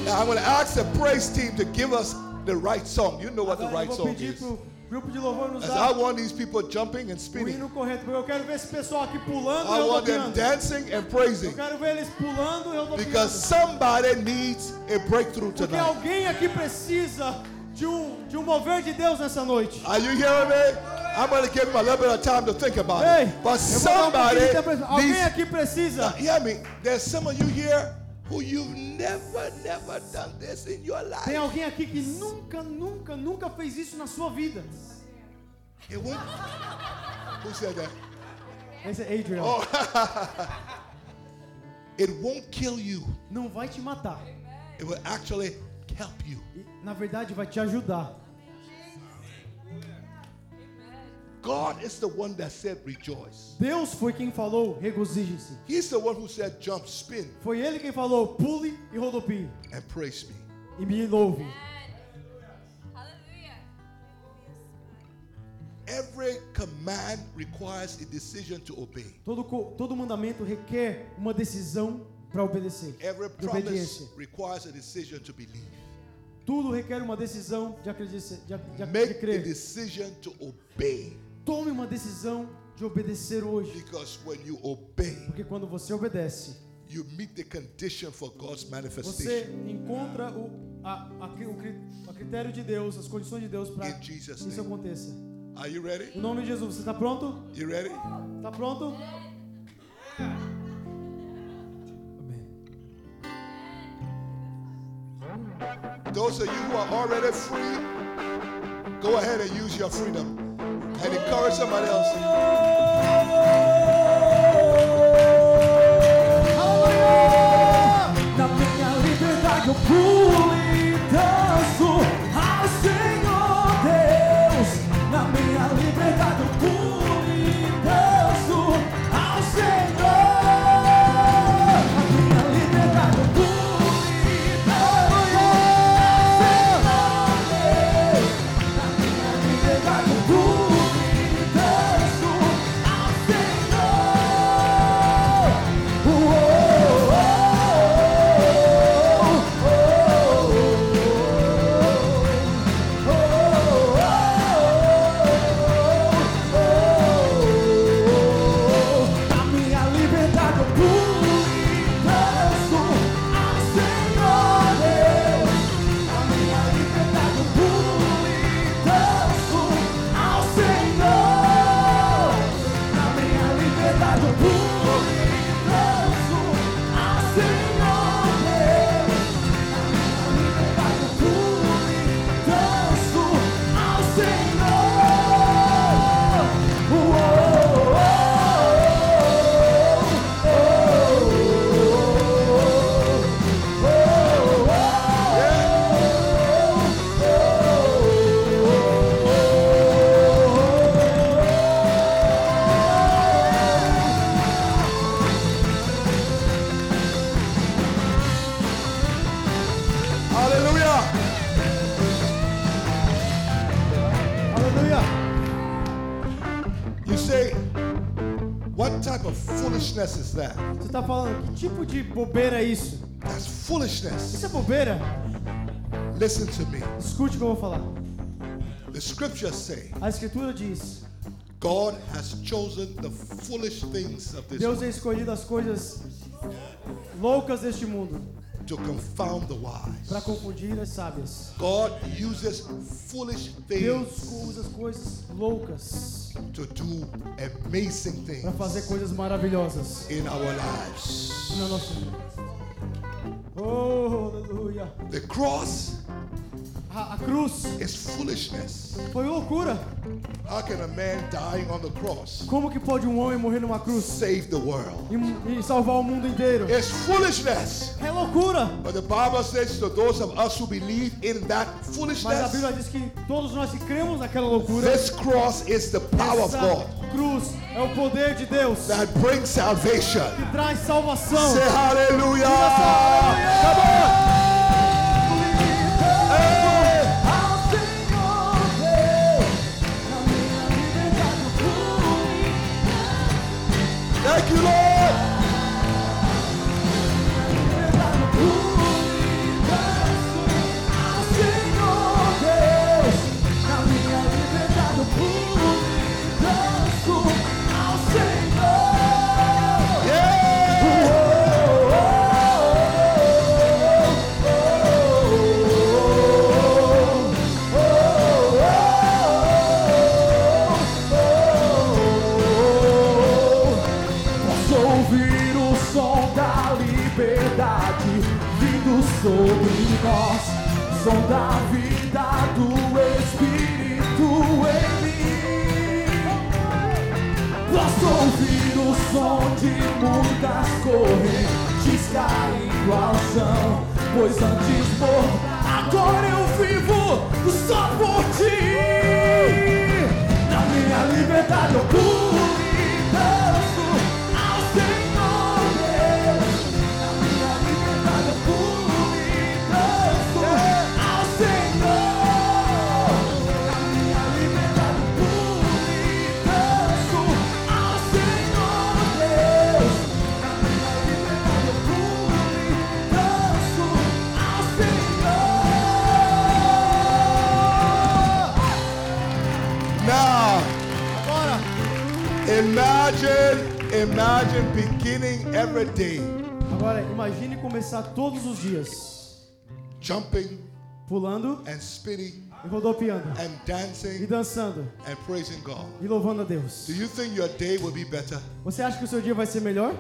Speaker 3: Now I'm going to ask the praise team to give us the right song. You know what the
Speaker 2: Agora
Speaker 3: right
Speaker 2: eu vou
Speaker 3: song
Speaker 2: pedir
Speaker 3: is.
Speaker 2: pro grupo de louvor nos
Speaker 3: As I
Speaker 2: dar
Speaker 3: want these people jumping and
Speaker 2: o
Speaker 3: spinning.
Speaker 2: hino correto. porque Eu quero ver esse pessoal aqui pulando e
Speaker 3: I
Speaker 2: eu
Speaker 3: want them
Speaker 2: dominando.
Speaker 3: dancing
Speaker 2: Eu
Speaker 3: and praising
Speaker 2: quero ver eles pulando e eu
Speaker 3: because
Speaker 2: dominando.
Speaker 3: somebody needs a breakthrough
Speaker 2: Porque
Speaker 3: tonight.
Speaker 2: alguém aqui precisa de um, de um mover de Deus nessa noite.
Speaker 3: Are you hearing me? I'm going to give them a little bit of time to think about
Speaker 2: Ei,
Speaker 3: it. But
Speaker 2: eu vou dar um
Speaker 3: somebody
Speaker 2: pouquinho de tempo pra-
Speaker 3: needs
Speaker 2: alguém aqui precisa.
Speaker 3: Now, hear me. There's some of you here who you've never, never done this in your
Speaker 2: Tem
Speaker 3: life.
Speaker 2: alguém aqui que nunca, nunca, nunca fez isso na sua vida.
Speaker 3: It won't- Who said that?
Speaker 2: Esse é Adrian.
Speaker 3: It won't kill you.
Speaker 2: Não vai te matar.
Speaker 3: It will actually help you.
Speaker 2: E, na verdade, vai te ajudar.
Speaker 3: God is the one that said rejoice.
Speaker 2: Deus foi quem falou, regozije-se.
Speaker 3: He's the one who said jump, spin,
Speaker 2: Foi ele quem falou, pule e rodopie.
Speaker 3: and praise me.
Speaker 2: E me louve.
Speaker 3: Every command requires a decision to obey.
Speaker 2: Todo, co- todo mandamento requer uma decisão para obedecer.
Speaker 3: Every
Speaker 2: de
Speaker 3: promise
Speaker 2: obediência.
Speaker 3: requires a decision to believe.
Speaker 2: Tudo requer uma decisão de, acredice- de, ac- de, ac- de
Speaker 3: Make the
Speaker 2: crer.
Speaker 3: decision to obey.
Speaker 2: Tome uma decisão de obedecer hoje.
Speaker 3: Because when you obey,
Speaker 2: Porque quando você obedece,
Speaker 3: you meet the condition for God's
Speaker 2: Você
Speaker 3: manifestation.
Speaker 2: encontra o, a, a, cri- o cri- a critério de Deus, as condições de Deus para
Speaker 3: In
Speaker 2: que
Speaker 3: Jesus'
Speaker 2: isso
Speaker 3: name.
Speaker 2: aconteça.
Speaker 3: Are you
Speaker 2: Em
Speaker 3: ready?
Speaker 2: nome de Jesus, você está pronto?
Speaker 3: You ready?
Speaker 2: Está pronto? Amém.
Speaker 3: Those of you who are already free, go ahead and use your freedom and encourage somebody else.
Speaker 6: Na minha liberdade eu pulo e danço ao Senhor Deus. Na minha liberdade eu pulo e danço ao Senhor. Na minha liberdade eu pulo e danço ao Senhor Deus. Na minha liberdade eu pulo e danço ao Senhor. Uou, uou, uou. Na minha liberdade eu pulo e danço ao Senhor Deus. Na minha liberdade eu pulo e danço ao Senhor. Na minha liberdade eu pulo e danço ao Senhor Deus. Na minha liberdade eu pulo e danço ao Senhor. Uou, uou, uou.
Speaker 3: Hallelujah.
Speaker 2: Aleluia!
Speaker 3: You say, what type of foolishness is that?
Speaker 2: Você está falando, que tipo de bobeira é isso?
Speaker 3: That's foolishness.
Speaker 2: Isso é bobeira?
Speaker 3: Listen to me.
Speaker 2: Escute o que eu vou falar.
Speaker 3: The scriptures say,
Speaker 2: A Escritura diz:
Speaker 3: God has chosen the foolish things of this
Speaker 2: Deus
Speaker 3: world
Speaker 2: é escolhido as coisas loucas deste mundo
Speaker 3: to confound the
Speaker 2: para
Speaker 3: wise.
Speaker 2: confundir as sábias.
Speaker 3: God uses foolish
Speaker 2: Deus
Speaker 3: things
Speaker 2: usa as coisas loucas
Speaker 3: to do amazing
Speaker 2: para fazer
Speaker 3: things
Speaker 2: coisas maravilhosas
Speaker 3: in our lives.
Speaker 2: na nossa vida. Oh, aleluia.
Speaker 3: The cross
Speaker 2: A, a cruz
Speaker 3: is foolishness.
Speaker 2: foi loucura.
Speaker 3: How can a man dying on the cross
Speaker 2: Como que pode um homem morrer numa cruz
Speaker 3: save the world?
Speaker 2: e, e salvar o mundo inteiro?
Speaker 3: It's foolishness.
Speaker 2: É loucura.
Speaker 3: But the Bible says to those of us who believe in that
Speaker 2: Mas a
Speaker 3: foolishness,
Speaker 2: Bíblia diz que todos nós que cremos naquela loucura,
Speaker 3: this cross is the power of God
Speaker 2: essa cruz é o poder de Deus
Speaker 3: that brings salvation.
Speaker 2: que traz salvação.
Speaker 3: Say hallelujah. Thank you, Lord. Yeah.
Speaker 6: Posso ouvir o som da liberdade vindo sobre nós, som da vida do Espírito em mim. Posso ouvir o som de muitas correntes caindo ao chão, pois antes morro, agora eu vivo só por ti. Na minha liberdade eu pulo e danço ao Senhor Deus. Na minha liberdade eu pulo e danço ao Senhor. Na minha liberdade eu pulo e danço ao Senhor Deus. Na minha liberdade eu pulo e danço ao Senhor.
Speaker 3: Now,
Speaker 2: Agora,
Speaker 3: imagine, imagine beginning every day
Speaker 2: agora imagine começar todos os dias
Speaker 3: jumping
Speaker 2: pulando
Speaker 3: and spinning
Speaker 2: e rodopiando
Speaker 3: and
Speaker 2: e
Speaker 3: dancing
Speaker 2: dançando
Speaker 3: and praising God.
Speaker 2: e louvando a Deus.
Speaker 3: Do you think your day will be better?
Speaker 2: Você acha que o seu dia vai ser melhor?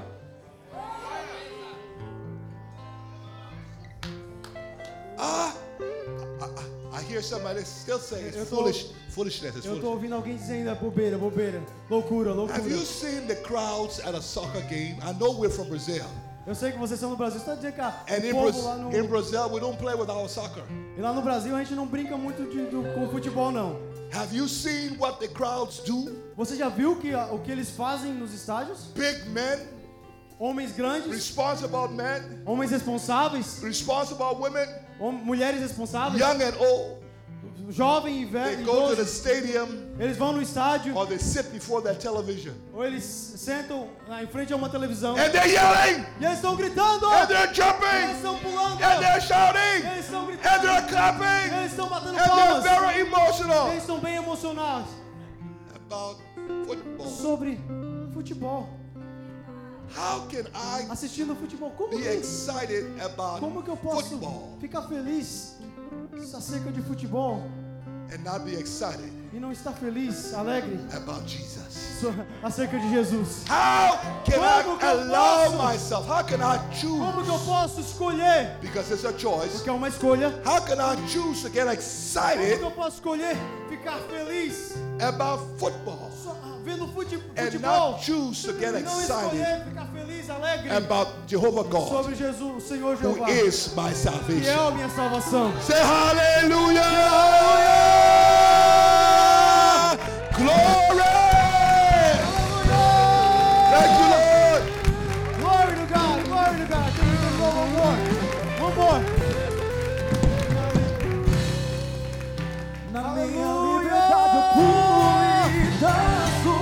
Speaker 3: I hear somebody still saying
Speaker 2: Eu
Speaker 3: it's
Speaker 2: tô-
Speaker 3: foolish, foolishness. It's
Speaker 2: Eu tô
Speaker 3: foolish.
Speaker 2: ouvindo alguém dizendo é bobeira, bobeira, loucura,
Speaker 3: Have you
Speaker 2: loucura.
Speaker 3: seen the crowds at a soccer game? I know we're from Brazil.
Speaker 2: Eu sei que vocês são do Brasil, você tá dizendo que ah,
Speaker 3: And
Speaker 2: o
Speaker 3: in,
Speaker 2: povo
Speaker 3: Braz-
Speaker 2: lá no,
Speaker 3: in Brazil, we don't play with our soccer.
Speaker 2: e lá no Brasil a gente não brinca muito de- do- com futebol não.
Speaker 3: Have you seen what the crowds do?
Speaker 2: Você já viu que, a- o que eles fazem nos estádios?
Speaker 3: Big men,
Speaker 2: Homens grandes,
Speaker 3: responsible men,
Speaker 2: homens responsáveis,
Speaker 3: responsible women,
Speaker 2: hom- mulheres responsáveis,
Speaker 3: young and old.
Speaker 2: jovem e
Speaker 3: They
Speaker 2: velho,
Speaker 3: go to the
Speaker 2: idoso,
Speaker 3: stadium
Speaker 2: eles vão no estádio
Speaker 3: or they sit before their television
Speaker 2: ou eles sentam na- em frente a uma televisão
Speaker 3: and they're yelling
Speaker 2: e eles estão gritando,
Speaker 3: and they're
Speaker 2: eles
Speaker 3: jumping
Speaker 2: estão pulando,
Speaker 3: and they're shouting
Speaker 2: eles estão
Speaker 3: and
Speaker 2: gritando,
Speaker 3: they're clapping
Speaker 2: eles estão batendo
Speaker 3: and they're
Speaker 2: palmas,
Speaker 3: very emotional
Speaker 2: eles estão bem emocionados
Speaker 3: about football.
Speaker 2: sobre futebol,
Speaker 3: How can I
Speaker 2: assistindo futebol. Como
Speaker 3: be
Speaker 2: que,
Speaker 3: excited about
Speaker 2: como que eu posso
Speaker 3: football
Speaker 2: ficar feliz acerca de futebol
Speaker 3: and not be excited
Speaker 2: e não estar feliz, alegre
Speaker 3: about Jesus?
Speaker 2: so- acerca de Jesus?
Speaker 3: How can
Speaker 2: Como que
Speaker 3: I
Speaker 2: eu
Speaker 3: allow
Speaker 2: posso?
Speaker 3: myself? How can I choose?
Speaker 2: Como que eu posso escolher?
Speaker 3: Because it's a choice.
Speaker 2: Porque é uma escolha.
Speaker 3: How can I choose to get
Speaker 2: Como
Speaker 3: excited
Speaker 2: que eu posso escolher ficar feliz
Speaker 3: about football
Speaker 2: só vendo fute-
Speaker 3: and
Speaker 2: futebol
Speaker 3: not choose to get
Speaker 2: e não
Speaker 3: excited
Speaker 2: escolher ficar feliz, alegre
Speaker 3: about Jehovah God,
Speaker 2: sobre Jesus, o Senhor
Speaker 3: who
Speaker 2: Jeová,
Speaker 3: is my
Speaker 2: que é
Speaker 3: salvation?
Speaker 2: a minha salvação.
Speaker 3: Say hallelujah! Glory! Thank you, Lord.
Speaker 2: Glory to God, glory to God. Can we just go one more? One more.
Speaker 6: Na minha liberdade eu pulo e danço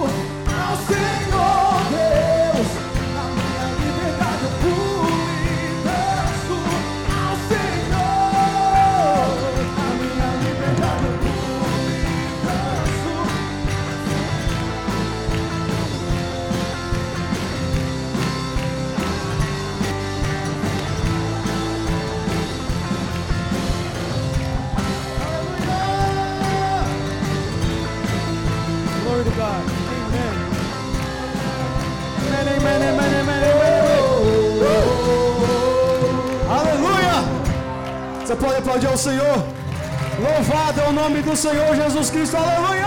Speaker 6: ao Senhor Deus. Na minha liberdade eu pulo e danço ao Senhor. Na minha liberdade eu pulo e danço.
Speaker 2: Glory to God. Amen. Amen, amen, amen, amen, amen, amen. Aleluia!
Speaker 5: Você pode aplaudir ao Senhor? Louvado é o nome do Senhor Jesus Cristo, aleluia!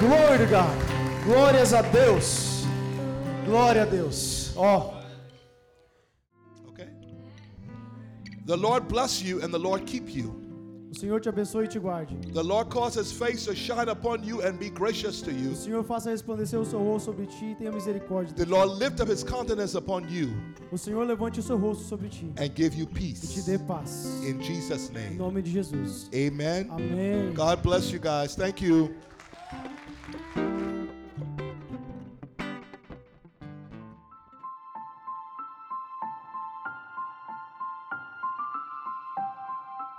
Speaker 5: Glória, God. glórias a Deus, glória a Deus. Ó,
Speaker 3: Okay? The Lord bless you and the Lord keep you.
Speaker 2: O Senhor te abençoe e te guarde.
Speaker 3: The Lord cause his face to shine upon you and be gracious to you.
Speaker 2: O Senhor faça resplandecer o seu rosto sobre ti e tenha misericórdia.
Speaker 3: The Lord lift up his countenance upon you
Speaker 2: O Senhor levante o seu rosto sobre ti
Speaker 3: and give you
Speaker 2: e te
Speaker 3: peace.
Speaker 2: dê paz.
Speaker 3: In Jesus'
Speaker 2: Em
Speaker 3: name.
Speaker 2: nome de Jesus.
Speaker 3: Amen.
Speaker 2: Amém.
Speaker 3: God bless you guys. Thank you.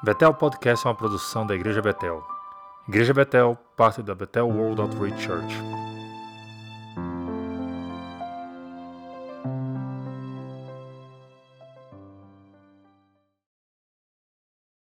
Speaker 7: Betel Podcast é uma produção da Igreja Betel. Igreja Betel, parte da Betel World Outreach Church.